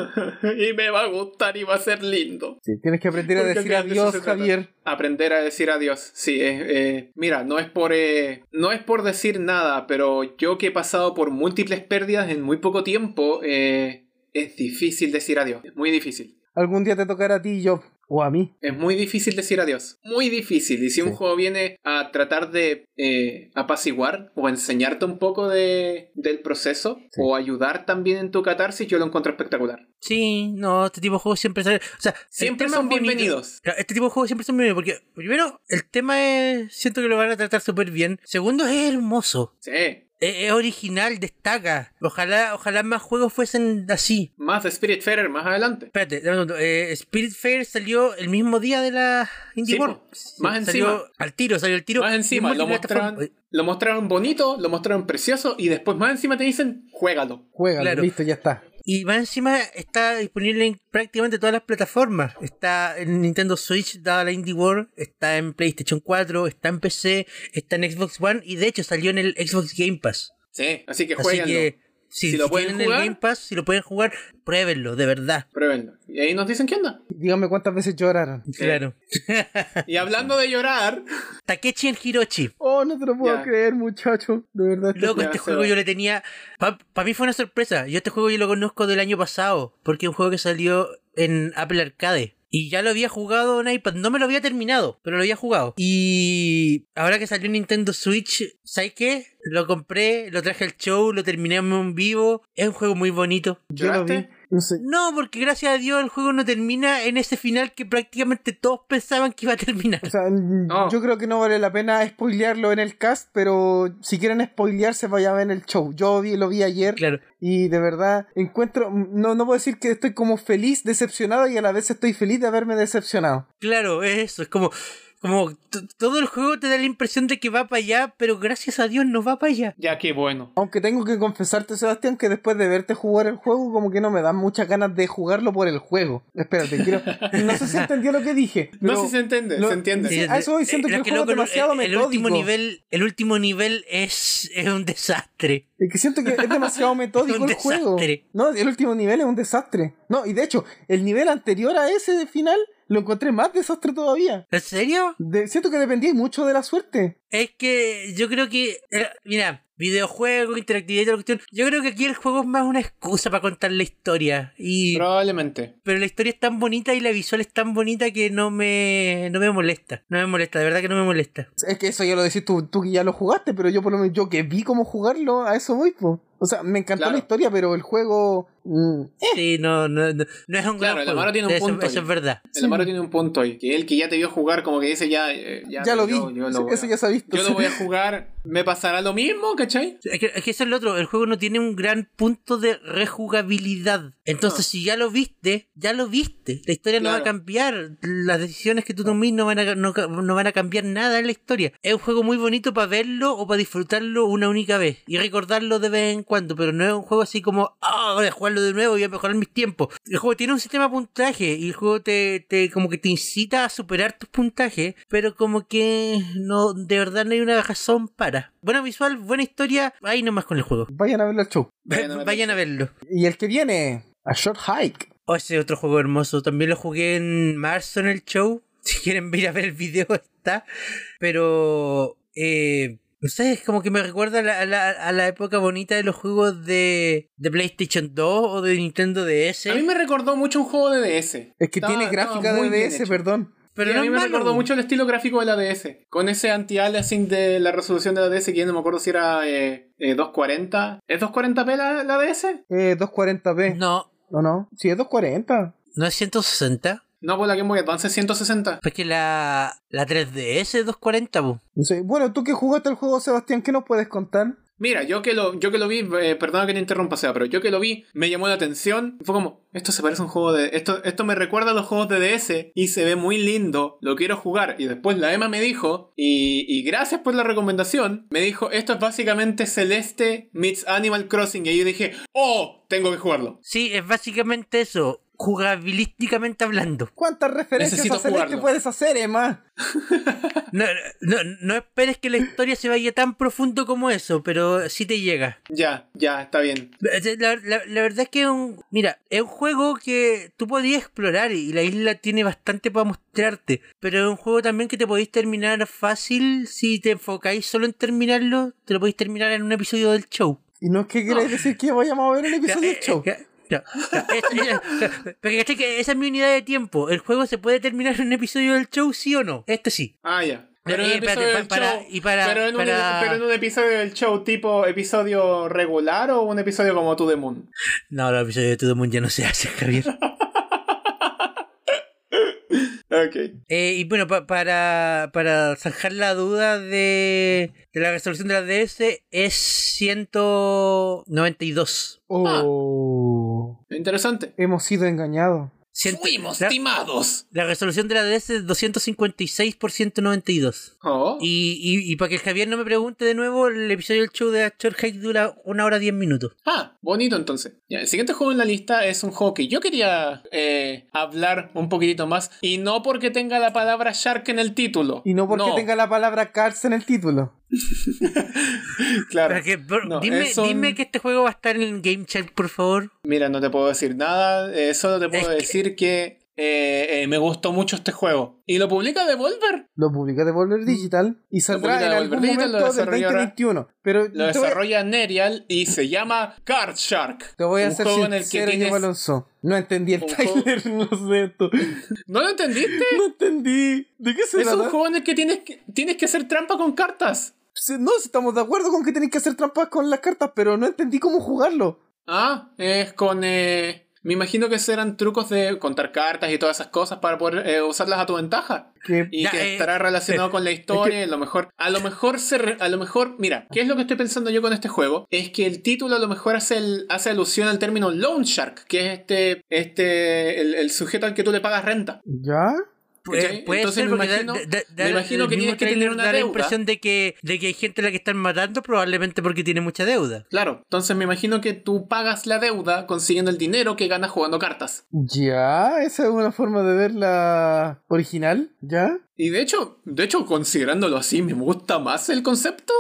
[SPEAKER 3] y me va a gustar y va a ser lindo.
[SPEAKER 2] Sí, tienes que aprender a
[SPEAKER 3] Porque al
[SPEAKER 2] decir
[SPEAKER 3] final de eso
[SPEAKER 2] adiós,
[SPEAKER 3] se trata.
[SPEAKER 2] Javier.
[SPEAKER 3] Aprender a decir adiós. Sí, es, eh, mira, no es por eh, no es por decir nada, pero yo que he pasado por múltiples pérdidas en muy poco tiempo, eh, es difícil decir adiós. Es muy difícil.
[SPEAKER 2] Algún día te tocará a ti, Job. O a mí.
[SPEAKER 3] Es muy difícil decir adiós. Muy difícil. Y si un
[SPEAKER 2] Sí.
[SPEAKER 3] juego viene a tratar de eh, apaciguar o enseñarte un poco de, del proceso
[SPEAKER 2] Sí.
[SPEAKER 3] o ayudar también en tu catarsis, yo lo encuentro espectacular.
[SPEAKER 1] Sí, no, este tipo de juegos siempre sale... O sea, el
[SPEAKER 3] Siempre
[SPEAKER 1] tema
[SPEAKER 3] son
[SPEAKER 1] es bonito.
[SPEAKER 3] bienvenidos.
[SPEAKER 1] Claro, Este tipo de juegos siempre son bienvenidos porque, primero, el tema es... Siento que lo van a tratar súper bien. Segundo, es hermoso. E-,
[SPEAKER 3] Sí.
[SPEAKER 1] Es, es original, destaca. Ojalá, ojalá más juegos fuesen así.
[SPEAKER 3] Más de Spiritfarer más adelante.
[SPEAKER 1] Espérate, dame un segundo. Eh, Spirit Fair salió el mismo día de la Indie
[SPEAKER 3] Sí,
[SPEAKER 1] World.
[SPEAKER 3] po. Más
[SPEAKER 1] Salió
[SPEAKER 3] encima.
[SPEAKER 1] Al tiro, salió el tiro.
[SPEAKER 3] Más encima,
[SPEAKER 1] Mismo
[SPEAKER 3] lo
[SPEAKER 1] multiplataforma.
[SPEAKER 3] mostraron, lo mostraron bonito, lo mostraron precioso y después más encima te dicen, juégalo.
[SPEAKER 2] Juega,
[SPEAKER 1] Claro.
[SPEAKER 2] listo, ya está.
[SPEAKER 1] Y más encima está disponible en prácticamente todas las plataformas. Está en Nintendo Switch, dada la Indie World, está en PlayStation 4, está en PC, está en Xbox One y de hecho salió en el Xbox Game Pass.
[SPEAKER 3] Sí. Así que
[SPEAKER 1] Así
[SPEAKER 3] jueguenlo.
[SPEAKER 1] que si,
[SPEAKER 3] Si lo
[SPEAKER 1] si
[SPEAKER 3] pueden
[SPEAKER 1] tienen
[SPEAKER 3] jugar-
[SPEAKER 1] el Game Pass, si lo pueden jugar, pruébenlo, de verdad.
[SPEAKER 3] Pruébenlo. Y ahí nos dicen qué onda.
[SPEAKER 2] Dígame cuántas veces lloraron.
[SPEAKER 1] Claro.
[SPEAKER 3] Y hablando de llorar,
[SPEAKER 1] Takechi en Hirochi.
[SPEAKER 2] Oh, no te lo puedo
[SPEAKER 3] Ya.
[SPEAKER 2] creer, muchacho. De verdad.
[SPEAKER 1] Loco,
[SPEAKER 3] Ya,
[SPEAKER 1] este
[SPEAKER 3] se
[SPEAKER 1] juego
[SPEAKER 3] va.
[SPEAKER 1] yo le tenía. Para mí fue una sorpresa. Yo este juego yo lo conozco del año pasado, porque es un juego que salió en Apple Arcade. Y ya lo había jugado en iPad. No me lo había terminado, pero lo había jugado. Y ahora que salió Nintendo Switch, ¿sabes qué? Lo compré, lo traje al show, lo terminé en un vivo. Es un juego muy bonito.
[SPEAKER 2] Yo lo vi.
[SPEAKER 3] ¿Lloraste?
[SPEAKER 2] No sé.
[SPEAKER 1] No, porque gracias a Dios el juego no termina en ese final que prácticamente todos pensaban que iba a terminar.
[SPEAKER 2] O sea, mm,
[SPEAKER 3] No.
[SPEAKER 2] yo creo que no vale la pena spoilearlo en el cast, pero si quieren spoilearse, vaya a ver el show. Yo vi- lo vi ayer
[SPEAKER 1] Claro.
[SPEAKER 2] y de verdad encuentro. No, no puedo decir que estoy como feliz, decepcionado y a la vez estoy feliz de haberme decepcionado.
[SPEAKER 1] Claro, es eso, es como, como t- todo el juego te da la impresión de que va para allá, pero gracias a Dios no va para allá.
[SPEAKER 3] Ya, qué bueno.
[SPEAKER 2] Aunque tengo que confesarte, Sebastián, que después de verte jugar el juego, como que no me dan muchas ganas de jugarlo por el juego. Espérate, quiero. No sé si entendió lo que dije.
[SPEAKER 3] No
[SPEAKER 2] pero-
[SPEAKER 3] sé si se entiende,
[SPEAKER 2] lo-
[SPEAKER 3] se entiende.
[SPEAKER 2] Sí, a eso voy, siento
[SPEAKER 1] Eh, lo
[SPEAKER 2] que el juego es
[SPEAKER 1] loco,
[SPEAKER 2] demasiado
[SPEAKER 1] el- el último
[SPEAKER 2] metódico.
[SPEAKER 1] nivel, el último nivel es, es un desastre.
[SPEAKER 2] Es que siento que es demasiado metódico
[SPEAKER 1] Es un
[SPEAKER 2] el juego.
[SPEAKER 1] desastre.
[SPEAKER 2] No, el último nivel es un desastre. No, y de hecho, el nivel anterior a ese de final lo encontré más desastre todavía.
[SPEAKER 1] ¿En serio?
[SPEAKER 2] De- siento que dependía mucho de la suerte.
[SPEAKER 1] Es que yo creo que, eh, mira, videojuego, interactividad, y toda la cuestión. Yo creo que aquí el juego es más una excusa para contar la historia. Y, pero...
[SPEAKER 3] Probablemente.
[SPEAKER 1] la historia es tan bonita y la visual es tan bonita que no me, no me molesta. No me molesta, de verdad que no me molesta.
[SPEAKER 2] Es que eso ya lo decís tú, tú que ya lo jugaste, pero yo por lo menos yo que vi cómo jugarlo, a eso voy, po. O sea, me encantó
[SPEAKER 3] Claro.
[SPEAKER 2] la historia, pero el juego. mm,
[SPEAKER 1] Sí, no, no, no, no es un gran
[SPEAKER 3] Claro, el
[SPEAKER 1] juego.
[SPEAKER 3] Amaro tiene un
[SPEAKER 1] Eso-
[SPEAKER 3] punto
[SPEAKER 1] eso
[SPEAKER 3] ahí.
[SPEAKER 1] es verdad.
[SPEAKER 3] El Amaro tiene un punto ahí. Que él que ya te vio jugar, como que dice, ya. eh,
[SPEAKER 2] ya,
[SPEAKER 3] ya,
[SPEAKER 2] lo vi.
[SPEAKER 3] yo- yo lo voy
[SPEAKER 2] eso
[SPEAKER 3] a-
[SPEAKER 2] ya se ha visto.
[SPEAKER 3] Yo lo voy a jugar, me pasará lo mismo, ¿cachai?
[SPEAKER 1] Es que, es que eso es lo otro, el juego no tiene un gran punto de rejugabilidad. Entonces, si ya lo viste, ya lo viste. La historia no va a
[SPEAKER 3] Ah. Claro.
[SPEAKER 1] cambiar. Las decisiones que tú tomes no van, a, no, ca- no van a cambiar nada en la historia. Es un juego muy bonito para verlo o para disfrutarlo una única vez. Y recordarlo de vez en cuando, pero no es un juego así como, ah, voy a jugarlo de nuevo y voy a mejorar mis tiempos. El juego tiene un sistema de puntaje y el juego te, te como que te incita a superar tus puntajes, pero como que no, de verdad no hay una razón para. Buena visual, buena historia, ahí nomás con el juego.
[SPEAKER 2] Vayan a verlo al show.
[SPEAKER 3] Vayan a verlo.
[SPEAKER 1] Vayan a verlo.
[SPEAKER 2] Y el que viene, a Short Hike.
[SPEAKER 1] O Oh, ese otro juego hermoso. También lo jugué en marzo en el show. Si quieren ir a ver el video está. Pero... Eh, no sé, es como que me recuerda a la, a la- a la época bonita de los juegos de, de PlayStation 2 o de Nintendo DS.
[SPEAKER 3] A mí me recordó mucho un juego de DS.
[SPEAKER 2] Es que
[SPEAKER 3] Estaba-
[SPEAKER 2] tiene gráfica
[SPEAKER 3] estaba muy
[SPEAKER 2] de
[SPEAKER 3] bien
[SPEAKER 2] DS,
[SPEAKER 3] hecho.
[SPEAKER 2] perdón.
[SPEAKER 1] pero
[SPEAKER 3] Y
[SPEAKER 1] no
[SPEAKER 3] a mí
[SPEAKER 1] es
[SPEAKER 3] me
[SPEAKER 1] malo.
[SPEAKER 3] recordó mucho el estilo gráfico de la DS. Con ese anti-aliasing de la resolución de la DS, que ya no me acuerdo si era eh, eh, 240. ¿Es 240p la, la DS?
[SPEAKER 2] Eh, 240p.
[SPEAKER 1] No,
[SPEAKER 2] No, no. Sí, es 240.
[SPEAKER 1] no es 160.
[SPEAKER 3] No, por la Game Boy Advance es 160.
[SPEAKER 1] Porque la, la 3DS es 240, bu.
[SPEAKER 2] No sé. Bueno, tú que jugaste el juego, Sebastián, ¿qué nos puedes contar?
[SPEAKER 3] Mira, yo que lo, yo que lo vi, eh, perdona que te interrumpa, Seba, pero yo que lo vi, me llamó la atención. Fue como, esto se parece a un juego de. Esto, esto me recuerda a los juegos de DS y se ve muy lindo, lo quiero jugar. Y después la Emma me dijo, y, y gracias por la recomendación, me dijo, esto es básicamente Celeste meets Animal Crossing. Y yo dije, oh, tengo que jugarlo.
[SPEAKER 1] Sí, es básicamente eso. Jugabilísticamente hablando.
[SPEAKER 2] ¿Cuántas referencias
[SPEAKER 3] Necesito
[SPEAKER 2] a Celeste
[SPEAKER 3] jugarlo.
[SPEAKER 2] puedes hacer, este Emma?
[SPEAKER 1] No, no, no esperes que la historia se vaya tan profundo como eso, pero sí te llega.
[SPEAKER 3] Ya, ya, está bien.
[SPEAKER 1] La, la- la verdad es que es un, mira, es un juego que tú podías explorar y la isla tiene bastante para mostrarte, pero es un juego también que te podéis terminar fácil si te enfocáis solo en terminarlo, te lo podéis terminar en un episodio del show.
[SPEAKER 2] Y no es que queráis decir que vayamos a ver el episodio
[SPEAKER 3] eh,
[SPEAKER 2] del
[SPEAKER 3] ah.
[SPEAKER 2] show.
[SPEAKER 1] Ya, ya, ya. Es- es- Porque cachai que esa es mi unidad de tiempo. ¿El juego se puede terminar en un episodio del show, sí o no? Este sí.
[SPEAKER 3] Ah, ya. Pero en
[SPEAKER 1] Eh,
[SPEAKER 3] un
[SPEAKER 1] espérate,
[SPEAKER 3] episodio
[SPEAKER 1] pa-
[SPEAKER 3] del
[SPEAKER 1] para-
[SPEAKER 3] show.
[SPEAKER 1] y para-
[SPEAKER 3] pero, en un,
[SPEAKER 1] para-
[SPEAKER 3] pero en un episodio del show, tipo episodio regular o un episodio como To The Moon.
[SPEAKER 1] No, los episodios de todo el mundo ya no se hace, Javier.
[SPEAKER 3] Ok.
[SPEAKER 1] Eh, y bueno, pa- para, para zanjar la duda de, de la resolución de la DS es 192.
[SPEAKER 2] Oh,
[SPEAKER 3] Interesante.
[SPEAKER 2] hemos sido engañados.
[SPEAKER 1] Ciento- la,
[SPEAKER 3] Fuimos timados.
[SPEAKER 1] la resolución de la DS es 256 por 192.
[SPEAKER 3] Oh.
[SPEAKER 1] Y, y, y para que el Javier no me pregunte de nuevo, el episodio del show de Actor Hike dura una hora 10 minutos.
[SPEAKER 3] Ah, bonito entonces. Ya, el siguiente juego en la lista es un juego que yo quería eh, hablar un poquitito más. Y no porque tenga la palabra Shark en el título.
[SPEAKER 2] Y no porque tenga la palabra Cars en el título.
[SPEAKER 3] Claro.
[SPEAKER 1] Para que- por-
[SPEAKER 3] No,
[SPEAKER 1] dime,
[SPEAKER 3] es un-
[SPEAKER 1] dime que este juego va a estar en Game Chat, por favor.
[SPEAKER 3] Mira, no te puedo decir nada. eh, solo te puedo
[SPEAKER 1] Es que-
[SPEAKER 3] decir que... eh, eh, me gustó mucho este juego. Y lo publica Devolver.
[SPEAKER 2] Lo publica Devolver Digital y saldrá
[SPEAKER 3] Mm. publica
[SPEAKER 2] en
[SPEAKER 3] Devolver
[SPEAKER 2] algún
[SPEAKER 3] Digital, lo
[SPEAKER 2] momento del
[SPEAKER 3] desarrolla ahora.
[SPEAKER 2] 2021. Pero
[SPEAKER 3] Lo
[SPEAKER 2] te voy-
[SPEAKER 3] desarrolla Nerial y se llama Card Shark.
[SPEAKER 2] te voy a
[SPEAKER 3] un
[SPEAKER 2] hacer
[SPEAKER 3] juego en el que
[SPEAKER 2] sincero,
[SPEAKER 3] tienes-
[SPEAKER 2] Diego Alonso. No entendí el
[SPEAKER 3] un
[SPEAKER 2] trailer, no sé tú.
[SPEAKER 3] ¿No lo entendiste?
[SPEAKER 2] No entendí. ¿De qué se
[SPEAKER 3] es un
[SPEAKER 2] trata?
[SPEAKER 3] juego en el que tienes que, tienes que hacer trampa con cartas.
[SPEAKER 2] Sí, No, si estamos de acuerdo con que tenéis que hacer trampas con las cartas, pero no entendí cómo jugarlo.
[SPEAKER 3] Ah, es con... eh, me imagino que serán trucos de contar cartas y todas esas cosas para poder eh, usarlas a tu ventaja.
[SPEAKER 2] Que
[SPEAKER 3] y
[SPEAKER 1] Ya,
[SPEAKER 3] que
[SPEAKER 1] eh,
[SPEAKER 3] estará relacionado con la historia y a lo mejor a lo mejor se re- a lo mejor mira qué es lo que estoy pensando yo con este juego es que el título a lo mejor hace el- hace alusión al término loan shark que es este este el, el sujeto al que tú le pagas renta
[SPEAKER 2] ¿Ya?
[SPEAKER 1] Pu-
[SPEAKER 3] ¿Cachai?
[SPEAKER 1] Eh, puede
[SPEAKER 3] Entonces
[SPEAKER 1] ser,
[SPEAKER 3] me
[SPEAKER 1] porque da-
[SPEAKER 3] imagino-
[SPEAKER 1] da- da-
[SPEAKER 3] me imagino
[SPEAKER 1] el
[SPEAKER 3] que
[SPEAKER 1] mismo
[SPEAKER 3] tienes que
[SPEAKER 1] tráiler
[SPEAKER 3] tener una
[SPEAKER 1] da la
[SPEAKER 3] deuda.
[SPEAKER 1] impresión de que, de que hay gente a la que están matando probablemente porque tiene mucha deuda.
[SPEAKER 3] claro entonces me imagino que tú pagas la deuda consiguiendo el dinero que ganas jugando cartas
[SPEAKER 2] ¿Ya? ¿Esa es una forma de verla original? ¿Ya?
[SPEAKER 3] y de hecho de hecho considerándolo así me gusta más el concepto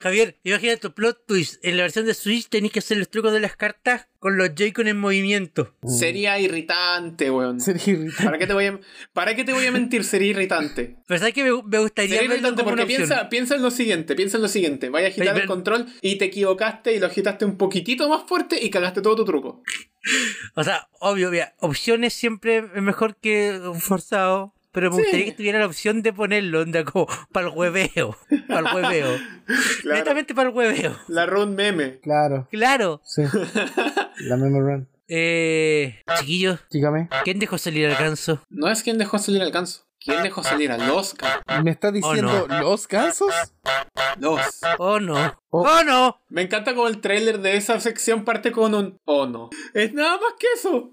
[SPEAKER 1] Javier, imagina tu plot twist. En la versión de Switch tenés que hacer los trucos de las cartas con los Joy-Con en movimiento.
[SPEAKER 3] sería irritante weón
[SPEAKER 2] Sería irritante.
[SPEAKER 3] ¿Para qué, te voy a, ¿Para qué te voy a mentir? Sería irritante.
[SPEAKER 1] Pero sabes que me, me gustaría
[SPEAKER 3] Sería
[SPEAKER 1] verlo
[SPEAKER 3] irritante
[SPEAKER 1] como una
[SPEAKER 3] porque
[SPEAKER 1] opción.
[SPEAKER 3] piensa, piensa en lo siguiente, piensa en lo siguiente. Vaya a agitar
[SPEAKER 1] Pero-
[SPEAKER 3] el control y te equivocaste y lo agitaste un poquitito más fuerte y cagaste todo tu truco.
[SPEAKER 1] O sea, obvio, mira, opciones siempre es mejor que forzado. Pero me
[SPEAKER 3] Sí.
[SPEAKER 1] gustaría que tuviera la opción de ponerlo, onda, como para el hueveo. Para el hueveo.
[SPEAKER 3] Claro.
[SPEAKER 1] Netamente para el hueveo.
[SPEAKER 3] La run meme.
[SPEAKER 2] Claro,
[SPEAKER 1] Claro.
[SPEAKER 2] sí. La Memo Run.
[SPEAKER 1] Eh, chiquillos,
[SPEAKER 2] Dígame.
[SPEAKER 1] ¿quién dejó salir al ganso?
[SPEAKER 3] No es quien dejó salir al ganso. ¿Quién dejó salir a los ga-
[SPEAKER 2] ¿Me estás diciendo los gansos?
[SPEAKER 3] Los.
[SPEAKER 1] Oh no.
[SPEAKER 2] Oh.
[SPEAKER 1] Oh, no.
[SPEAKER 3] Me encanta como el trailer de esa sección parte con un oh no. Es nada más que eso.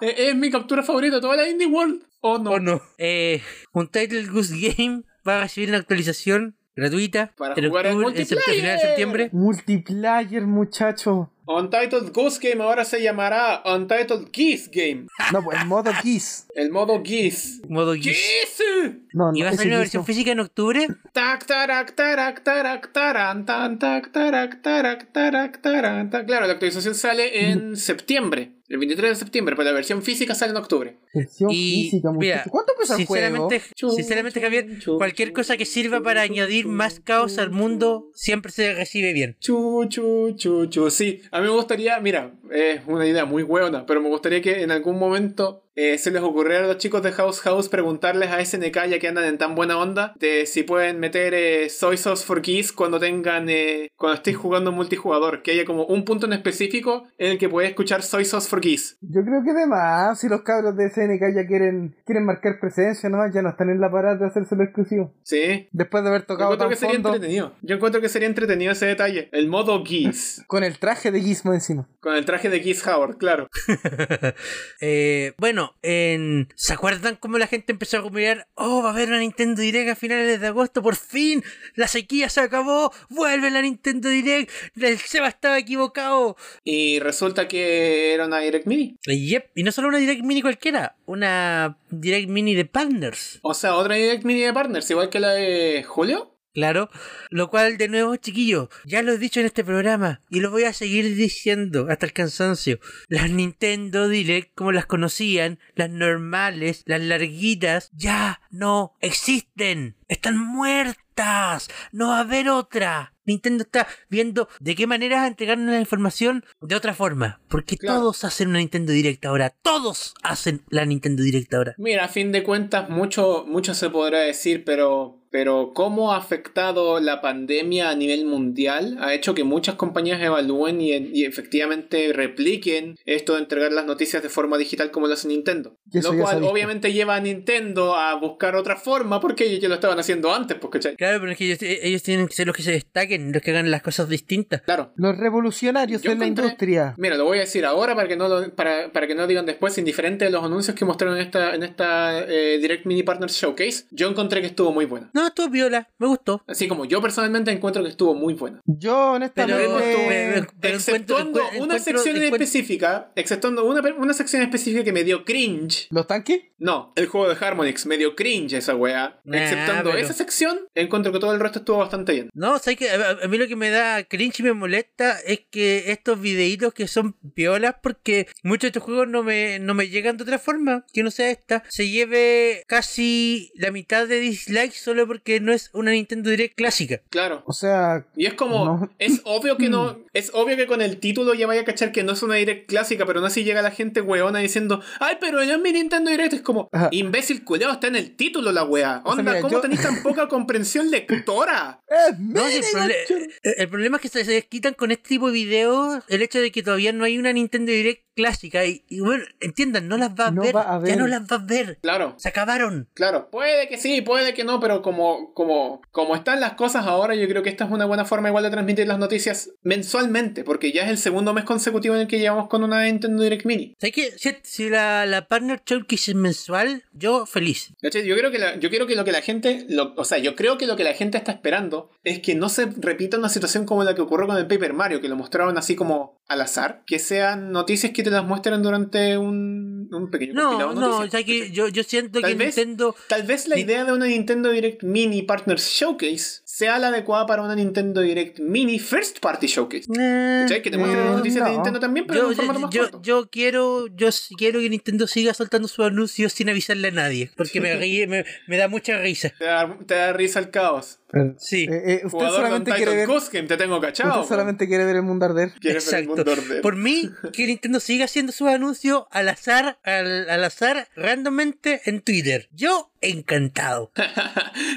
[SPEAKER 3] Eh, Es, mi captura favorita de toda la Indie World. Oh no.
[SPEAKER 1] Ah. Oh no. Eh, un Title Goose Game va a recibir una actualización gratuita
[SPEAKER 3] Para
[SPEAKER 1] en
[SPEAKER 3] jugar en
[SPEAKER 1] octubre, en septiembre, final de septiembre.
[SPEAKER 2] Multiplayer, muchacho.
[SPEAKER 3] Untitled Goose Game ahora se llamará Untitled Geese Game.
[SPEAKER 2] No, pues el modo Kiss.
[SPEAKER 3] El modo Geese.
[SPEAKER 1] Modo Geese.
[SPEAKER 3] ¡Geese!
[SPEAKER 2] No, no,
[SPEAKER 1] Y va a
[SPEAKER 2] ese
[SPEAKER 1] salir una
[SPEAKER 2] Kiss
[SPEAKER 1] versión
[SPEAKER 2] no.
[SPEAKER 1] física en octubre.
[SPEAKER 3] Tac, tarac, tarac, tarac, taran, tan, tac, tarac, tarac, tarac, taran, tan. Claro, la actualización sale en septiembre, el 23 de septiembre, pero la versión física sale en octubre.
[SPEAKER 2] Versión
[SPEAKER 1] Y
[SPEAKER 2] física, muchacho.
[SPEAKER 1] mira,
[SPEAKER 2] ¿Cuánto pesa el juego?
[SPEAKER 1] sinceramente, sinceramente Javier,
[SPEAKER 3] Chu,
[SPEAKER 1] cualquier
[SPEAKER 3] chu,
[SPEAKER 1] cosa que sirva
[SPEAKER 3] chu,
[SPEAKER 1] para
[SPEAKER 3] chu,
[SPEAKER 1] añadir
[SPEAKER 3] chu,
[SPEAKER 1] más caos
[SPEAKER 3] chu,
[SPEAKER 1] al mundo siempre se recibe bien.
[SPEAKER 3] Chu, chu, chu, chu. Sí, a mí me gustaría, mira, es una idea muy hueona, pero me gustaría que en algún momento eh, se les ocurriera a los chicos de House House preguntarles a SNK, ya que andan en tan buena onda, de si pueden meter eh, Soy Sauce for Geese cuando tengan, eh, cuando estés jugando multijugador, que haya como un punto en específico en el que puedes escuchar Soy Sauce for Geese.
[SPEAKER 2] Yo creo que de más, si los cabros de SNK ya quieren, quieren marcar presencia nomás, ya no están en la parada de hacerse lo exclusivo.
[SPEAKER 3] Sí.
[SPEAKER 2] Después de haber
[SPEAKER 3] Yo
[SPEAKER 2] tocado tan
[SPEAKER 3] encuentro que sería
[SPEAKER 2] fondo
[SPEAKER 3] entretenido. Yo encuentro que sería entretenido ese detalle. El modo Geese.
[SPEAKER 2] con el traje de Gizmo encima.
[SPEAKER 3] Con el traje de Geese Howard, claro.
[SPEAKER 1] Eh, bueno, en- ¿se acuerdan cómo la gente empezó a rumorear? Oh, va a haber una Nintendo Direct a finales de agosto, por fin, la sequía se acabó, vuelve la Nintendo Direct, el Seba estaba equivocado.
[SPEAKER 3] Y resulta que era una Direct Mini.
[SPEAKER 1] Y Yep, y no solo una Direct Mini cualquiera, una Direct Mini de Partners.
[SPEAKER 3] O sea, otra Direct Mini de Partners, igual que la de Julio.
[SPEAKER 1] Claro, lo cual de nuevo, chiquillos, ya lo he dicho en este programa y lo voy a seguir diciendo hasta el cansancio. Las Nintendo Direct, como las conocían, las normales, las larguitas, ya no existen. Están muertas. No va a haber otra. Nintendo está viendo de qué manera entregarnos la información de otra forma. Porque
[SPEAKER 3] Claro.
[SPEAKER 1] todos hacen una Nintendo Direct ahora. Todos hacen la Nintendo Direct ahora.
[SPEAKER 3] Mira, a fin de cuentas, mucho, mucho se podrá decir, pero, pero cómo ha afectado la pandemia a nivel mundial ha hecho que muchas compañías evalúen y, y efectivamente repliquen esto de entregar las noticias de forma digital como lo hace Nintendo.
[SPEAKER 2] Y eso ya
[SPEAKER 3] Lo
[SPEAKER 2] se ha
[SPEAKER 3] cual
[SPEAKER 2] visto.
[SPEAKER 3] obviamente lleva a Nintendo a buscar otra forma porque ellos ya lo estaban haciendo antes, pues, ¿cachai?
[SPEAKER 1] Claro, pero es que ellos, ellos tienen que ser los que se destaquen, los que hagan las cosas distintas.
[SPEAKER 3] Claro.
[SPEAKER 2] Los revolucionarios
[SPEAKER 3] Yo
[SPEAKER 2] de la
[SPEAKER 3] encontré-
[SPEAKER 2] industria.
[SPEAKER 3] Mira, lo voy a decir ahora para que no lo, para, para que no digan después, indiferente de los anuncios que mostraron en esta, en esta eh, Direct Mini Partners Showcase, yo encontré que estuvo muy buena.
[SPEAKER 1] No, estuvo viola, me gustó.
[SPEAKER 3] Así como yo personalmente encuentro que estuvo muy buena.
[SPEAKER 2] Yo
[SPEAKER 1] Pero,
[SPEAKER 2] honestamente...
[SPEAKER 3] eh,
[SPEAKER 1] me- me- pero
[SPEAKER 3] exceptuando
[SPEAKER 1] encuentro-
[SPEAKER 3] una
[SPEAKER 1] encuentro-
[SPEAKER 3] sección en
[SPEAKER 1] encuentro-
[SPEAKER 3] específica, exceptuando una, una sección específica que me dio cringe.
[SPEAKER 2] ¿Los tanques?
[SPEAKER 3] No, el juego de Harmonix me dio cringe esa weá.
[SPEAKER 1] Nah,
[SPEAKER 3] exceptando
[SPEAKER 1] pero-
[SPEAKER 3] esa sección, encuentro que todo el resto estuvo bastante bien.
[SPEAKER 1] No, sabes que a, a, a mí lo que me da cringe y me molesta es que estos videitos que son piolas, porque muchos de estos juegos no me, no me llegan de otra forma que no sea esta, se lleve casi la mitad de dislikes solo porque no es una Nintendo Direct clásica.
[SPEAKER 3] Claro.
[SPEAKER 2] O sea,
[SPEAKER 3] Y es como,
[SPEAKER 2] No. Mm.
[SPEAKER 3] es obvio que no, es obvio que con el título ya vaya a cachar que no es una direct clásica, pero no así llega la gente weona diciendo, ay, pero ya es mi Nintendo Direct, es como,
[SPEAKER 2] Ajá.
[SPEAKER 3] imbécil culeado, está en el título la wea.
[SPEAKER 2] O sea,
[SPEAKER 3] Onda,
[SPEAKER 2] mira,
[SPEAKER 3] ¿cómo
[SPEAKER 2] yo-
[SPEAKER 3] tenés tan poca comprensión lectora?
[SPEAKER 2] ¡Es
[SPEAKER 1] No, si el, proble- eh, el problema es que se, se quitan con este tipo de videos el hecho de que todavía no hay una Nintendo Direct clásica. Y, y bueno, entiendan, no las vas a,
[SPEAKER 2] No
[SPEAKER 1] ver,
[SPEAKER 2] va
[SPEAKER 1] Ya
[SPEAKER 2] a ver.
[SPEAKER 1] no las vas a ver.
[SPEAKER 3] Claro.
[SPEAKER 1] Se acabaron.
[SPEAKER 3] Claro, puede que sí, puede que no, pero como, como, como están las cosas ahora, yo creo que esta es una buena forma igual de transmitir las noticias mensualmente, porque ya es el segundo mes consecutivo en el que llevamos con una Nintendo Direct Mini.
[SPEAKER 1] ¿Sabes qué? Si, si la, la Partner Showcase es mensual, yo feliz.
[SPEAKER 3] ¿Cachai? Yo creo que la- yo quiero que lo que la gente, lo- o sea, yo creo que lo que la gente está esperando es que no se repita una situación como la que ocurrió con el Paper Mario, que lo mostraron así como al azar, que sean noticias que te las muestran durante un, un pequeño compilado
[SPEAKER 1] No,
[SPEAKER 3] de
[SPEAKER 1] no,
[SPEAKER 3] noticias,
[SPEAKER 1] ya que
[SPEAKER 3] ¿cachai?
[SPEAKER 1] yo, yo siento
[SPEAKER 3] Tal
[SPEAKER 1] que
[SPEAKER 3] vez-
[SPEAKER 1] Nintendo.
[SPEAKER 3] Tal vez la
[SPEAKER 1] Ni-
[SPEAKER 3] idea de una Nintendo Direct Mini Partners Showcase sea la adecuada para una Nintendo Direct Mini First Party Showcase.
[SPEAKER 1] eh,
[SPEAKER 3] ¿Cachai? Que te muestren las
[SPEAKER 2] no,
[SPEAKER 3] noticias de
[SPEAKER 2] no.
[SPEAKER 3] Nintendo también, pero en
[SPEAKER 1] yo,
[SPEAKER 3] un formato
[SPEAKER 1] yo,
[SPEAKER 3] más
[SPEAKER 1] yo,
[SPEAKER 3] corto.
[SPEAKER 1] yo quiero yo sí quiero que Nintendo siga soltando sus anuncios sin avisarle a nadie. Porque me, ríe- me, me da mucha risa.
[SPEAKER 3] Te da, te da risa el caos.
[SPEAKER 1] Sí.
[SPEAKER 2] Eh, eh, usted
[SPEAKER 3] Jugador de
[SPEAKER 2] solamente quiere
[SPEAKER 3] Untitled
[SPEAKER 2] ver.
[SPEAKER 3] Goose Game, te tengo cachado.
[SPEAKER 2] Usted solamente quiere ver el mundo arder.
[SPEAKER 3] Quieres ver el
[SPEAKER 1] Exacto.
[SPEAKER 3] mundo arder.
[SPEAKER 1] Por mí, que Nintendo siga haciendo sus anuncios al azar, al, al azar, randommente en Twitter. Yo encantado.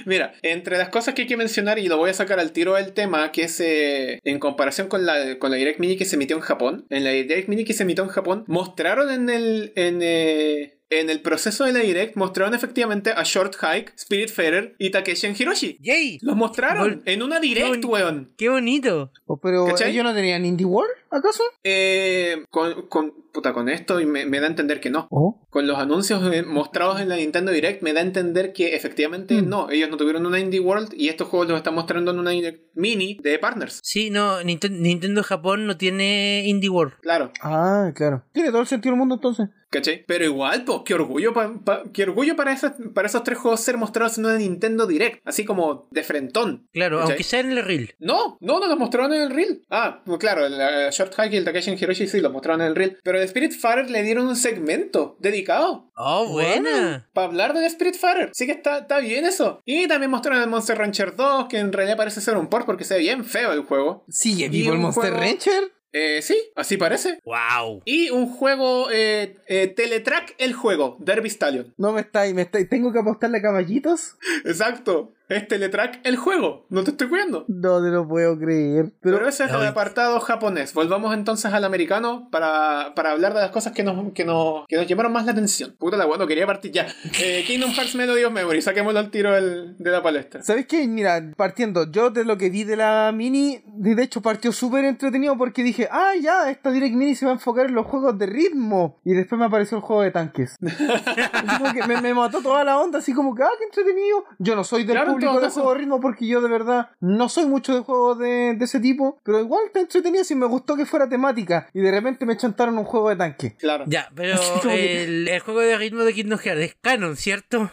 [SPEAKER 3] Mira, entre las cosas que hay que mencionar, y lo voy a sacar al tiro del tema, que es eh, en comparación con la, con la Direct Mini que se emitió en Japón, en la Direct Mini que se emitió en Japón, mostraron en el... En, eh, en el proceso de la Direct mostraron efectivamente a Short Hike, Spirit y Takeshi en Hiroshi.
[SPEAKER 1] ¡Yay!
[SPEAKER 3] Los mostraron
[SPEAKER 1] Gol.
[SPEAKER 3] en una Direct,
[SPEAKER 1] Gol.
[SPEAKER 3] weón.
[SPEAKER 1] ¡Qué bonito!
[SPEAKER 2] Oh, Pero
[SPEAKER 3] ¿Cachai?
[SPEAKER 2] ellos no tenían Indie World, ¿acaso?
[SPEAKER 3] Eh, con, con, puta, con esto y me, me da a entender que no.
[SPEAKER 2] Oh.
[SPEAKER 3] Con los anuncios eh, mostrados en la Nintendo Direct me da a entender que efectivamente
[SPEAKER 2] Mm.
[SPEAKER 3] no, ellos no tuvieron una Indie World y estos juegos los están mostrando en una Direct Mini de Partners.
[SPEAKER 1] Sí, no, Ninten- Nintendo Japón no tiene Indie World.
[SPEAKER 3] Claro,
[SPEAKER 2] Ah, claro. Tiene todo el sentido del mundo entonces.
[SPEAKER 3] ¿cachai? Pero igual, pues, qué orgullo, pa- pa- qué orgullo para, esas, para esos tres juegos ser mostrados en una Nintendo Direct, así como de frentón.
[SPEAKER 1] Claro,
[SPEAKER 3] ¿Cachai?
[SPEAKER 1] aunque sea en el reel.
[SPEAKER 3] No, no, no los mostraron en el reel. Ah, pues claro, la, Short Hike y el Takeshi en Hiroshi sí los mostraron en el reel. Pero de Spirit le dieron un segmento dedicado.
[SPEAKER 1] ¡Oh, buena!
[SPEAKER 3] Para hablar del Spirit Fighter. Sí que está, está bien eso. Y también mostraron el Monster Rancher 2, que en realidad parece ser un port porque se ve bien feo el juego.
[SPEAKER 2] Sigue
[SPEAKER 3] vivo el Monster
[SPEAKER 2] Rancher.
[SPEAKER 3] Eh, sí, así parece.
[SPEAKER 1] ¡Wow!
[SPEAKER 3] Y un juego, eh, eh, Teletrack el juego, Derby Stallion.
[SPEAKER 2] No me estáis, me estáis. ¿Tengo que apostarle a caballitos?
[SPEAKER 3] Exacto, es Teletrack el juego, no te estoy cuidando.
[SPEAKER 2] No te lo puedo creer.
[SPEAKER 3] Pero,
[SPEAKER 2] Pero,
[SPEAKER 3] ese es el
[SPEAKER 1] Ay.
[SPEAKER 3] apartado japonés. Volvamos entonces al americano para, para hablar de las cosas que nos, que, nos, que nos llamaron más la atención. Puta la guay, no quería partir ya. Eh, Kingdom Hearts Melody of Memory, saquémoslo al tiro del- de la palestra.
[SPEAKER 2] ¿Sabes qué? Mira, partiendo, yo de lo que vi de la mini, de de hecho partió súper entretenido porque dije, ah, ya, esta Direct Mini se va a enfocar en los juegos de ritmo. Y después me apareció el juego de tanques. Así como que me, me mató toda la onda, así como que, ah, qué entretenido. Yo no soy del
[SPEAKER 3] Claro, en
[SPEAKER 2] público
[SPEAKER 3] todo
[SPEAKER 2] de
[SPEAKER 3] caso.
[SPEAKER 2] juegos de ritmo porque yo de verdad no soy mucho de juegos de, de ese tipo, pero igual está entretenido si me gustó que fuera temática. Y de repente me chantaron un juego de tanques.
[SPEAKER 3] Claro.
[SPEAKER 1] Ya, pero
[SPEAKER 2] Como que-
[SPEAKER 1] el, el juego de ritmo de Kingdom Hearts es canon, ¿cierto?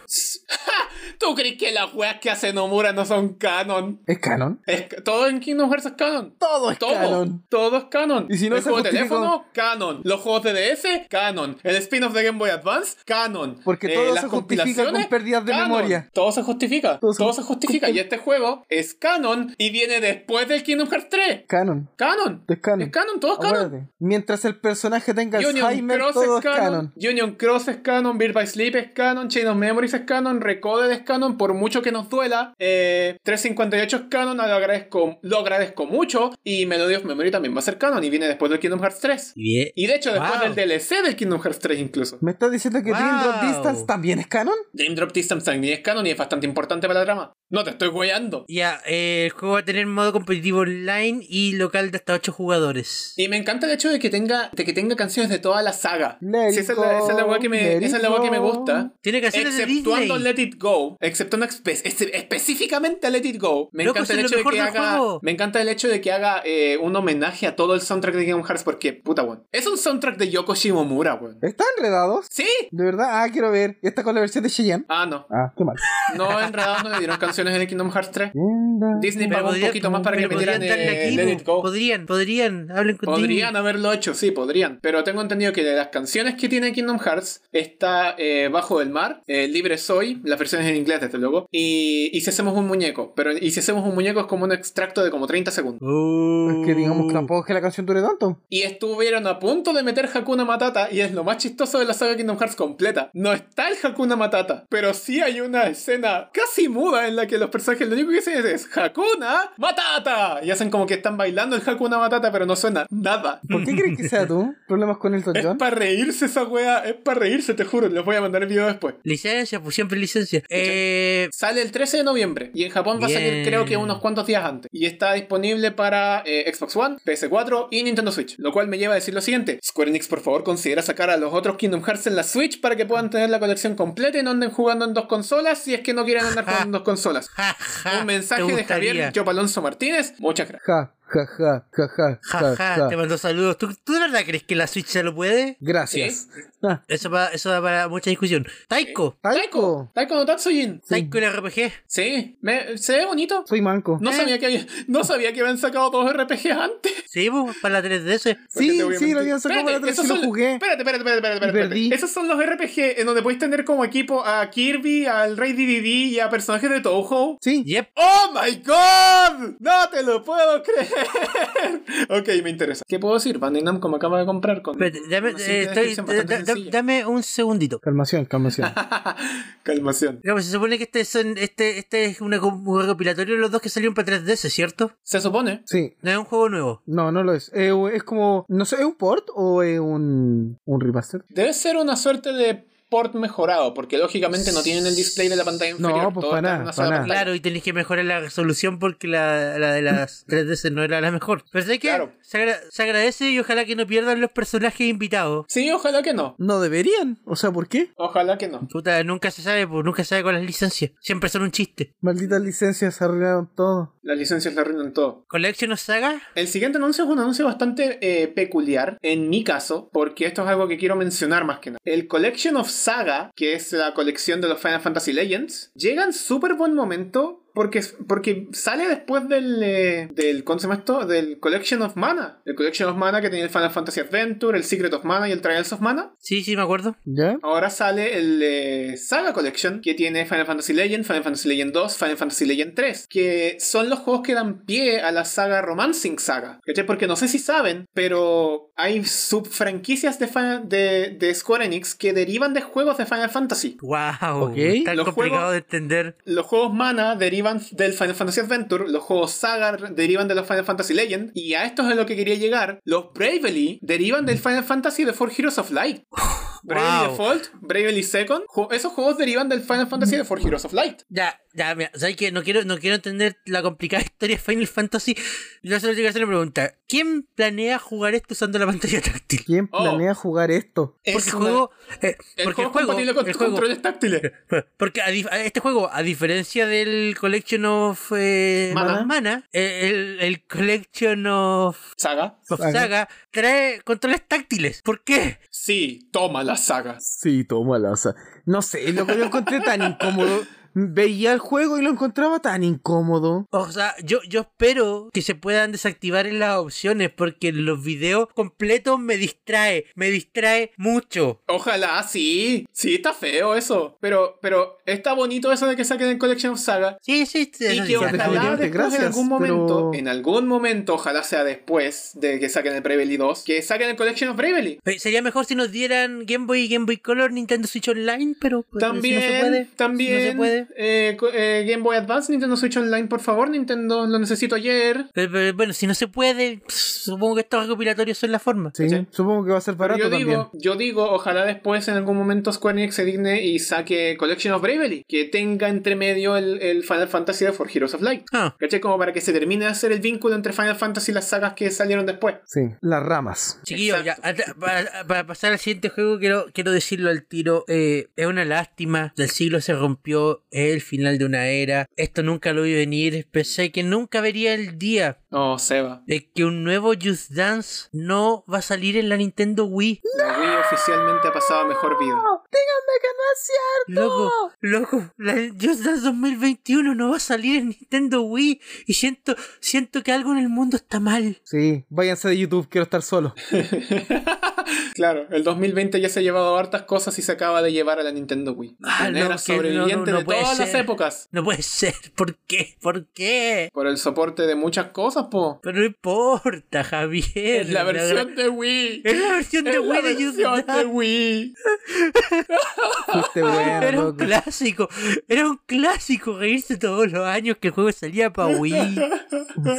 [SPEAKER 3] ¿Tú crees que las weas que hace Nomura no son canon?
[SPEAKER 2] ¿Es canon?
[SPEAKER 3] Es ca- todo en Kingdom Hearts es canon.
[SPEAKER 2] Todo es
[SPEAKER 3] Todo,
[SPEAKER 2] canon.
[SPEAKER 3] todo es canon.
[SPEAKER 2] Y si no
[SPEAKER 3] el
[SPEAKER 2] se
[SPEAKER 3] juego de
[SPEAKER 2] justifica
[SPEAKER 3] teléfono, canon. Los juegos de DS, canon. El spin-off de Game Boy Advance, canon.
[SPEAKER 2] Porque
[SPEAKER 3] Eh,
[SPEAKER 2] todo
[SPEAKER 3] las
[SPEAKER 2] se justifica
[SPEAKER 3] compilaciones,
[SPEAKER 2] con pérdidas de
[SPEAKER 3] canon.
[SPEAKER 2] memoria.
[SPEAKER 3] Todo se justifica.
[SPEAKER 2] Todo
[SPEAKER 3] Todo,
[SPEAKER 2] se-
[SPEAKER 3] se justifica. Y este juego es canon y viene después del Kingdom Hearts 3.
[SPEAKER 2] Canon.
[SPEAKER 3] Canon.
[SPEAKER 2] Es canon.
[SPEAKER 3] Es canon, todo es canon.
[SPEAKER 2] Acuérdate, Mientras el personaje tenga
[SPEAKER 3] Union
[SPEAKER 2] Alzheimer,
[SPEAKER 3] Cross
[SPEAKER 2] todo
[SPEAKER 3] es
[SPEAKER 2] es canon.
[SPEAKER 3] canon, Union Cross es canon, Birth by Sleep es canon, Chain of Memories es canon, Recoded es canon, por mucho que nos duela, eh, 358 es canon, lo agradezco, lo agradezco mucho, y Melody of Memory también va a ser canon, y viene después del Kingdom Hearts 3.
[SPEAKER 1] Bien.
[SPEAKER 3] Y de hecho, después
[SPEAKER 1] Wow.
[SPEAKER 3] del DLC del Kingdom Hearts 3 incluso.
[SPEAKER 2] ¿Me estás diciendo que
[SPEAKER 1] Wow.
[SPEAKER 2] Dream Drop Distance también es canon?
[SPEAKER 3] Game Drop Distance también es canon y es bastante importante para la trama. No te estoy guayando.
[SPEAKER 1] Ya, eh, el juego va a tener modo competitivo online y local de hasta 8 jugadores.
[SPEAKER 3] Y me encanta el hecho de que tenga, de que tenga canciones de toda la saga.
[SPEAKER 2] Let
[SPEAKER 3] Sí,
[SPEAKER 2] it
[SPEAKER 3] esa, es la, esa es la
[SPEAKER 2] go,
[SPEAKER 3] weá que me,
[SPEAKER 2] let
[SPEAKER 3] esa es
[SPEAKER 2] it
[SPEAKER 3] la weá que me
[SPEAKER 2] go.
[SPEAKER 3] gusta.
[SPEAKER 1] Tiene canciones de Disney.
[SPEAKER 3] Exceptuando Let It Go, exceptuando espe- espe- específicamente a Let It Go, me
[SPEAKER 1] Loco, eso
[SPEAKER 3] encanta el
[SPEAKER 1] es
[SPEAKER 3] hecho
[SPEAKER 1] lo
[SPEAKER 3] de que
[SPEAKER 1] mejor del
[SPEAKER 3] haga,
[SPEAKER 1] juego.
[SPEAKER 3] me encanta el hecho de que haga eh, un homenaje a todo el soundtrack de Kingdom Hearts porque puta weón. Es un soundtrack de Yoko Shimomura, weón.
[SPEAKER 2] ¿Están enredados?
[SPEAKER 3] Sí.
[SPEAKER 2] De verdad, ah, quiero ver. ¿Y esta con la versión de Cheyenne?
[SPEAKER 3] Ah, no.
[SPEAKER 2] Ah, qué mal.
[SPEAKER 3] No, enredados no le dieron canciones en el Kingdom Hearts 3. Disney
[SPEAKER 1] Pero
[SPEAKER 3] pagó un
[SPEAKER 1] podría-
[SPEAKER 3] poquito más para que
[SPEAKER 1] pero
[SPEAKER 3] metieran
[SPEAKER 1] podrían darle
[SPEAKER 3] eh,
[SPEAKER 1] aquí,
[SPEAKER 3] Let
[SPEAKER 1] po.
[SPEAKER 3] It Go.
[SPEAKER 1] Podrían, podrían. Hablen con
[SPEAKER 3] Podrían haberlo hecho, sí, podrían. Pero tengo entendido que de las canciones que tiene Kingdom Hearts está eh, Bajo del Mar, eh, Libre Soy, las versiones en inglés, desde luego, y, y si hacemos un muñeco. Pero y si hacemos un muñeco es como un extracto de como 30 segundos.
[SPEAKER 1] Disney. Uh.
[SPEAKER 2] Es que digamos que tampoco es que la canción dure tanto.
[SPEAKER 3] Y estuvieron a punto de meter Hakuna Matata, y es lo más chistoso de la saga Kingdom Hearts completa. No está el Hakuna Matata, pero sí hay una escena casi muda en la que los personajes lo único que dicen es Hakuna Matata. Y hacen como que están bailando el Hakuna Matata, pero no suena nada.
[SPEAKER 2] ¿Por qué crees que sea tú? ¿Problemas con Elton
[SPEAKER 3] Es
[SPEAKER 2] John?
[SPEAKER 3] para reírse esa wea, es para reírse, te juro, les voy a mandar el video después.
[SPEAKER 1] Licencia, pues siempre licencia. Eh,
[SPEAKER 3] Sale el 13 de noviembre y en Japón va a
[SPEAKER 1] Bien.
[SPEAKER 3] salir creo que unos cuantos días antes. Y está disponible para eh, Xbox One, PS4 y Nintendo Switch. Lo cual me lleva a decir lo siguiente. Square Enix por favor considera sacar a los otros Kingdom Hearts en la Switch para que puedan tener la colección completa y no anden jugando en dos consolas si es que no quieren andar jugando en dos consolas.
[SPEAKER 1] ja, ja,
[SPEAKER 3] Un
[SPEAKER 1] te
[SPEAKER 3] mensaje de
[SPEAKER 1] gustaría.
[SPEAKER 3] Javier Chopalonso Martínez. Muchas gracias.
[SPEAKER 2] Ja, ja, ja, ja, ja,
[SPEAKER 1] Ja,
[SPEAKER 2] ja,
[SPEAKER 1] ja, te
[SPEAKER 2] ja.
[SPEAKER 1] mando saludos. ¿Tú, ¿Tú de verdad crees que la Switch se lo puede?
[SPEAKER 2] Gracias. Ah,
[SPEAKER 1] Eso va, eso da para mucha discusión. Taiko.
[SPEAKER 2] Taiko.
[SPEAKER 3] Taiko no Tatsujin.
[SPEAKER 1] Taiko en RPG.
[SPEAKER 3] Sí, me- se ve bonito.
[SPEAKER 2] Soy manco.
[SPEAKER 3] No sabía que había, no sabía que habían sacado dos RPGs antes.
[SPEAKER 1] Sí, pues, para la 3DS.
[SPEAKER 2] Sí,
[SPEAKER 3] te voy a
[SPEAKER 2] sí,
[SPEAKER 3] mentir?
[SPEAKER 2] lo habían sacado para
[SPEAKER 3] Espérate,
[SPEAKER 2] atrás
[SPEAKER 3] esos
[SPEAKER 2] y lo
[SPEAKER 3] son-
[SPEAKER 2] jugué.
[SPEAKER 3] Espérate, espérate, espérate, espérate, espérate,
[SPEAKER 2] Y
[SPEAKER 3] espérate.
[SPEAKER 2] perdí.
[SPEAKER 3] Esos son los RPG en donde podéis tener como equipo a Kirby, al Rey DDD y a personajes de Touhou.
[SPEAKER 2] Sí.
[SPEAKER 1] Yep.
[SPEAKER 3] ¡Oh my god! ¡No te lo puedo creer! ok, me interesa. ¿Qué puedo decir? Bandai Namco me acaba de comprar con.
[SPEAKER 1] Espérate, dame,
[SPEAKER 3] una simple
[SPEAKER 1] eh, estoy-
[SPEAKER 3] descripción bastante
[SPEAKER 1] da- da-
[SPEAKER 3] sencilla.
[SPEAKER 1] dame un segundito.
[SPEAKER 2] Calmación, calmación.
[SPEAKER 3] Calmación.
[SPEAKER 1] Digamos, se supone que este, son, este, este es una co- un recopilatorio de los dos que salieron para 3DS, ¿cierto?
[SPEAKER 3] Se supone.
[SPEAKER 2] Sí.
[SPEAKER 1] No es un juego nuevo.
[SPEAKER 2] No, no lo es. Eh, es como. No sé, ¿es un port o es un, un remaster?
[SPEAKER 3] Debe ser una suerte de port mejorado, porque lógicamente no tienen el display de la pantalla
[SPEAKER 2] No,
[SPEAKER 3] inferior.
[SPEAKER 2] pues,
[SPEAKER 3] todo
[SPEAKER 2] para
[SPEAKER 3] está en
[SPEAKER 2] nada,
[SPEAKER 3] una
[SPEAKER 2] para
[SPEAKER 3] sola
[SPEAKER 2] nada.
[SPEAKER 3] pantalla.
[SPEAKER 1] Claro, y tenés que mejorar la resolución porque la, la de las 3DS no era la mejor. Pero sé que
[SPEAKER 3] Claro.
[SPEAKER 1] se, agra- se agradece y ojalá que no pierdan los personajes invitados.
[SPEAKER 3] Sí, ojalá que no.
[SPEAKER 2] No deberían. O sea, ¿por qué?
[SPEAKER 3] Ojalá que no.
[SPEAKER 1] Puta, nunca se sabe, pues nunca se sabe con las licencias. Siempre son un chiste.
[SPEAKER 2] Malditas licencias arruinaron todo.
[SPEAKER 3] Las licencias la arruinan todo.
[SPEAKER 1] ¿Collection of Saga?
[SPEAKER 3] El siguiente anuncio es un anuncio bastante eh, peculiar, en mi caso, porque esto es algo que quiero mencionar más que nada. El Collection of Saga, que es la colección de los Final Fantasy Legends, llega en súper buen momento porque, porque sale después del, eh, del, ¿cómo se llama esto? Del Collection of Mana. El Collection of Mana que tenía el Final Fantasy Adventure, el Secret of Mana y el Trials of Mana.
[SPEAKER 1] Sí, sí, me acuerdo.
[SPEAKER 2] ¿Ya?
[SPEAKER 3] Ahora sale el eh, Saga Collection que tiene Final Fantasy Legend, Final Fantasy Legend 2, Final Fantasy Legend 3, que son los juegos que dan pie a la saga Romancing Saga. ¿Cachai? Porque no sé si saben, pero hay subfranquicias de, Fina- de, de Square Enix que derivan de juegos de Final Fantasy.
[SPEAKER 1] Wow,
[SPEAKER 2] Ok.
[SPEAKER 1] tan
[SPEAKER 3] Los
[SPEAKER 1] complicado
[SPEAKER 3] juegos-
[SPEAKER 1] de entender.
[SPEAKER 3] Los juegos Mana derivan del Final Fantasy Adventure, los juegos Saga derivan de los Final Fantasy Legend, y a esto es a lo que quería llegar. Los Bravely derivan del Final Fantasy de Four Heroes of Light. Bravely
[SPEAKER 1] Wow.
[SPEAKER 3] Default, Bravely Second, ju- esos juegos derivan del Final Fantasy de Four Heroes of Light.
[SPEAKER 1] Ya, ya, mira, ¿sabes qué? No quiero, no quiero entender la complicada historia de Final Fantasy. Yo solo tengo que hacer una pregunta. ¿Quién planea jugar esto usando la pantalla táctil?
[SPEAKER 2] ¿Quién
[SPEAKER 3] Oh.
[SPEAKER 2] planea jugar esto?
[SPEAKER 3] Es
[SPEAKER 1] Porque el
[SPEAKER 3] una-
[SPEAKER 1] juego, eh,
[SPEAKER 3] el
[SPEAKER 1] porque
[SPEAKER 3] juego
[SPEAKER 1] el
[SPEAKER 3] es
[SPEAKER 1] juego,
[SPEAKER 3] compatible con
[SPEAKER 1] el
[SPEAKER 3] tus
[SPEAKER 1] juego-
[SPEAKER 3] controles táctiles.
[SPEAKER 1] porque a dif- a este juego, a diferencia del Collection of eh,
[SPEAKER 3] Mana.
[SPEAKER 1] Mana, eh, el, el Collection of,
[SPEAKER 3] ¿Saga?
[SPEAKER 1] of
[SPEAKER 2] Saga.
[SPEAKER 1] Saga trae controles táctiles. ¿Por qué?
[SPEAKER 3] Sí, toma la saga.
[SPEAKER 2] Sí, tómala, o sea, no sé, lo que lo encontré tan incómodo. Veía el juego y lo encontraba tan incómodo.
[SPEAKER 1] O sea, yo, yo espero que se puedan desactivar en las opciones porque en los videos completos me distrae, me distrae mucho.
[SPEAKER 3] Ojalá, sí. Sí, está feo eso. Pero, pero está bonito eso de que saquen el Collection of Saga.
[SPEAKER 1] Sí, sí, sí.
[SPEAKER 3] Y
[SPEAKER 1] eso
[SPEAKER 3] que
[SPEAKER 1] sí, sí.
[SPEAKER 2] ojalá
[SPEAKER 3] ojalá
[SPEAKER 2] definitivamente,
[SPEAKER 3] después en
[SPEAKER 2] gracias,
[SPEAKER 3] algún momento,
[SPEAKER 2] pero-
[SPEAKER 3] en algún momento, ojalá sea después de que saquen el Bravely 2, que saquen el Collection of Bravely.
[SPEAKER 1] Eh, Sería mejor si nos dieran Game Boy y Game Boy Color, Nintendo Switch Online, pero pues,
[SPEAKER 3] También,
[SPEAKER 1] si no se puede.
[SPEAKER 3] también,
[SPEAKER 1] si no se puede.
[SPEAKER 3] eh, co- eh, Game Boy Advance, Nintendo Switch Online, por favor, Nintendo, lo necesito ayer.
[SPEAKER 1] Pero, pero, Eh, bueno, si no se puede, pss, supongo que estos recopilatorios son la forma.
[SPEAKER 2] Sí,
[SPEAKER 3] Sí.
[SPEAKER 2] supongo que va a ser barato
[SPEAKER 3] yo digo,
[SPEAKER 2] también.
[SPEAKER 3] yo digo, ojalá después en algún momento Square Enix se digne y saque Collection of Bravely, que tenga entre medio el, el Final Fantasy de For Heroes of Light.
[SPEAKER 1] Ah,
[SPEAKER 3] ¿Cachai? Como para que se termine de hacer el vínculo entre Final Fantasy y las sagas que salieron después.
[SPEAKER 2] Sí, las ramas.
[SPEAKER 1] chiquillos, ya, ata- para, para pasar al siguiente juego quiero, quiero decirlo al tiro. eh, es una lástima, el siglo se rompió, es el final de una era, esto nunca lo vi venir, pensé que nunca vería el día
[SPEAKER 3] No, Seba.
[SPEAKER 1] de que un nuevo Just Dance no va a salir en la Nintendo Wii.
[SPEAKER 3] La Wii oficialmente ha pasado a mejor vida.
[SPEAKER 1] Loco, loco, la Just Dance 2021 no va a salir en Nintendo Wii y siento, siento que algo en el mundo está mal.
[SPEAKER 2] Sí, váyanse de YouTube, quiero estar solo.
[SPEAKER 3] Claro, el 2020 ya se ha llevado hartas cosas y se acaba de llevar a la Nintendo Wii.
[SPEAKER 1] Ah, no,
[SPEAKER 3] Una era
[SPEAKER 1] que no,
[SPEAKER 3] sobreviviente
[SPEAKER 1] no, no
[SPEAKER 3] de
[SPEAKER 1] puede
[SPEAKER 3] todas las
[SPEAKER 1] ser.
[SPEAKER 3] épocas.
[SPEAKER 1] No puede ser, ¿por qué? ¿Por qué?
[SPEAKER 3] Por el soporte de muchas cosas, po.
[SPEAKER 1] Pero no importa, Javier.
[SPEAKER 3] Es la versión de Wii.
[SPEAKER 1] Es Eh, la versión de
[SPEAKER 3] Es la
[SPEAKER 1] Wii de Just
[SPEAKER 3] versión de
[SPEAKER 1] Dance.
[SPEAKER 3] Wii.
[SPEAKER 2] Fuiste bueno,
[SPEAKER 1] Era un
[SPEAKER 2] loco.
[SPEAKER 1] clásico, era un clásico reírse todos los años que el juego salía para Wii.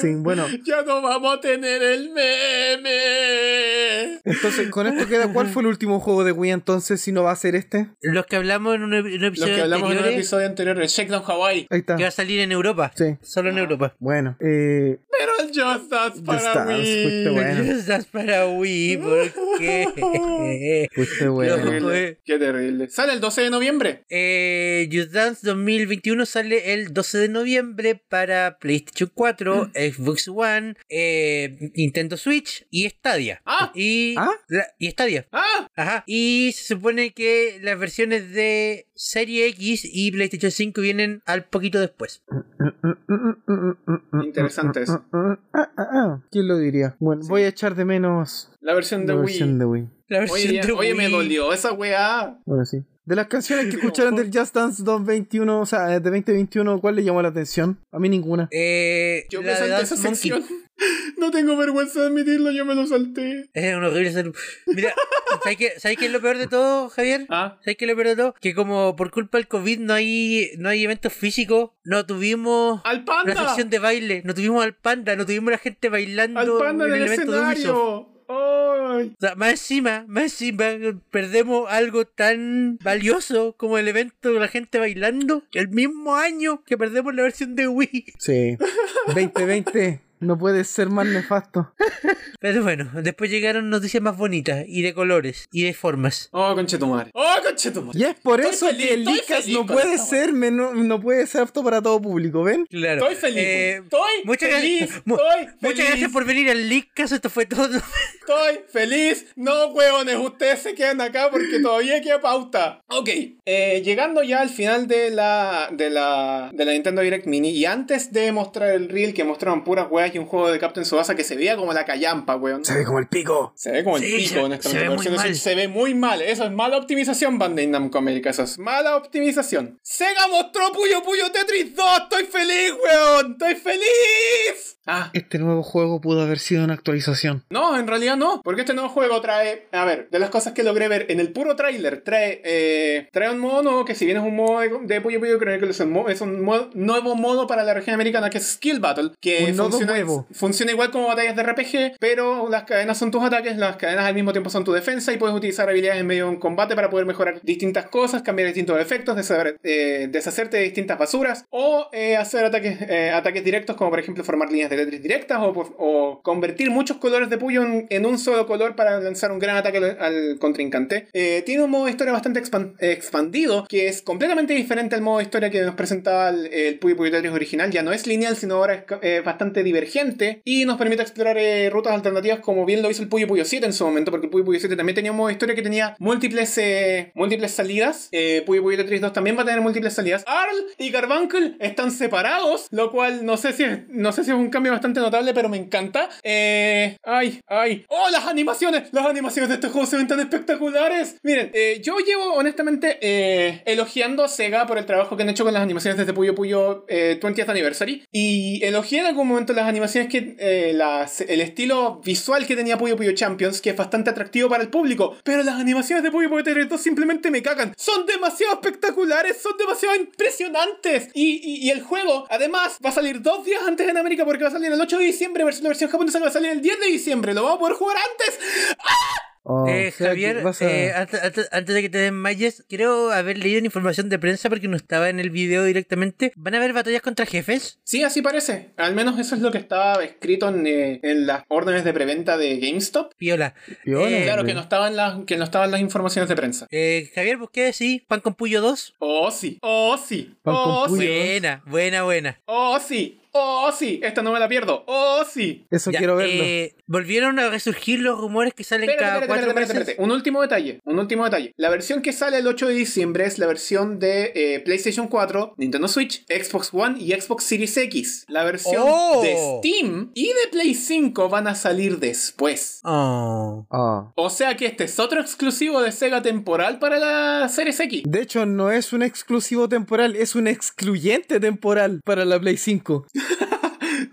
[SPEAKER 2] Sí, bueno,
[SPEAKER 3] Ya no vamos a tener el meme.
[SPEAKER 2] entonces con esto queda cuál fue el último juego de Wii entonces si no va a ser este.
[SPEAKER 1] Los que hablamos en un, ep- en un
[SPEAKER 3] Lo
[SPEAKER 1] episodio
[SPEAKER 3] que hablamos en
[SPEAKER 1] anterior
[SPEAKER 3] un episodio anterior, el Shakedown Hawaii.
[SPEAKER 2] Ahí está.
[SPEAKER 1] que va a salir en Europa.
[SPEAKER 2] Sí.
[SPEAKER 1] Solo
[SPEAKER 3] Ah.
[SPEAKER 1] en Europa.
[SPEAKER 2] Bueno, eh,
[SPEAKER 3] Pero el Just Dance para
[SPEAKER 2] Dance, fuiste
[SPEAKER 3] Wii.
[SPEAKER 2] bueno.
[SPEAKER 1] Just Dance para Wii, ¿por qué?
[SPEAKER 2] fuiste
[SPEAKER 3] Qué
[SPEAKER 2] bueno.
[SPEAKER 1] Loco.
[SPEAKER 3] terrible, qué terrible. Sale el 12 de noviembre.
[SPEAKER 1] Eh, Just Dance 2021 sale el 12 de noviembre para PlayStation 4, Xbox One, eh, Nintendo Switch y Stadia.
[SPEAKER 3] Ah.
[SPEAKER 1] Y,
[SPEAKER 2] Ah.
[SPEAKER 1] la- y Stadia.
[SPEAKER 3] ¡Ah!
[SPEAKER 1] Ajá. Y se supone que las versiones de Serie X y PlayStation 5 vienen al poquito después.
[SPEAKER 3] Interesante eso.
[SPEAKER 2] Ah, ah, ah. ¿Quién lo diría? Bueno, voy a echar de menos
[SPEAKER 3] La versión de
[SPEAKER 2] la
[SPEAKER 3] Wii.
[SPEAKER 2] versión de Wii.
[SPEAKER 1] La versión
[SPEAKER 3] Oye,
[SPEAKER 1] de
[SPEAKER 3] oye, me
[SPEAKER 1] Wii.
[SPEAKER 3] dolió esa weá.
[SPEAKER 2] Bueno, sí. De las canciones que escucharon del Just Dance 2021, o sea, eh, de 2021, ¿cuál le llamó la atención? A mí ninguna.
[SPEAKER 1] Eh,
[SPEAKER 3] Yo
[SPEAKER 1] la
[SPEAKER 3] me
[SPEAKER 1] de
[SPEAKER 3] salté esa
[SPEAKER 1] Dance Monkey.
[SPEAKER 3] sección. No tengo vergüenza de admitirlo, yo me lo salté.
[SPEAKER 1] Es un horrible salud. Mira, ¿sabes qué, ¿sabes qué es lo peor de todo, Javier?
[SPEAKER 3] Ah,
[SPEAKER 1] ¿Sabes qué es lo peor de todo? Que como por culpa del COVID no hay, no hay eventos físicos, no tuvimos
[SPEAKER 3] al
[SPEAKER 1] una
[SPEAKER 3] panda.
[SPEAKER 1] sección de baile, no tuvimos al panda, no tuvimos la gente bailando
[SPEAKER 3] Al panda
[SPEAKER 1] en
[SPEAKER 3] del
[SPEAKER 1] el evento de Ubisoft.
[SPEAKER 3] escenario. ¡Ay!
[SPEAKER 1] O sea, más encima, más encima, perdemos algo tan valioso como el evento de la gente bailando el mismo año que perdemos la versión de Wii.
[SPEAKER 2] Sí. 2020 no puede ser más nefasto.
[SPEAKER 1] Pero bueno, después llegaron noticias más bonitas y de colores y de formas.
[SPEAKER 3] Oh, conchetumare. Oh, conchetumare.
[SPEAKER 2] Y es por
[SPEAKER 3] Estoy
[SPEAKER 2] eso
[SPEAKER 3] feliz,
[SPEAKER 2] que el
[SPEAKER 3] estoy
[SPEAKER 2] Icas
[SPEAKER 3] feliz
[SPEAKER 2] no
[SPEAKER 3] con
[SPEAKER 2] puede
[SPEAKER 3] esta
[SPEAKER 2] ser menú- no puede ser apto para todo público, ¿ven?
[SPEAKER 1] Claro.
[SPEAKER 3] Estoy feliz.
[SPEAKER 1] Eh,
[SPEAKER 3] estoy
[SPEAKER 1] muchas gra-
[SPEAKER 3] feliz.
[SPEAKER 1] mu-
[SPEAKER 3] estoy feliz.
[SPEAKER 1] Muchas gracias por venir al Leakcast, esto fue todo.
[SPEAKER 3] Estoy feliz. No, hueones, ustedes se quedan acá porque todavía queda pauta. Ok, eh, llegando ya al final de la, de la de la Nintendo Direct Mini y antes de mostrar el reel que mostraron puras weas y un juego de Captain Subasa que se veía como la callampa, weón.
[SPEAKER 2] Se ve como el pico.
[SPEAKER 3] Se ve como el
[SPEAKER 1] Sí,
[SPEAKER 3] pico,
[SPEAKER 1] se-
[SPEAKER 3] honestamente.
[SPEAKER 1] se ve
[SPEAKER 3] La versión
[SPEAKER 1] muy
[SPEAKER 3] de Switch
[SPEAKER 1] mal.
[SPEAKER 3] se ve muy mal. Eso es mala optimización, Bandai Namco América. Eso es mala optimización. Sega mostró Puyo Puyo Tetris 2. ¡Estoy feliz, weón! ¡Estoy feliz! Ah,
[SPEAKER 2] Este nuevo juego pudo haber sido una actualización.
[SPEAKER 3] no, en realidad no, porque este nuevo juego trae, a ver, de las cosas que logré ver en el puro tráiler, trae, eh, trae un modo nuevo que si bien es un modo de, de Puyo Puyo Chronicles, es un, mo- es un mo- nuevo modo para la región americana que es Skill Battle, que
[SPEAKER 2] Un nodo
[SPEAKER 3] funciona,
[SPEAKER 2] nuevo.
[SPEAKER 3] funciona igual como batallas de RPG, pero las cadenas son tus ataques, las cadenas al mismo tiempo son tu defensa y puedes utilizar habilidades en medio de un combate para poder mejorar distintas cosas, cambiar distintos efectos, deshacer- eh, deshacerte de distintas basuras o eh, hacer ataques, eh, ataques directos como por ejemplo formar líneas de Tetris directas o, por- o convertir muchos colores de Puyo en, en un solo color para lanzar un gran ataque al, al contrincante. Eh, tiene un modo de historia bastante expan- eh, expandido que es completamente diferente al modo de historia que nos presentaba el, el Puyo Puyo Tetris original. Ya no es lineal, sino ahora es ca- eh, bastante divergente y nos permite explorar eh, rutas alternativas como bien lo hizo el Puyo Puyo 7 en su momento, porque el Puyo Puyo 7 también tenía un modo de historia que tenía múltiples, eh, múltiples salidas. Eh, Puyo Puyo Tetris 2 también va a tener múltiples salidas. Arl y Garfunkel están separados, lo cual no sé si es, no sé si es un cambio bastante notable, pero me encanta. Eh, ay, ay. ¡Oh, las animaciones! Las animaciones de este juego se ven tan espectaculares. Miren, eh, yo llevo honestamente eh, elogiando a Sega por el trabajo que han hecho con las animaciones desde Puyo Puyo eh, 20th Anniversary y elogié en algún momento las animaciones que eh, las- el estilo visual que tenía Puyo Puyo Champions, que es bastante atractivo para el público, pero las animaciones de Puyo Puyo Tetris 2 simplemente me cagan. Son demasiado espectaculares, son demasiado impresionantes. Y, y- y el juego, además, va a salir dos días antes en América porque va a salir el 8 de diciembre, versión, la versión japonesa que va a salir el 10 de diciembre. Lo vamos a poder jugar antes.
[SPEAKER 2] Oh,
[SPEAKER 1] Eh,
[SPEAKER 2] o sea,
[SPEAKER 1] Javier,
[SPEAKER 2] que vas a-
[SPEAKER 1] eh, ante- ante- antes, de que te desmayes, quiero haber leído en información de prensa porque no estaba en el video directamente. ¿Van a haber batallas contra jefes?
[SPEAKER 3] Sí, así parece. Al menos eso es lo que estaba escrito en, eh, en las órdenes de preventa de GameStop.
[SPEAKER 1] Piola.
[SPEAKER 2] Piola,
[SPEAKER 1] eh,
[SPEAKER 3] Claro, que
[SPEAKER 2] güey.
[SPEAKER 3] no estaban las, que no estaban las informaciones de prensa.
[SPEAKER 1] Eh, Javier, ¿por qué sí? ¿Pan con puyo 2?
[SPEAKER 3] Oh, sí. Oh, sí.
[SPEAKER 2] Pan con
[SPEAKER 3] Oh,
[SPEAKER 2] puyo.
[SPEAKER 3] sí.
[SPEAKER 1] Buena, buena, buena.
[SPEAKER 3] Oh, sí. Oh, sí. Esta no me la pierdo. Oh, sí.
[SPEAKER 2] Eso
[SPEAKER 1] Ya,
[SPEAKER 2] quiero verlo.
[SPEAKER 1] eh, volvieron a resurgir los rumores que salen
[SPEAKER 3] Espérate,
[SPEAKER 1] cada
[SPEAKER 3] espérate,
[SPEAKER 1] cuatro
[SPEAKER 3] espérate,
[SPEAKER 1] meses.
[SPEAKER 3] espérate, espérate. Un último detalle. Un último detalle. La versión que sale el 8 de diciembre es la versión de eh, PlayStation 4, Nintendo Switch, Xbox One y Xbox Series X. La versión
[SPEAKER 1] Oh.
[SPEAKER 3] de Steam y de Play 5 van a salir después.
[SPEAKER 1] Oh.
[SPEAKER 2] Ah.
[SPEAKER 3] O sea que este es otro exclusivo de Sega temporal para la Series X.
[SPEAKER 2] De hecho, no es un exclusivo temporal, es un excluyente temporal para la Play 5.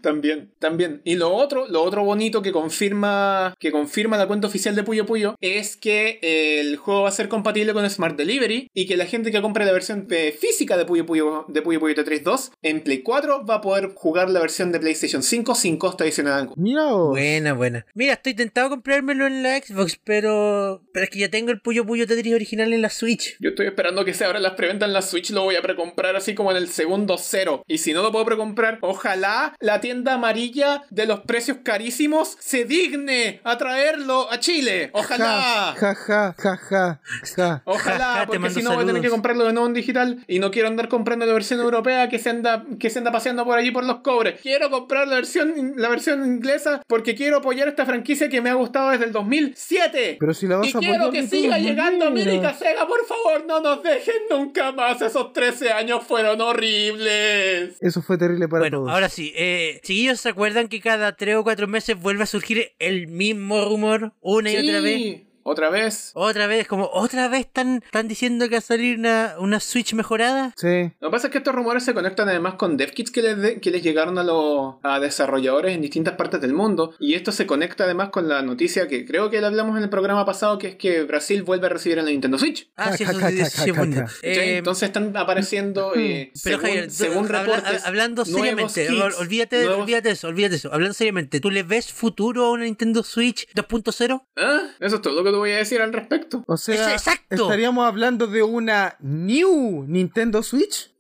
[SPEAKER 3] También, también. Y lo otro, lo otro bonito que confirma, que confirma la cuenta oficial de Puyo Puyo es que eh, el juego va a ser compatible con Smart Delivery y que la gente que compre la versión eh, física de Puyo Puyo, de Puyo Puyo 3.2 en Play 4 va a poder jugar la versión de PlayStation 5 sin costo adicional. alguno.
[SPEAKER 2] Mira, vos.
[SPEAKER 1] Buena, buena. Mira, estoy tentado a comprármelo en la Xbox, pero. Pero es que ya tengo el Puyo Puyo Tetris original en la Switch.
[SPEAKER 3] Yo estoy esperando que se abran las preventas en la Switch, lo voy a precomprar así como en el segundo cero. Y si no lo puedo precomprar, ojalá la tienda amarilla de los precios carísimos se digne a traerlo a Chile. Ojalá.
[SPEAKER 2] Ja, ja, ja, ja, ja, ja.
[SPEAKER 1] Ja, ja,
[SPEAKER 3] Ojalá,
[SPEAKER 1] te
[SPEAKER 3] porque
[SPEAKER 1] mando
[SPEAKER 3] si no voy a tener
[SPEAKER 1] saludos.
[SPEAKER 3] que comprarlo de nuevo en digital y no quiero andar comprando la versión europea que se anda, que se anda paseando por allí por los cobres. Quiero comprar la versión, la versión inglesa porque quiero apoyar esta franquicia que me ha gustado desde el 2007.
[SPEAKER 2] Pero si la vas
[SPEAKER 3] y
[SPEAKER 2] a
[SPEAKER 3] quiero
[SPEAKER 2] apoyar
[SPEAKER 3] que
[SPEAKER 2] de
[SPEAKER 3] siga
[SPEAKER 2] todas
[SPEAKER 3] llegando a
[SPEAKER 2] maneras.
[SPEAKER 3] América Sega, por favor, no nos dejen nunca más. Esos 13 años fueron horribles.
[SPEAKER 2] Eso fue terrible para
[SPEAKER 1] bueno,
[SPEAKER 2] todos.
[SPEAKER 1] ahora sí. Eh, Chiquillos, ¿se acuerdan que cada tres o cuatro meses vuelve a surgir el mismo rumor una y otra vez?
[SPEAKER 3] Sí, Otra vez.
[SPEAKER 1] Otra vez, como otra vez están, están diciendo que va a salir una, una Switch mejorada.
[SPEAKER 2] Sí.
[SPEAKER 3] Lo que pasa es que estos rumores se conectan además con dev kits que les, de- que les llegaron a los a desarrolladores en distintas partes del mundo. Y esto se conecta además con la noticia que creo que la hablamos en el programa pasado, que es que Brasil vuelve a recibir en la Nintendo Switch.
[SPEAKER 1] Ah,
[SPEAKER 2] Ca,
[SPEAKER 1] sí,
[SPEAKER 2] ca,
[SPEAKER 1] eso
[SPEAKER 2] ca,
[SPEAKER 1] sí,
[SPEAKER 2] ca,
[SPEAKER 1] sí,
[SPEAKER 2] ca,
[SPEAKER 1] bueno.
[SPEAKER 2] ca.
[SPEAKER 3] ¿Cachai?
[SPEAKER 1] Eh,
[SPEAKER 3] Entonces están apareciendo, eh,
[SPEAKER 1] Pero
[SPEAKER 3] según,
[SPEAKER 1] Javier, tú-
[SPEAKER 3] según
[SPEAKER 1] habla-
[SPEAKER 3] reportes,
[SPEAKER 1] hab- hablando
[SPEAKER 3] nuevos
[SPEAKER 1] seriamente,
[SPEAKER 3] kits,
[SPEAKER 1] ol- olvídate, de-
[SPEAKER 3] nuevos-
[SPEAKER 1] olvídate de eso, olvídate de eso, hablando seriamente, ¿tú le ves futuro a una Nintendo Switch 2.0?
[SPEAKER 3] Ah, Eso es todo lo que te voy a decir al respecto.
[SPEAKER 2] O sea,
[SPEAKER 1] Es exacto.
[SPEAKER 2] estaríamos hablando de una new Nintendo Switch.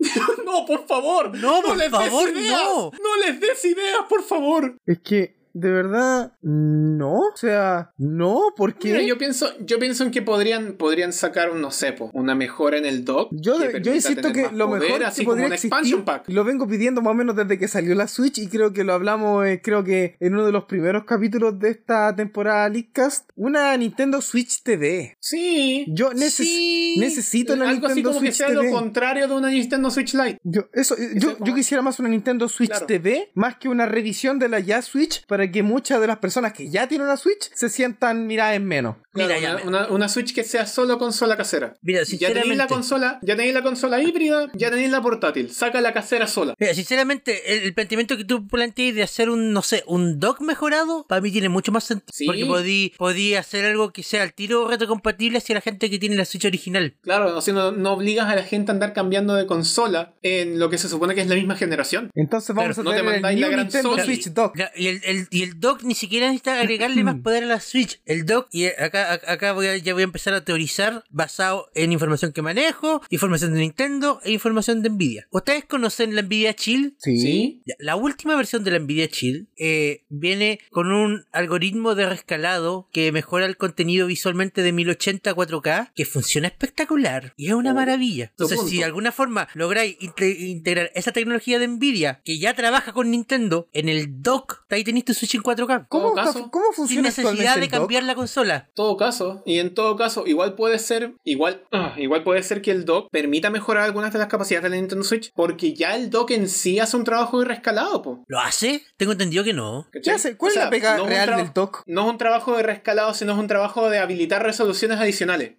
[SPEAKER 3] no, por favor.
[SPEAKER 1] No, por
[SPEAKER 3] les
[SPEAKER 1] favor,
[SPEAKER 3] des ideas.
[SPEAKER 1] no.
[SPEAKER 3] No les des ideas, por favor.
[SPEAKER 2] Es que, de verdad, no. O sea, no, porque
[SPEAKER 3] Mira, yo pienso, yo pienso en que podrían, podrían sacar un, no sé, po, una mejora en el dock.
[SPEAKER 2] Yo, de-
[SPEAKER 3] que
[SPEAKER 2] yo
[SPEAKER 3] permita
[SPEAKER 2] insisto
[SPEAKER 3] tener
[SPEAKER 2] que
[SPEAKER 3] más
[SPEAKER 2] lo
[SPEAKER 3] poder,
[SPEAKER 2] mejor que
[SPEAKER 3] así como
[SPEAKER 2] podría
[SPEAKER 3] un
[SPEAKER 2] existir,
[SPEAKER 3] expansion pack.
[SPEAKER 2] lo vengo pidiendo más o menos desde que salió la Switch y creo que lo hablamos, eh, creo que en uno de los primeros capítulos de esta temporada Leakcast, una Nintendo Switch TV.
[SPEAKER 3] Sí.
[SPEAKER 2] Yo neces-
[SPEAKER 1] Sí.
[SPEAKER 2] necesito una
[SPEAKER 3] Algo así
[SPEAKER 2] Nintendo
[SPEAKER 3] como que
[SPEAKER 2] Switch
[SPEAKER 3] sea
[SPEAKER 2] TV.
[SPEAKER 3] lo contrario de una Nintendo Switch Lite.
[SPEAKER 2] Yo, eso, eh, yo,
[SPEAKER 3] como-
[SPEAKER 2] yo quisiera más una Nintendo Switch
[SPEAKER 3] Claro.
[SPEAKER 2] TV, más que una revisión de la ya Switch, para que muchas de las personas que ya tienen una Switch se sientan miradas en menos.
[SPEAKER 1] Mira,
[SPEAKER 3] Claro,
[SPEAKER 1] ya,
[SPEAKER 3] una, una- una Switch que sea solo consola casera.
[SPEAKER 1] Mira,
[SPEAKER 3] Ya tenéis la
[SPEAKER 1] sinceramente.
[SPEAKER 3] consola, ya tenéis la consola híbrida, ya tenéis la portátil. Saca la casera sola.
[SPEAKER 1] Mira, sinceramente, el, el planteamiento que tú planteas de hacer un, no sé, un dock mejorado, para mí tiene mucho más sentido.
[SPEAKER 3] Sí.
[SPEAKER 1] Porque podí, podí hacer algo que sea al tiro retrocompatible hacia la gente que tiene la Switch original.
[SPEAKER 3] Claro, o sea, no, no obligas a la gente a andar cambiando de consola en lo que se supone que es la misma generación.
[SPEAKER 2] Entonces vamos
[SPEAKER 3] Claro,
[SPEAKER 2] a
[SPEAKER 3] no te
[SPEAKER 2] tener el
[SPEAKER 3] mandáis la
[SPEAKER 2] new
[SPEAKER 3] gran
[SPEAKER 2] Nintendo
[SPEAKER 3] Sony.
[SPEAKER 2] Switch Dock.
[SPEAKER 1] Ya, Y el, el- y el dock ni siquiera necesita agregarle más poder a la Switch. El dock, y acá, a- acá voy a- ya voy a empezar a teorizar basado en información que manejo, información de Nintendo e información de Nvidia. ¿Ustedes conocen la Nvidia Chill? Ya, La última versión de la Nvidia Shield eh, viene con un algoritmo de rescalado que mejora el contenido visualmente de 1080 a 4K, que funciona espectacular y es una
[SPEAKER 3] Oh,
[SPEAKER 1] maravilla. Entonces,
[SPEAKER 3] punto.
[SPEAKER 1] si de alguna forma lográis inte- integrar esa tecnología de Nvidia que ya trabaja con Nintendo en el dock, ahí tenéis tu Switch en 4K.
[SPEAKER 2] ¿Cómo,
[SPEAKER 3] Todo
[SPEAKER 2] está-
[SPEAKER 3] caso,
[SPEAKER 2] ¿cómo
[SPEAKER 1] Sin
[SPEAKER 2] funciona
[SPEAKER 1] necesidad
[SPEAKER 2] actualmente
[SPEAKER 1] de
[SPEAKER 2] el dock?
[SPEAKER 1] cambiar la consola.
[SPEAKER 3] todo caso, y en todo caso, igual puede ser, igual, ah, igual puede ser que el dock permita mejorar algunas de las capacidades de la Nintendo Switch, porque ya el dock en sí hace un trabajo de rescalado, po.
[SPEAKER 1] ¿Lo hace? Tengo entendido que no.
[SPEAKER 3] ¿cachai?
[SPEAKER 2] ¿Qué hace? ¿Cuál
[SPEAKER 3] O
[SPEAKER 2] es
[SPEAKER 3] sea,
[SPEAKER 2] la pega
[SPEAKER 3] no es un
[SPEAKER 2] real
[SPEAKER 3] traba-
[SPEAKER 2] del dock?
[SPEAKER 3] No es un trabajo de rescalado, sino es un trabajo de habilitar resoluciones adicionales.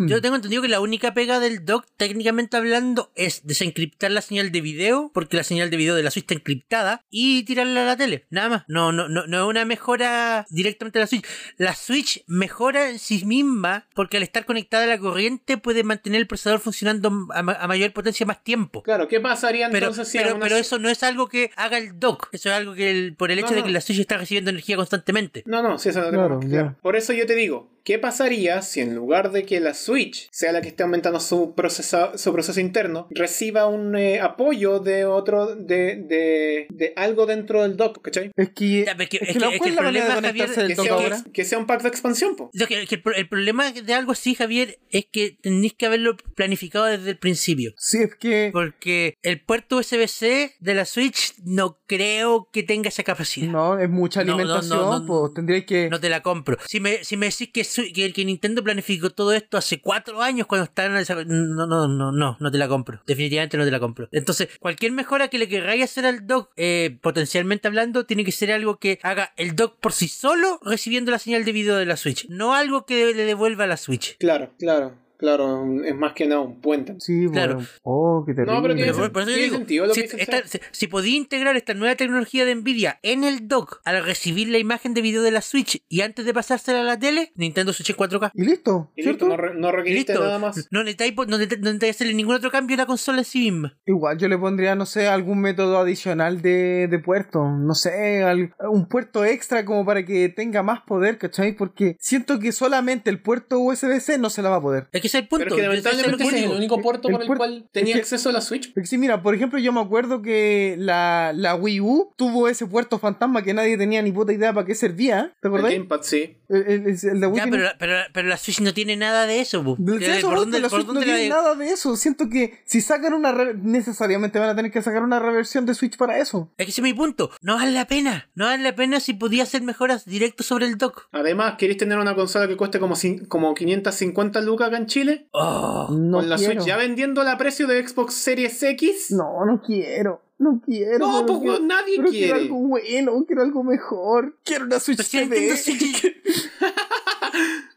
[SPEAKER 1] Yo tengo entendido que la única pega del doc, técnicamente hablando, es desencriptar la señal de video, porque la señal de video de la Switch está encriptada, y tirarla a la tele. Nada más. No, no, no, no es una mejora directamente a la Switch. La Switch mejora en sí misma, porque al estar conectada a la corriente puede mantener el procesador funcionando a, ma- a mayor potencia más tiempo.
[SPEAKER 3] Claro, ¿qué pasaría
[SPEAKER 1] Pero,
[SPEAKER 3] entonces si
[SPEAKER 1] pero,
[SPEAKER 3] alguna-
[SPEAKER 1] pero eso no es algo que haga el dock. Eso es algo que el- por el hecho
[SPEAKER 3] No,
[SPEAKER 1] de
[SPEAKER 3] no.
[SPEAKER 1] que la Switch está recibiendo energía constantemente.
[SPEAKER 3] No, no, sí, eso no te
[SPEAKER 2] Claro,
[SPEAKER 3] preocupes.
[SPEAKER 2] ya.
[SPEAKER 3] Por eso yo te digo, ¿qué pasaría si en lugar de que la Switch sea la que esté aumentando su, procesa- su proceso interno, reciba un eh, apoyo de otro, de, de, de algo dentro del dock, ¿cachai?
[SPEAKER 2] Es que.
[SPEAKER 1] Ya, pero es que-
[SPEAKER 2] es
[SPEAKER 1] es
[SPEAKER 2] que no,
[SPEAKER 1] que- es que
[SPEAKER 2] ¿cuál es
[SPEAKER 1] el
[SPEAKER 2] la manera de
[SPEAKER 1] problema, Javier,
[SPEAKER 2] conectarse del
[SPEAKER 3] Que
[SPEAKER 1] es
[SPEAKER 2] dock
[SPEAKER 3] sea,
[SPEAKER 2] ahora?
[SPEAKER 3] un- que sea un pack de expansión, po.
[SPEAKER 1] Yo creo que el, pro- el problema de algo así, Javier, es que tenéis que haberlo planificado desde el principio.
[SPEAKER 2] Sí, es que.
[SPEAKER 1] Porque el puerto USB-C de la Switch no creo que tenga esa capacidad. No.
[SPEAKER 2] No, es mucha
[SPEAKER 1] No, no,
[SPEAKER 2] alimentación,
[SPEAKER 1] no, no,
[SPEAKER 2] pues tendría que.
[SPEAKER 1] te la compro. Si me, si me decís que, su- que, que Nintendo planificó todo esto hace cuatro años cuando estaban... desarroll- No, no, no, no, no te la compro. Definitivamente no te la compro. Entonces, cualquier mejora que le querráis hacer al dock, eh, potencialmente hablando, tiene que ser algo que haga el dock por sí solo recibiendo la señal de video de la Switch. No algo que le devuelva a la Switch.
[SPEAKER 3] Claro, claro, claro, es más que nada un puente.
[SPEAKER 2] Sí,
[SPEAKER 1] Claro.
[SPEAKER 2] bueno. Oh, qué terrible.
[SPEAKER 3] No, pero tiene
[SPEAKER 1] Pero por- por eso yo
[SPEAKER 3] ¿Tiene
[SPEAKER 1] digo,
[SPEAKER 3] sentido lo
[SPEAKER 1] si,
[SPEAKER 3] que dice
[SPEAKER 1] esta-
[SPEAKER 3] Seba?
[SPEAKER 1] si- si podía integrar esta nueva tecnología de Nvidia en el dock al recibir la imagen de video de la Switch y antes de pasársela a la tele, Nintendo Switch en 4K.
[SPEAKER 2] Y listo,
[SPEAKER 3] Y
[SPEAKER 2] ¿cierto?
[SPEAKER 3] listo, no, re- no requeriste
[SPEAKER 1] Listo.
[SPEAKER 3] nada más.
[SPEAKER 1] No necesitáis po- no necesitáis- no necesitáis hacerle ningún otro cambio a la consola en sí misma.
[SPEAKER 2] Igual yo le pondría, no sé, algún método adicional de, de puerto. No sé, al- un puerto extra como para que tenga más poder, ¿cachai? Porque siento que solamente el puerto USB-C no se la va a poder.
[SPEAKER 1] Es que ese es el punto.
[SPEAKER 3] Pero es que
[SPEAKER 1] Yo- yo- yo-
[SPEAKER 3] lamentablemente
[SPEAKER 1] yo-
[SPEAKER 3] ese es el único puerto
[SPEAKER 2] El
[SPEAKER 3] por el
[SPEAKER 2] puerto-
[SPEAKER 3] cual tenía
[SPEAKER 2] es que-
[SPEAKER 3] acceso a la Switch.
[SPEAKER 2] Porque sí, mira, por ejemplo, yo me acuerdo que la, la Wii U tuvo ese puerto fantasma que nadie tenía ni puta idea para qué servía. ¿Te
[SPEAKER 3] El
[SPEAKER 2] acordás? El,
[SPEAKER 3] Gamepad, sí.
[SPEAKER 2] el- el- el de Wii
[SPEAKER 1] Ya,
[SPEAKER 2] tenía-
[SPEAKER 1] pero, la- pero la- pero la Switch no tiene nada de eso. po.
[SPEAKER 2] Del
[SPEAKER 1] Eh,
[SPEAKER 2] sexo,
[SPEAKER 1] ¿por
[SPEAKER 2] ¿no?
[SPEAKER 1] dónde-
[SPEAKER 2] la
[SPEAKER 1] por
[SPEAKER 2] Switch no
[SPEAKER 1] dónde la-
[SPEAKER 2] tiene nada de eso. Siento que si sacan una. re- necesariamente van a tener que sacar una reversión de Switch para eso.
[SPEAKER 1] Es que ese es mi punto. No vale la pena. No vale la pena si podía hacer mejoras directo sobre el dock.
[SPEAKER 3] Además, ¿queréis tener una consola que cueste como, cin- como 550 lucas acá en Chile?
[SPEAKER 1] Oh.
[SPEAKER 2] No
[SPEAKER 3] con la
[SPEAKER 2] quiero.
[SPEAKER 3] Switch ya vendiéndola a precio de Xbox Series X.
[SPEAKER 2] No, no quiero. No quiero. pero
[SPEAKER 3] No, pues,
[SPEAKER 2] quiero-
[SPEAKER 3] weón, nadie
[SPEAKER 2] pero
[SPEAKER 3] quiere. Pues,
[SPEAKER 2] Quiero algo bueno, quiero algo mejor. Quiero una Switch
[SPEAKER 1] Pero si
[SPEAKER 2] TV.
[SPEAKER 1] Nintendo Switch-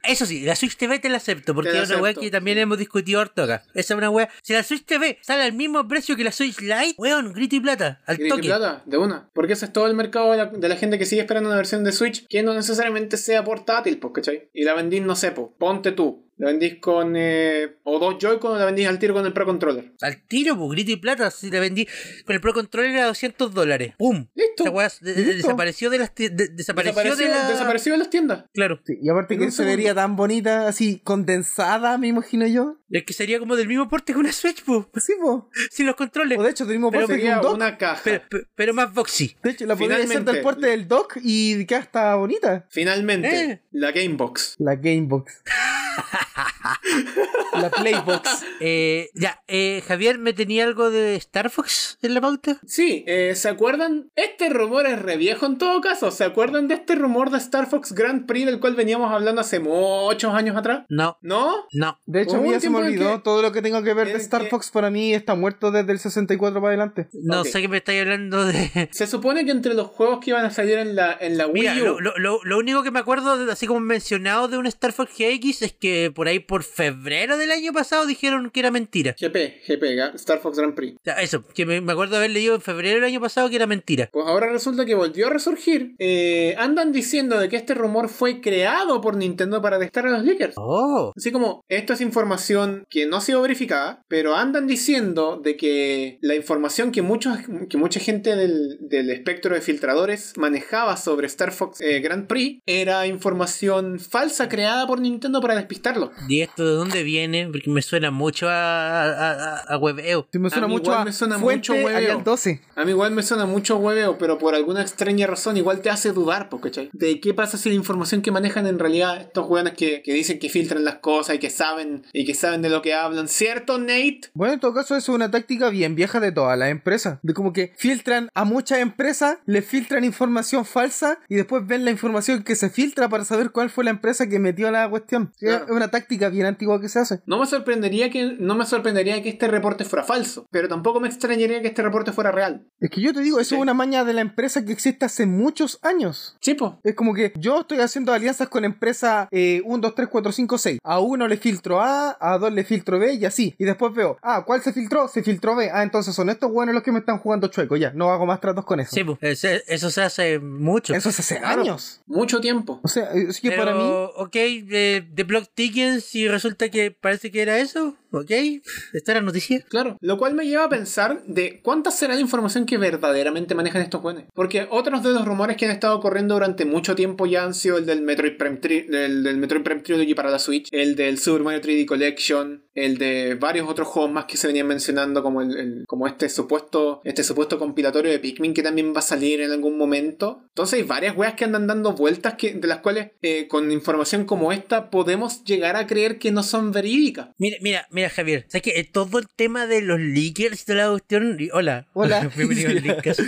[SPEAKER 1] Eso sí, la Switch TV te la acepto, porque
[SPEAKER 3] Te la
[SPEAKER 1] es una weá
[SPEAKER 3] acepto.
[SPEAKER 1] que también hemos discutido harto acá. Esa es una weá. Si la Switch TV sale al mismo precio que la Switch Lite, weón, grito y plata, al
[SPEAKER 3] Grito y
[SPEAKER 1] toque.
[SPEAKER 3] plata, de una. Porque ese es todo el mercado de la, de la gente que sigue esperando una versión de Switch que no necesariamente sea portátil, pues, ¿cachai? Y la vendís, no sé, po, ponte tú. La vendís con. eh, o dos Joy-Con o la vendís al tiro con el Pro Controller.
[SPEAKER 1] Al tiro, pues, grito y plata, si la vendí con el Pro Controller a 200 dólares. ¡Pum!
[SPEAKER 3] Listo.
[SPEAKER 1] Esa weá de- de-
[SPEAKER 2] Listo.
[SPEAKER 1] desapareció de las ti- de- desapareció,
[SPEAKER 3] Desapareció,
[SPEAKER 1] de la...
[SPEAKER 3] desapareció de las tiendas.
[SPEAKER 1] Claro.
[SPEAKER 2] Sí, y aparte
[SPEAKER 3] En
[SPEAKER 2] que
[SPEAKER 3] un
[SPEAKER 2] se
[SPEAKER 3] segundo.
[SPEAKER 2] vería tan bonita, así condensada, me imagino yo.
[SPEAKER 1] Es que sería como del mismo porte que una Switch, pues,
[SPEAKER 2] Sí, po.
[SPEAKER 1] sin los controles.
[SPEAKER 2] O de hecho, tenemos
[SPEAKER 1] Pero
[SPEAKER 2] porte que
[SPEAKER 3] Pues Sería
[SPEAKER 2] un dock.
[SPEAKER 3] una caja.
[SPEAKER 1] Pero, pero- pero más boxy.
[SPEAKER 2] De hecho, la podría hacer
[SPEAKER 3] Finalmente.
[SPEAKER 2] del porte del dock y queda hasta bonita.
[SPEAKER 3] Finalmente,
[SPEAKER 1] Eh.
[SPEAKER 3] la Gamebox.
[SPEAKER 2] La Gamebox. la Playbox.
[SPEAKER 1] Eh, ya, eh, Javier, ¿me tenía algo de Star Fox en la pauta?
[SPEAKER 3] Sí, eh, ¿se acuerdan? Este rumor es re viejo en todo caso. ¿Se acuerdan de este rumor de Star Fox Grand Prix del cual veníamos hablando hace muchos años atrás?
[SPEAKER 1] No,
[SPEAKER 3] ¿No?
[SPEAKER 1] no.
[SPEAKER 2] De hecho, a
[SPEAKER 3] Hubo
[SPEAKER 2] mí
[SPEAKER 3] un
[SPEAKER 2] ya se me
[SPEAKER 3] tiempo en
[SPEAKER 2] olvidó
[SPEAKER 3] que-
[SPEAKER 2] todo lo que tengo que ver de
[SPEAKER 3] en
[SPEAKER 2] Star
[SPEAKER 3] que-
[SPEAKER 2] Fox. Para mí está muerto desde el 64 para adelante.
[SPEAKER 1] No
[SPEAKER 3] Ok.
[SPEAKER 1] sé qué me estáis hablando de.
[SPEAKER 3] Se supone que entre los juegos que iban a salir en la, en la Wii
[SPEAKER 1] Mira,
[SPEAKER 3] U.
[SPEAKER 1] lo, lo- lo- lo único que me acuerdo, de- así como mencionado de un Star Fox GX, es que por ahí por febrero del año pasado dijeron que era mentira.
[SPEAKER 3] GP, GP, Ga- Star Fox Grand Prix.
[SPEAKER 1] O sea, eso, que me, me acuerdo haber leído en febrero del año pasado que era mentira.
[SPEAKER 3] Pues ahora resulta que volvió a resurgir. Eh, andan diciendo de que este rumor fue creado por Nintendo para testar a los leakers.
[SPEAKER 1] Oh,
[SPEAKER 3] Así como, esto es información que no ha sido verificada, pero andan diciendo de que la información que, muchos, que mucha gente del, del espectro de filtradores manejaba sobre Star Fox eh, Grand Prix era información falsa creada por Nintendo para despistarlo.
[SPEAKER 1] ¿y esto de dónde viene? Porque me suena mucho a, a, a- a hueveo.
[SPEAKER 2] Sí, me suena
[SPEAKER 3] mí
[SPEAKER 2] mucho
[SPEAKER 3] igual
[SPEAKER 2] a
[SPEAKER 3] me suena
[SPEAKER 2] Fuente
[SPEAKER 3] mucho hueveo.
[SPEAKER 2] Arial 12.
[SPEAKER 3] A mí igual me suena mucho hueveo, pero por alguna extraña razón igual te hace dudar, po, ¿cachai? De qué pasa si la información que manejan en realidad estos hueones que, que dicen que filtran las cosas y que saben y que saben de lo que hablan. ¿Cierto, Nate?
[SPEAKER 2] Bueno, en todo caso, eso es una táctica bien vieja de todas las empresas. De como que filtran a muchas empresas, les filtran información falsa y después ven la información que se filtra para saber cuál fue la empresa que metió la cuestión. Sí,
[SPEAKER 3] Claro.
[SPEAKER 2] Es una táctica bien antigua que se hace.
[SPEAKER 3] No me sorprendería que no me sorprendería que este reporte fuera falso, pero tampoco me extrañaría que este reporte fuera real.
[SPEAKER 2] Es que yo te digo, eso
[SPEAKER 3] Sí.
[SPEAKER 2] es una maña de la empresa que existe hace muchos años.
[SPEAKER 3] Chipo.
[SPEAKER 2] Es como que yo estoy haciendo alianzas con empresa eh, 1, 2, 3, 4, 5, 6. A uno le filtro A, a dos le filtro B y así. Y después veo, ah, ¿cuál se filtró? Se filtró B. Ah, entonces son estos buenos los que me están jugando chueco. Ya, no hago más tratos con eso.
[SPEAKER 1] Sí, pues, ese- eso se hace mucho.
[SPEAKER 2] Eso es hace
[SPEAKER 3] Claro.
[SPEAKER 2] años.
[SPEAKER 3] Mucho tiempo.
[SPEAKER 2] O sea, eh, así que
[SPEAKER 1] Pero,
[SPEAKER 2] para mí...
[SPEAKER 1] ok, de, de Block Tickets y resulta que parece que era eso, ok, esta era noticia.
[SPEAKER 3] Claro. Lo cual me lleva a pensar de cuánta será la información que verdaderamente manejan estos jóvenes. Porque otros de los rumores que han estado corriendo durante mucho tiempo ya han sido el del Metroid Prime, Tri- del, del Metroid Prime Trilogy para la Switch, el del Super Mario 3D Collection, el de varios otros juegos más que se venían mencionando, como, el, el- como este, supuesto, este supuesto compilatorio de Pikmin que también va a salir en algún momento. Entonces hay varias weas que andan dando vueltas que, de las cuales eh, con información como esta podemos llegar a creer que no son verídicas.
[SPEAKER 1] Mira, mira, mira, Javier, sabes que todo el tema de los leakers y toda la cuestión, y- hola,
[SPEAKER 2] Hola.
[SPEAKER 1] bienvenido al Leakcast.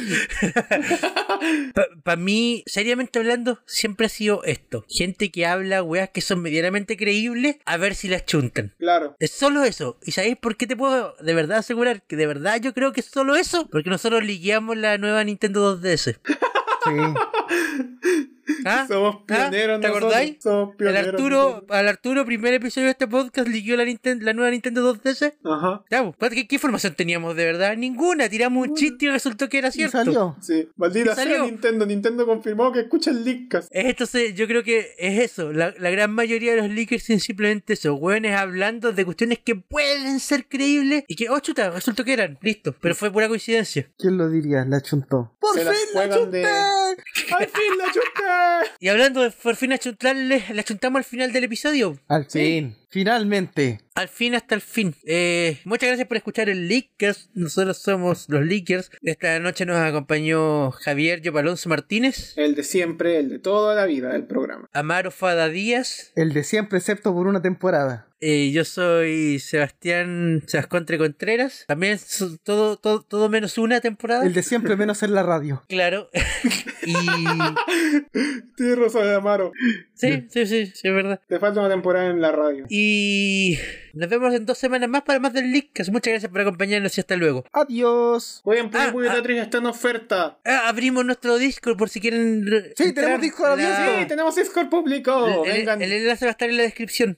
[SPEAKER 1] Para mí, seriamente hablando, siempre ha sido esto: gente que habla weas que son medianamente creíbles, a ver si las chuntan.
[SPEAKER 3] Claro.
[SPEAKER 1] Es solo eso. ¿Y sabéis por qué te puedo de verdad asegurar que de verdad yo creo que es solo eso? Porque nosotros ligueamos la nueva Nintendo 2DS.
[SPEAKER 2] Sí.
[SPEAKER 1] ¿Ah?
[SPEAKER 3] Somos pioneros,
[SPEAKER 1] ¿Te
[SPEAKER 3] nosotros.
[SPEAKER 1] acordáis?
[SPEAKER 3] Somos
[SPEAKER 1] El
[SPEAKER 3] pioneros
[SPEAKER 1] Arturo,
[SPEAKER 3] nosotros.
[SPEAKER 1] al Arturo, primer episodio de este podcast, liguió la, Ninten- la nueva Nintendo 2DS.
[SPEAKER 3] Ajá.
[SPEAKER 1] Ya, pues, ¿cuál- ¿qué, ¿Qué información teníamos de verdad? Ninguna. Tiramos un chiste y resultó que era
[SPEAKER 2] Y
[SPEAKER 1] cierto.
[SPEAKER 2] salió.
[SPEAKER 3] Sí. Maldita
[SPEAKER 1] ¿Y
[SPEAKER 3] sea
[SPEAKER 1] salió?
[SPEAKER 3] Nintendo. Nintendo confirmó que escucha el Leadcast.
[SPEAKER 1] Entonces, yo creo que es eso. La, la gran mayoría de los leakers son simplemente esos hueones hablando de cuestiones que pueden ser creíbles y que, oh chuta, resultó que eran. Listo. Pero fue pura coincidencia.
[SPEAKER 2] ¿Quién lo diría? La chuntó.
[SPEAKER 1] Pues,
[SPEAKER 2] ¡Por
[SPEAKER 3] Se la
[SPEAKER 2] fin la
[SPEAKER 3] juegan
[SPEAKER 2] chunté!
[SPEAKER 3] de- ¡Al fin la chunté!
[SPEAKER 1] Y hablando de por fin achuntarles, la chuntamos al final del episodio.
[SPEAKER 2] Al fin. Finalmente.
[SPEAKER 1] Al fin hasta el fin. Eh, muchas gracias por escuchar el Leakers. Nosotros somos los Leakers. Esta noche nos acompañó Javier Yopalonso Martínez,
[SPEAKER 3] El de siempre, el de toda la vida del programa.
[SPEAKER 1] Amaro Fada Díaz.
[SPEAKER 2] El de siempre, excepto por una temporada.
[SPEAKER 1] Eh, yo soy Sebastián Chascontre Contreras. También so- todo, todo, todo menos una temporada.
[SPEAKER 2] El de siempre menos en la radio.
[SPEAKER 1] Claro. y.
[SPEAKER 3] Tienes razón, Amaro.
[SPEAKER 1] Sí, sí, sí, sí, es verdad.
[SPEAKER 3] Te falta una temporada en la radio.
[SPEAKER 1] Y nos vemos en dos semanas más para más del Leakers. Muchas gracias por acompañarnos y hasta luego.
[SPEAKER 2] Adiós.
[SPEAKER 3] Jueguen
[SPEAKER 1] Ah,
[SPEAKER 3] Puyo
[SPEAKER 1] ah.
[SPEAKER 3] Tetris, está en oferta.
[SPEAKER 1] Ah, abrimos nuestro Discord por si quieren. re-
[SPEAKER 2] Sí,
[SPEAKER 1] entrar.
[SPEAKER 2] tenemos Discord
[SPEAKER 1] La-
[SPEAKER 2] abierto.
[SPEAKER 3] Sí, tenemos Discord público.
[SPEAKER 1] El, el-
[SPEAKER 3] Vengan.
[SPEAKER 1] el enlace va a estar en la descripción.